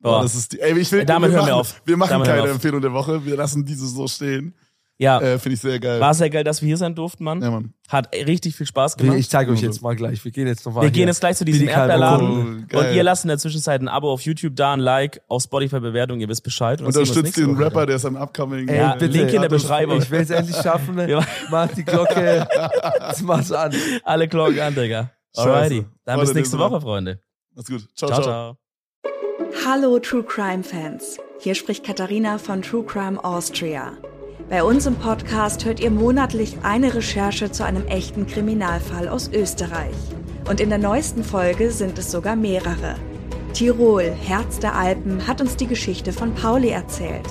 Boah,
Boah.
das ist die, ey, ich will,
Damit
wir
hören wir
machen,
auf.
Wir machen
Damit hören
keine
wir auf.
Empfehlung der Woche. Wir lassen diese so stehen.
Ja,
Äh, Finde ich sehr geil.
war sehr geil, dass wir hier sein durften, Mann.
Ja, Mann.
Hat richtig viel Spaß
Ich,
gemacht.
zeige euch
Also.
jetzt mal gleich. Wir gehen jetzt nochmal.
wir gehen jetzt gleich zu diesem
Billy Karl
Erdbeerladen.
Cool.
Oh,
Und
geil.
ihr lasst in der Zwischenzeit ein Abo auf YouTube da, ein Like, auf Spotify Bewertung, ihr wisst Bescheid. dann sehen wir uns
Unterstützt
nächste
den
Woche.
Rapper, der ist am Upcoming.
Ey,
Ja,
bitte.
Link in der
Hat uns-
Beschreibung.
Ich will es endlich schaffen. Ne? Mach die Glocke. Jetzt mach's an.
Alle Glocken an, Digga.
Scheiße.
Alrighty. Dann
Warte,
bis nächste
Digga.
Woche, Freunde.
Macht's gut. Ciao,
Ciao,
ciao.
ciao.
Hallo True Crime Fans. Hier spricht Katharina von True Crime Austria. Bei uns im Podcast hört ihr monatlich eine Recherche zu einem echten Kriminalfall aus Österreich. Und in der neuesten Folge sind es sogar mehrere. Tirol, Herz der Alpen, hat uns die Geschichte von Pauli erzählt.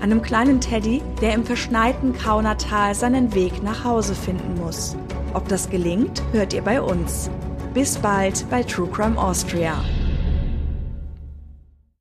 Einem kleinen Teddy, der im verschneiten Kaunertal seinen Weg nach Hause finden muss. Ob das gelingt, hört ihr bei uns. Bis bald bei True Crime Austria.